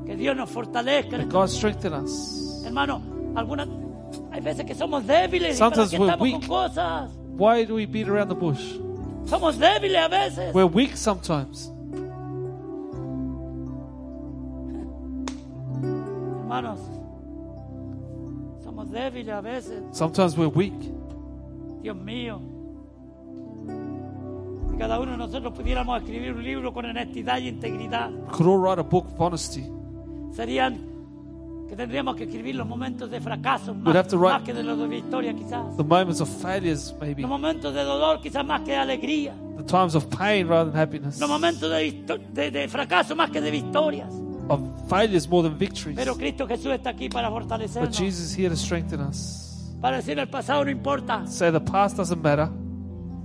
[SPEAKER 1] así. Que Dios nos fortalezca.
[SPEAKER 2] May God strengthen us.
[SPEAKER 1] Hermano, algunas, hay veces que somos débiles y para
[SPEAKER 2] Sometimes
[SPEAKER 1] que
[SPEAKER 2] we're
[SPEAKER 1] estamos con
[SPEAKER 2] weak.
[SPEAKER 1] cosas.
[SPEAKER 2] Why do we beat around the bush?
[SPEAKER 1] Somos débiles a veces.
[SPEAKER 2] We're weak sometimes.
[SPEAKER 1] Hermanos, somos débiles a veces.
[SPEAKER 2] Sometimes we're weak.
[SPEAKER 1] Dios mío. Si cada uno de nosotros pudiéramos escribir un libro con honestidad y integridad,
[SPEAKER 2] We could all write a book of honesty.
[SPEAKER 1] serían que tendríamos que escribir los momentos de fracaso
[SPEAKER 2] We'd
[SPEAKER 1] más,
[SPEAKER 2] have to write-
[SPEAKER 1] más que de los de victoria quizás.
[SPEAKER 2] The moments of failures, maybe.
[SPEAKER 1] Los momentos de dolor quizás más que de alegría.
[SPEAKER 2] The times of pain rather than happiness.
[SPEAKER 1] Los momentos de, victo- de- de fracaso más que de victorias.
[SPEAKER 2] Of failures more than victories.
[SPEAKER 1] Pero Cristo Jesús está aquí para
[SPEAKER 2] But
[SPEAKER 1] fortalecernos.
[SPEAKER 2] Jesus is here to strengthen us.
[SPEAKER 1] Para decir el pasado no importa.
[SPEAKER 2] Say the past doesn't matter.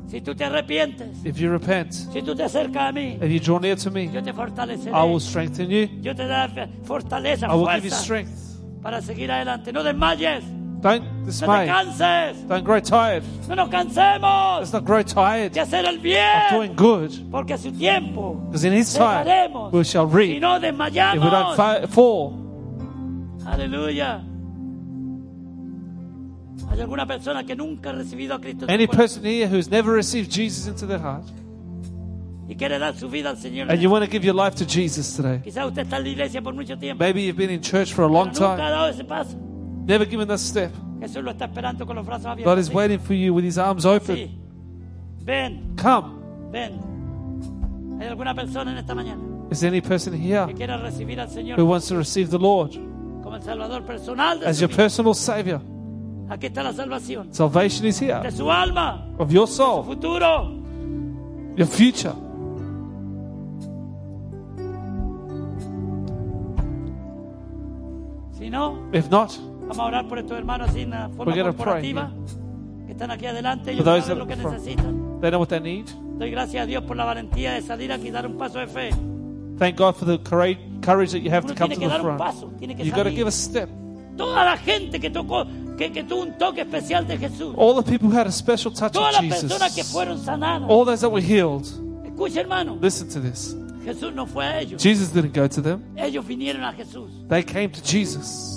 [SPEAKER 1] Si tú te arrepientes,
[SPEAKER 2] If you repent,
[SPEAKER 1] si tú te acercas a mí,
[SPEAKER 2] if you draw near to me,
[SPEAKER 1] yo te fortaleceré.
[SPEAKER 2] I will strengthen you.
[SPEAKER 1] Yo te daré fortaleza,
[SPEAKER 2] I will give you
[SPEAKER 1] fuerza.
[SPEAKER 2] strength.
[SPEAKER 1] para seguir adelante. No desmayes,
[SPEAKER 2] Don't
[SPEAKER 1] no te
[SPEAKER 2] dismay.
[SPEAKER 1] canses,
[SPEAKER 2] Don't grow tired.
[SPEAKER 1] no nos
[SPEAKER 2] Let's
[SPEAKER 1] cansemos
[SPEAKER 2] not grow tired
[SPEAKER 1] de
[SPEAKER 2] of
[SPEAKER 1] hacer el
[SPEAKER 2] doing
[SPEAKER 1] bien,
[SPEAKER 2] good.
[SPEAKER 1] porque a su tiempo
[SPEAKER 2] Because in His time,
[SPEAKER 1] Llegaremos.
[SPEAKER 2] we shall
[SPEAKER 1] y no
[SPEAKER 2] reap. If we don't
[SPEAKER 1] desmayamos.
[SPEAKER 2] fa- fall,
[SPEAKER 1] Aleluya. Hay alguna persona que nunca ha recibido a Cristo en su
[SPEAKER 2] Any
[SPEAKER 1] corazón
[SPEAKER 2] person here who's never received Jesus into their heart
[SPEAKER 1] y quiere dar su vida al Señor.
[SPEAKER 2] and you want to give your life to Jesus today,
[SPEAKER 1] Quizás usted está en la iglesia por mucho tiempo,
[SPEAKER 2] maybe you've been in church for a
[SPEAKER 1] pero
[SPEAKER 2] long
[SPEAKER 1] nunca ha
[SPEAKER 2] time,
[SPEAKER 1] dado ese paso.
[SPEAKER 2] never given that step.
[SPEAKER 1] Jesús lo está esperando con los brazos abiertos.
[SPEAKER 2] God is
[SPEAKER 1] Sí.
[SPEAKER 2] waiting for you with his arms open.
[SPEAKER 1] Sí. Ven,
[SPEAKER 2] Come,
[SPEAKER 1] ven. ¿Hay alguna persona en esta mañana
[SPEAKER 2] Is there any person here
[SPEAKER 1] que quiera recibir al
[SPEAKER 2] who
[SPEAKER 1] Señor
[SPEAKER 2] wants to receive the Lord
[SPEAKER 1] como el Salvador personal de
[SPEAKER 2] as
[SPEAKER 1] su
[SPEAKER 2] your
[SPEAKER 1] vida?
[SPEAKER 2] personal Savior?
[SPEAKER 1] Aquí está la salvación
[SPEAKER 2] Salvation is here
[SPEAKER 1] de su alma,
[SPEAKER 2] of your
[SPEAKER 1] su
[SPEAKER 2] soul,
[SPEAKER 1] futuro.
[SPEAKER 2] your future.
[SPEAKER 1] Si no,
[SPEAKER 2] If not,
[SPEAKER 1] vamos a orar por estos hermanos así en la forma
[SPEAKER 2] We're gonna
[SPEAKER 1] corporativa
[SPEAKER 2] pray
[SPEAKER 1] que están aquí adelante.
[SPEAKER 2] For
[SPEAKER 1] Ellos
[SPEAKER 2] those
[SPEAKER 1] saben
[SPEAKER 2] that
[SPEAKER 1] lo que
[SPEAKER 2] are from-
[SPEAKER 1] necesitan.
[SPEAKER 2] they know what they need.
[SPEAKER 1] Doy gracias a Dios por la valentía de salir aquí y dar un paso de fe.
[SPEAKER 2] Thank God for the courage, courage that you have to
[SPEAKER 1] Uno tiene
[SPEAKER 2] come to
[SPEAKER 1] que
[SPEAKER 2] the
[SPEAKER 1] dar un
[SPEAKER 2] front.
[SPEAKER 1] paso, tiene que
[SPEAKER 2] You've got to
[SPEAKER 1] salir.
[SPEAKER 2] give a step.
[SPEAKER 1] Toda la gente que tocó, que, que tuvo un toque especial de Jesús.
[SPEAKER 2] All the people who had a special touch
[SPEAKER 1] Todas
[SPEAKER 2] of
[SPEAKER 1] las personas que
[SPEAKER 2] Oh, Jesus, Oh.
[SPEAKER 1] fueron sanadas.
[SPEAKER 2] all those that were healed,
[SPEAKER 1] Escucha, hermano,
[SPEAKER 2] listen to this.
[SPEAKER 1] Jesús no fue a ellos.
[SPEAKER 2] Jesus didn't go to them,
[SPEAKER 1] Ellos vinieron a Jesús.
[SPEAKER 2] they came to Jesus.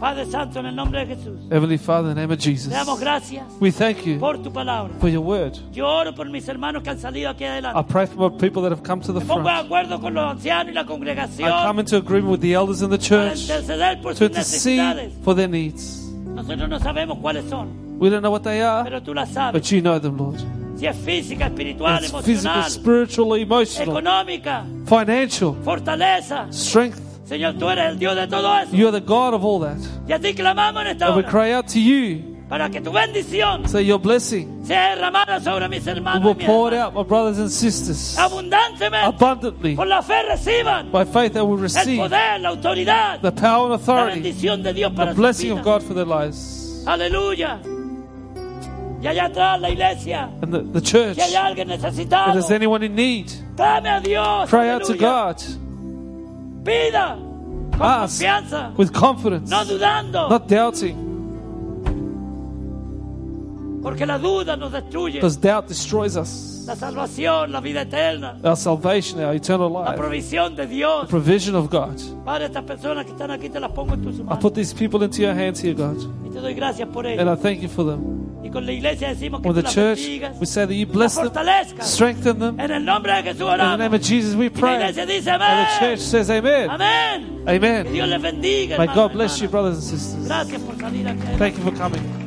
[SPEAKER 1] Padre Santo, en el nombre de Jesús,
[SPEAKER 2] Heavenly Father, in the name of
[SPEAKER 1] te
[SPEAKER 2] Jesus,
[SPEAKER 1] damos gracias
[SPEAKER 2] we thank you
[SPEAKER 1] por tu palabra.
[SPEAKER 2] for your word.
[SPEAKER 1] Yo oro por mis hermanos que han salido aquí
[SPEAKER 2] I
[SPEAKER 1] adelante.
[SPEAKER 2] pray for people that have come to the
[SPEAKER 1] Me pongo de
[SPEAKER 2] front.
[SPEAKER 1] acuerdo con los ancianos y la
[SPEAKER 2] I come
[SPEAKER 1] congregación
[SPEAKER 2] into agreement with the elders in the
[SPEAKER 1] para
[SPEAKER 2] church
[SPEAKER 1] interceder por
[SPEAKER 2] to
[SPEAKER 1] sus necesidades.
[SPEAKER 2] intercede for their needs.
[SPEAKER 1] Nosotros no sabemos cuáles son,
[SPEAKER 2] We don't know what they are,
[SPEAKER 1] pero tú las sabes.
[SPEAKER 2] but you know them, Lord.
[SPEAKER 1] Si es física, espiritual,
[SPEAKER 2] It's physical,
[SPEAKER 1] emocional,
[SPEAKER 2] spiritual, emotional,
[SPEAKER 1] económica,
[SPEAKER 2] financial,
[SPEAKER 1] fortaleza.
[SPEAKER 2] strength.
[SPEAKER 1] Señor, tú eres el Dios de todo eso.
[SPEAKER 2] You are the God of all that.
[SPEAKER 1] Y a ti clamamos en esta
[SPEAKER 2] And we
[SPEAKER 1] hora
[SPEAKER 2] cry out to you,
[SPEAKER 1] para que tu bendición
[SPEAKER 2] so your blessing
[SPEAKER 1] sea derramada sobre mis hermanos
[SPEAKER 2] will
[SPEAKER 1] y mis
[SPEAKER 2] pour
[SPEAKER 1] hermanas.
[SPEAKER 2] out, my brothers and sisters,
[SPEAKER 1] abundantemente
[SPEAKER 2] abundantly.
[SPEAKER 1] por la fe reciban
[SPEAKER 2] By faith, they will
[SPEAKER 1] el
[SPEAKER 2] receive
[SPEAKER 1] poder, la autoridad,
[SPEAKER 2] the power and
[SPEAKER 1] la
[SPEAKER 2] authority,
[SPEAKER 1] bendición de Dios
[SPEAKER 2] the
[SPEAKER 1] para sus
[SPEAKER 2] blessing of
[SPEAKER 1] vidas.
[SPEAKER 2] God for their lives.
[SPEAKER 1] Aleluya. Y allá atrás la iglesia,
[SPEAKER 2] And the, the church,
[SPEAKER 1] si hay
[SPEAKER 2] if
[SPEAKER 1] alguien necesitado,
[SPEAKER 2] there's anyone in need,
[SPEAKER 1] clame a Dios,
[SPEAKER 2] cry out to
[SPEAKER 1] aleluya.
[SPEAKER 2] God
[SPEAKER 1] pida con
[SPEAKER 2] Ask.
[SPEAKER 1] confianza,
[SPEAKER 2] with confidence,
[SPEAKER 1] no dudando,
[SPEAKER 2] not doubting,
[SPEAKER 1] porque la duda nos destruye.
[SPEAKER 2] because doubt destroys us.
[SPEAKER 1] La salvación, la vida eterna,
[SPEAKER 2] Our salvation, our eternal
[SPEAKER 1] la
[SPEAKER 2] life,
[SPEAKER 1] provisión de Dios.
[SPEAKER 2] provision of God.
[SPEAKER 1] Para estas personas que están aquí, te las pongo en tus
[SPEAKER 2] I
[SPEAKER 1] manos.
[SPEAKER 2] put these people into your hands here, God,
[SPEAKER 1] Y te doy gracias por
[SPEAKER 2] and
[SPEAKER 1] ello.
[SPEAKER 2] I thank you for them.
[SPEAKER 1] Y con la iglesia decimos que
[SPEAKER 2] With
[SPEAKER 1] tú
[SPEAKER 2] the
[SPEAKER 1] las
[SPEAKER 2] church,
[SPEAKER 1] bendigas.
[SPEAKER 2] we say that you
[SPEAKER 1] la
[SPEAKER 2] bless them,
[SPEAKER 1] fortalezcas.
[SPEAKER 2] strengthen them.
[SPEAKER 1] En el nombre de Jesús
[SPEAKER 2] In the
[SPEAKER 1] oramos.
[SPEAKER 2] name of Jesus, we
[SPEAKER 1] Y la
[SPEAKER 2] pray.
[SPEAKER 1] iglesia dice
[SPEAKER 2] And the
[SPEAKER 1] amén.
[SPEAKER 2] church says, Amen.
[SPEAKER 1] Amén. Que
[SPEAKER 2] Amen.
[SPEAKER 1] Dios les bendiga.
[SPEAKER 2] May
[SPEAKER 1] hermanos,
[SPEAKER 2] God bless you,
[SPEAKER 1] hermanas.
[SPEAKER 2] brothers and sisters.
[SPEAKER 1] Gracias por salir aquí.
[SPEAKER 2] Thank you for coming.